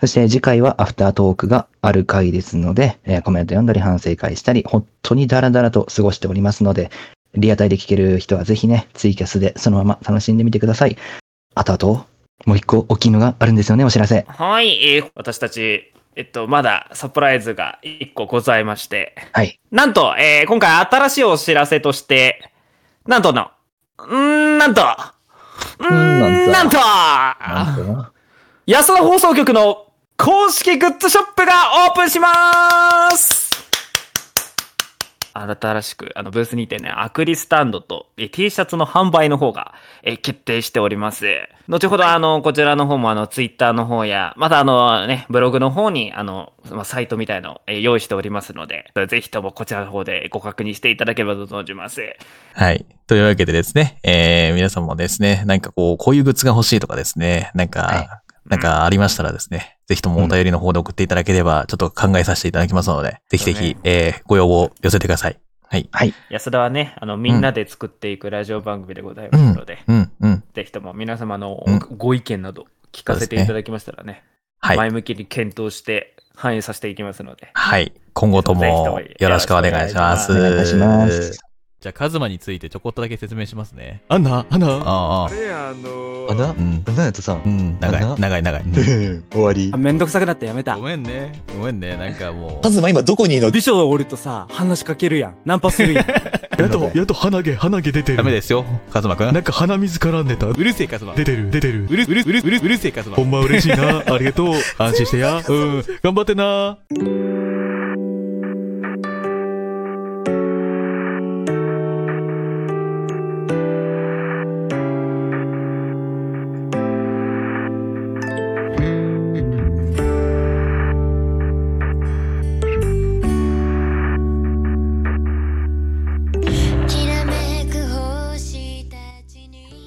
そして次回はアフタートークがある回ですので、えーコメント読んだり反省会したり、本当にダラダラと過ごしておりますので、リアタイで聞ける人はぜひね、ツイキャスでそのまま楽しんでみてください。あとあと、もう一個大きいのがあるんですよね、お知らせ。はい、えー私たち、えっと、まだサプライズが1個ございまして、はい。なんと、えー今回新しいお知らせとして、なんとの、うーんなんと、うーんなんと、安田放送局の公式グッズショップがオープンします新しく、あの、ブースにてね、アクリスタンドとえー T シャツの販売の方が、えー決定しております。後ほど、あの、こちらの方も、あの、ツイッターの方や、また、あの、ね、ブログの方に、あの、まあ、サイトみたいのを、えー用意しておりますので、ぜひともこちらの方でご確認していただければと存じます。はい。というわけでですね、えー、皆さんもですね、なんかこう、こういうグッズが欲しいとかですね、なんか、なんかありましたらですね、ぜひともお便りの方で送っていただければ、ちょっと考えさせていただきますので、ぜひぜひ、えーご要望寄せてください。はい。はい。安田はね、あの、みんなで作っていくラジオ番組でございますので、うんうんうんぜひとも皆様のうんご意見など聞かせていただきましたらね、はい前向きに検討して反映させていきますので、はい。今後ともよろしくお願いします。お願いします。じゃあ、カズマについてちょこっとだけ説明しますね。アンナ、アンナ。ああ。穴うん。穴やとさ、うん、長い、長い、長い。終わり。めんどくさくなってやめた。ごめんね。ごめんね、なんかもう。カズマ今どこにいるの美女おるとさ、話しかけるやん。ナンパす るやん。やっと、やっと鼻毛、鼻毛出てる。ダメですよ、カズマくん。なんか鼻水絡んでた。うるせえ、カズマ。出てる、出てる。うる、うる、うる、うる、うるせえ、カズマ。ほんま嬉しい な。ありがとう。安心してや。うん。頑張ってな。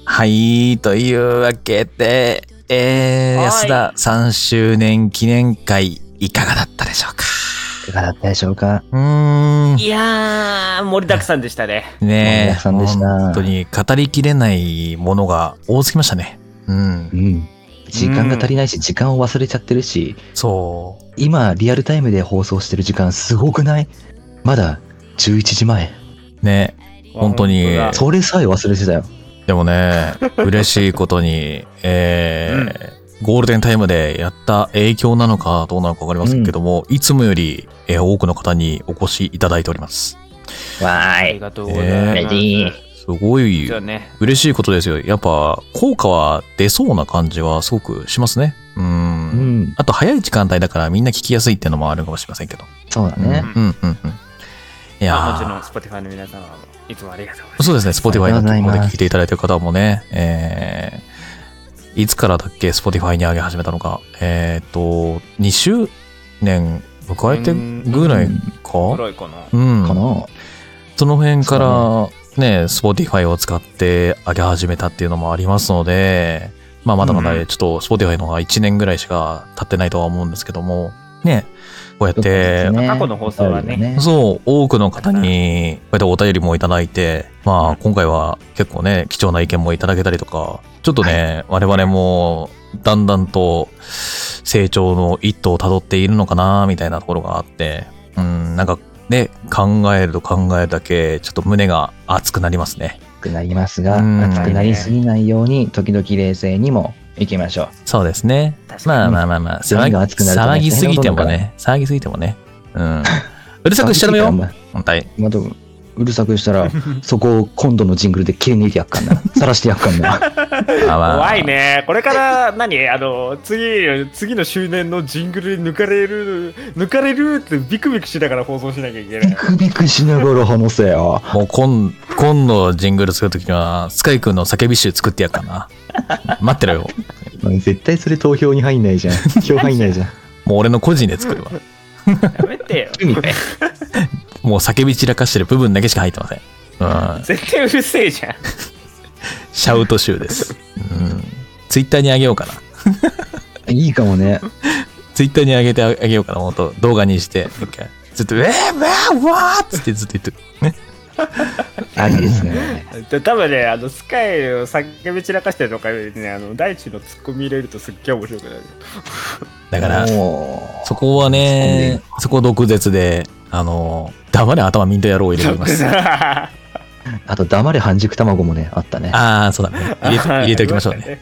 はい、というわけで、えー、はい安田3周年記念会、いかがだったでしょうかいかがだったでしょうかうーん。いやー、盛りだくさんでしたね。ねえ、さんでした本当に語りきれないものが多すぎましたね。うん。うん。時間が足りないし、時間を忘れちゃってるし。そう。今、リアルタイムで放送してる時間すごくないまだ、11時前。ね本当に。それさえ忘れてたよ。でもね、嬉しいことに、えーゴールデンタイムでやった影響なのかどうなのかわかりませんけども、いつもより、えー多くの方にお越しいただいております。わーい。ありがとうございます。えー、すごいじゃあね、嬉しいことですよ。やっぱ効果は出そうな感じはすごくしますね。うん,、あと早い時間帯だからみんな聞きやすいっていうのもあるかもしれませんけど。そうだね。うんうんうん。いやまあもーちろん、Spotify の皆様もいつもありがとうございます。そうですね、あ Spotify りのがとうござい方ますで聞いていただいてる方もね、えー、いつからだっけ、Spotify に上げ始めたのか、えっ、と、2周年迎えてぐらいかぐらいかなうん。かなその辺から、ね、Spotify を使って上げ始めたっていうのもありますので、まあ、まだまだうちょっと Spotify の方が1年ぐらいしか経ってないとは思うんですけども、ね、こうやって、過去の放送はね、そう、多くの方に、こうやってお便りもいただいて、まあ、今回は結構ね、貴重な意見もいただけたりとか、ちょっとね、我々も、だんだんと、成長の一途をたどっているのかな、みたいなところがあって、うん、なんか、ね、考えると考えるだけ、ちょっと胸が熱くなりますね。熱くなりますが、熱くなりすぎないように、時々冷静にも行きましょう。そうですね。まあまあまあまあ、騒胸ぎが熱くなるとね騒ぎすぎても大変ね、騒ぎすぎてもね、うん。うるさくしちゃダメよ 騒ぎすぎたらお前本体。また、うるさくしたら、 そこを今度のジングルで切り抜いてやっかんな。さらしてやっかんな。怖いね。こ れから、何あの、次、次の周年のジングルで抜かれる、抜かれるってビクビクしながら放送しなきゃいけない。ビクしながら話せよ。もう今、今度ジングル作るときには、スカイ君の叫び集作ってやっかな。待ってろよ。絶対それ投票に入んないじゃん。票入んないじゃん。もう俺の個人で作るわ。やめてよ。もう叫び散らかしてる部分だけしか入ってません。うん。絶対うるせえじゃん。シャウト集です。うん。ツイッターにあげようかな。いいかもね。ツイッターにあげてあげようかな、本当動画にして。一回ずっと、えー、わー、わーっつってずっと言ってる。ありですね。で多分ね、あの、スカイを叫び散らかしてるとかよりね、あの、大地のツッコミ入れるとすっげえ面白くなる。だから、そこはね、そこ毒舌で、あの、黙れ頭ミント野郎を入れており ます。あと、黙れ半熟卵もね、あったね。ああ、そうだね。入れて入れておきましょうね。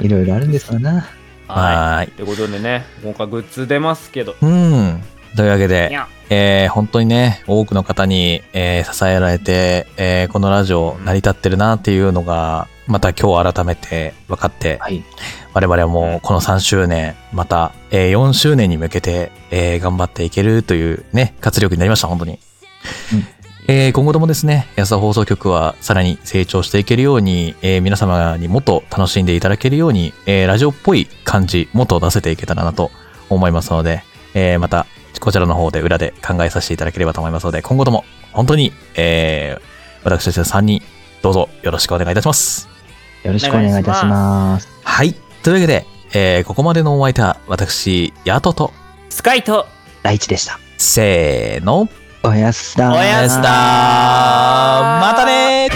いろいろあるんですわな。はーい。ってことでね、今回グッズ出ますけど。うん。というわけいでや、えー本当にね、多くの方に、えー支えられて、えーこのラジオ成り立ってるなっていうのが、また今日改めて分かって、我々はもうこの3周年、また、えー4周年に向けて、えー頑張っていけるというね、活力になりました、本当に。えー今後ともですね、安田放送局はさらに成長していけるように、えー皆様にもっと楽しんでいただけるように、えーラジオっぽい感じ、もっと出せていけたらなと思いますので、えーまた、こちらの方で裏で考えさせていただければと思いますので、今後とも本当に、えー私たち3人、どうぞよろしくお願いいたします。よろしくお願いいたします。はい。というわけで、えーここまでのお相手は、私、ヤトと、スカイと、大地でした。せーの、おやすだーおやすだーまたねー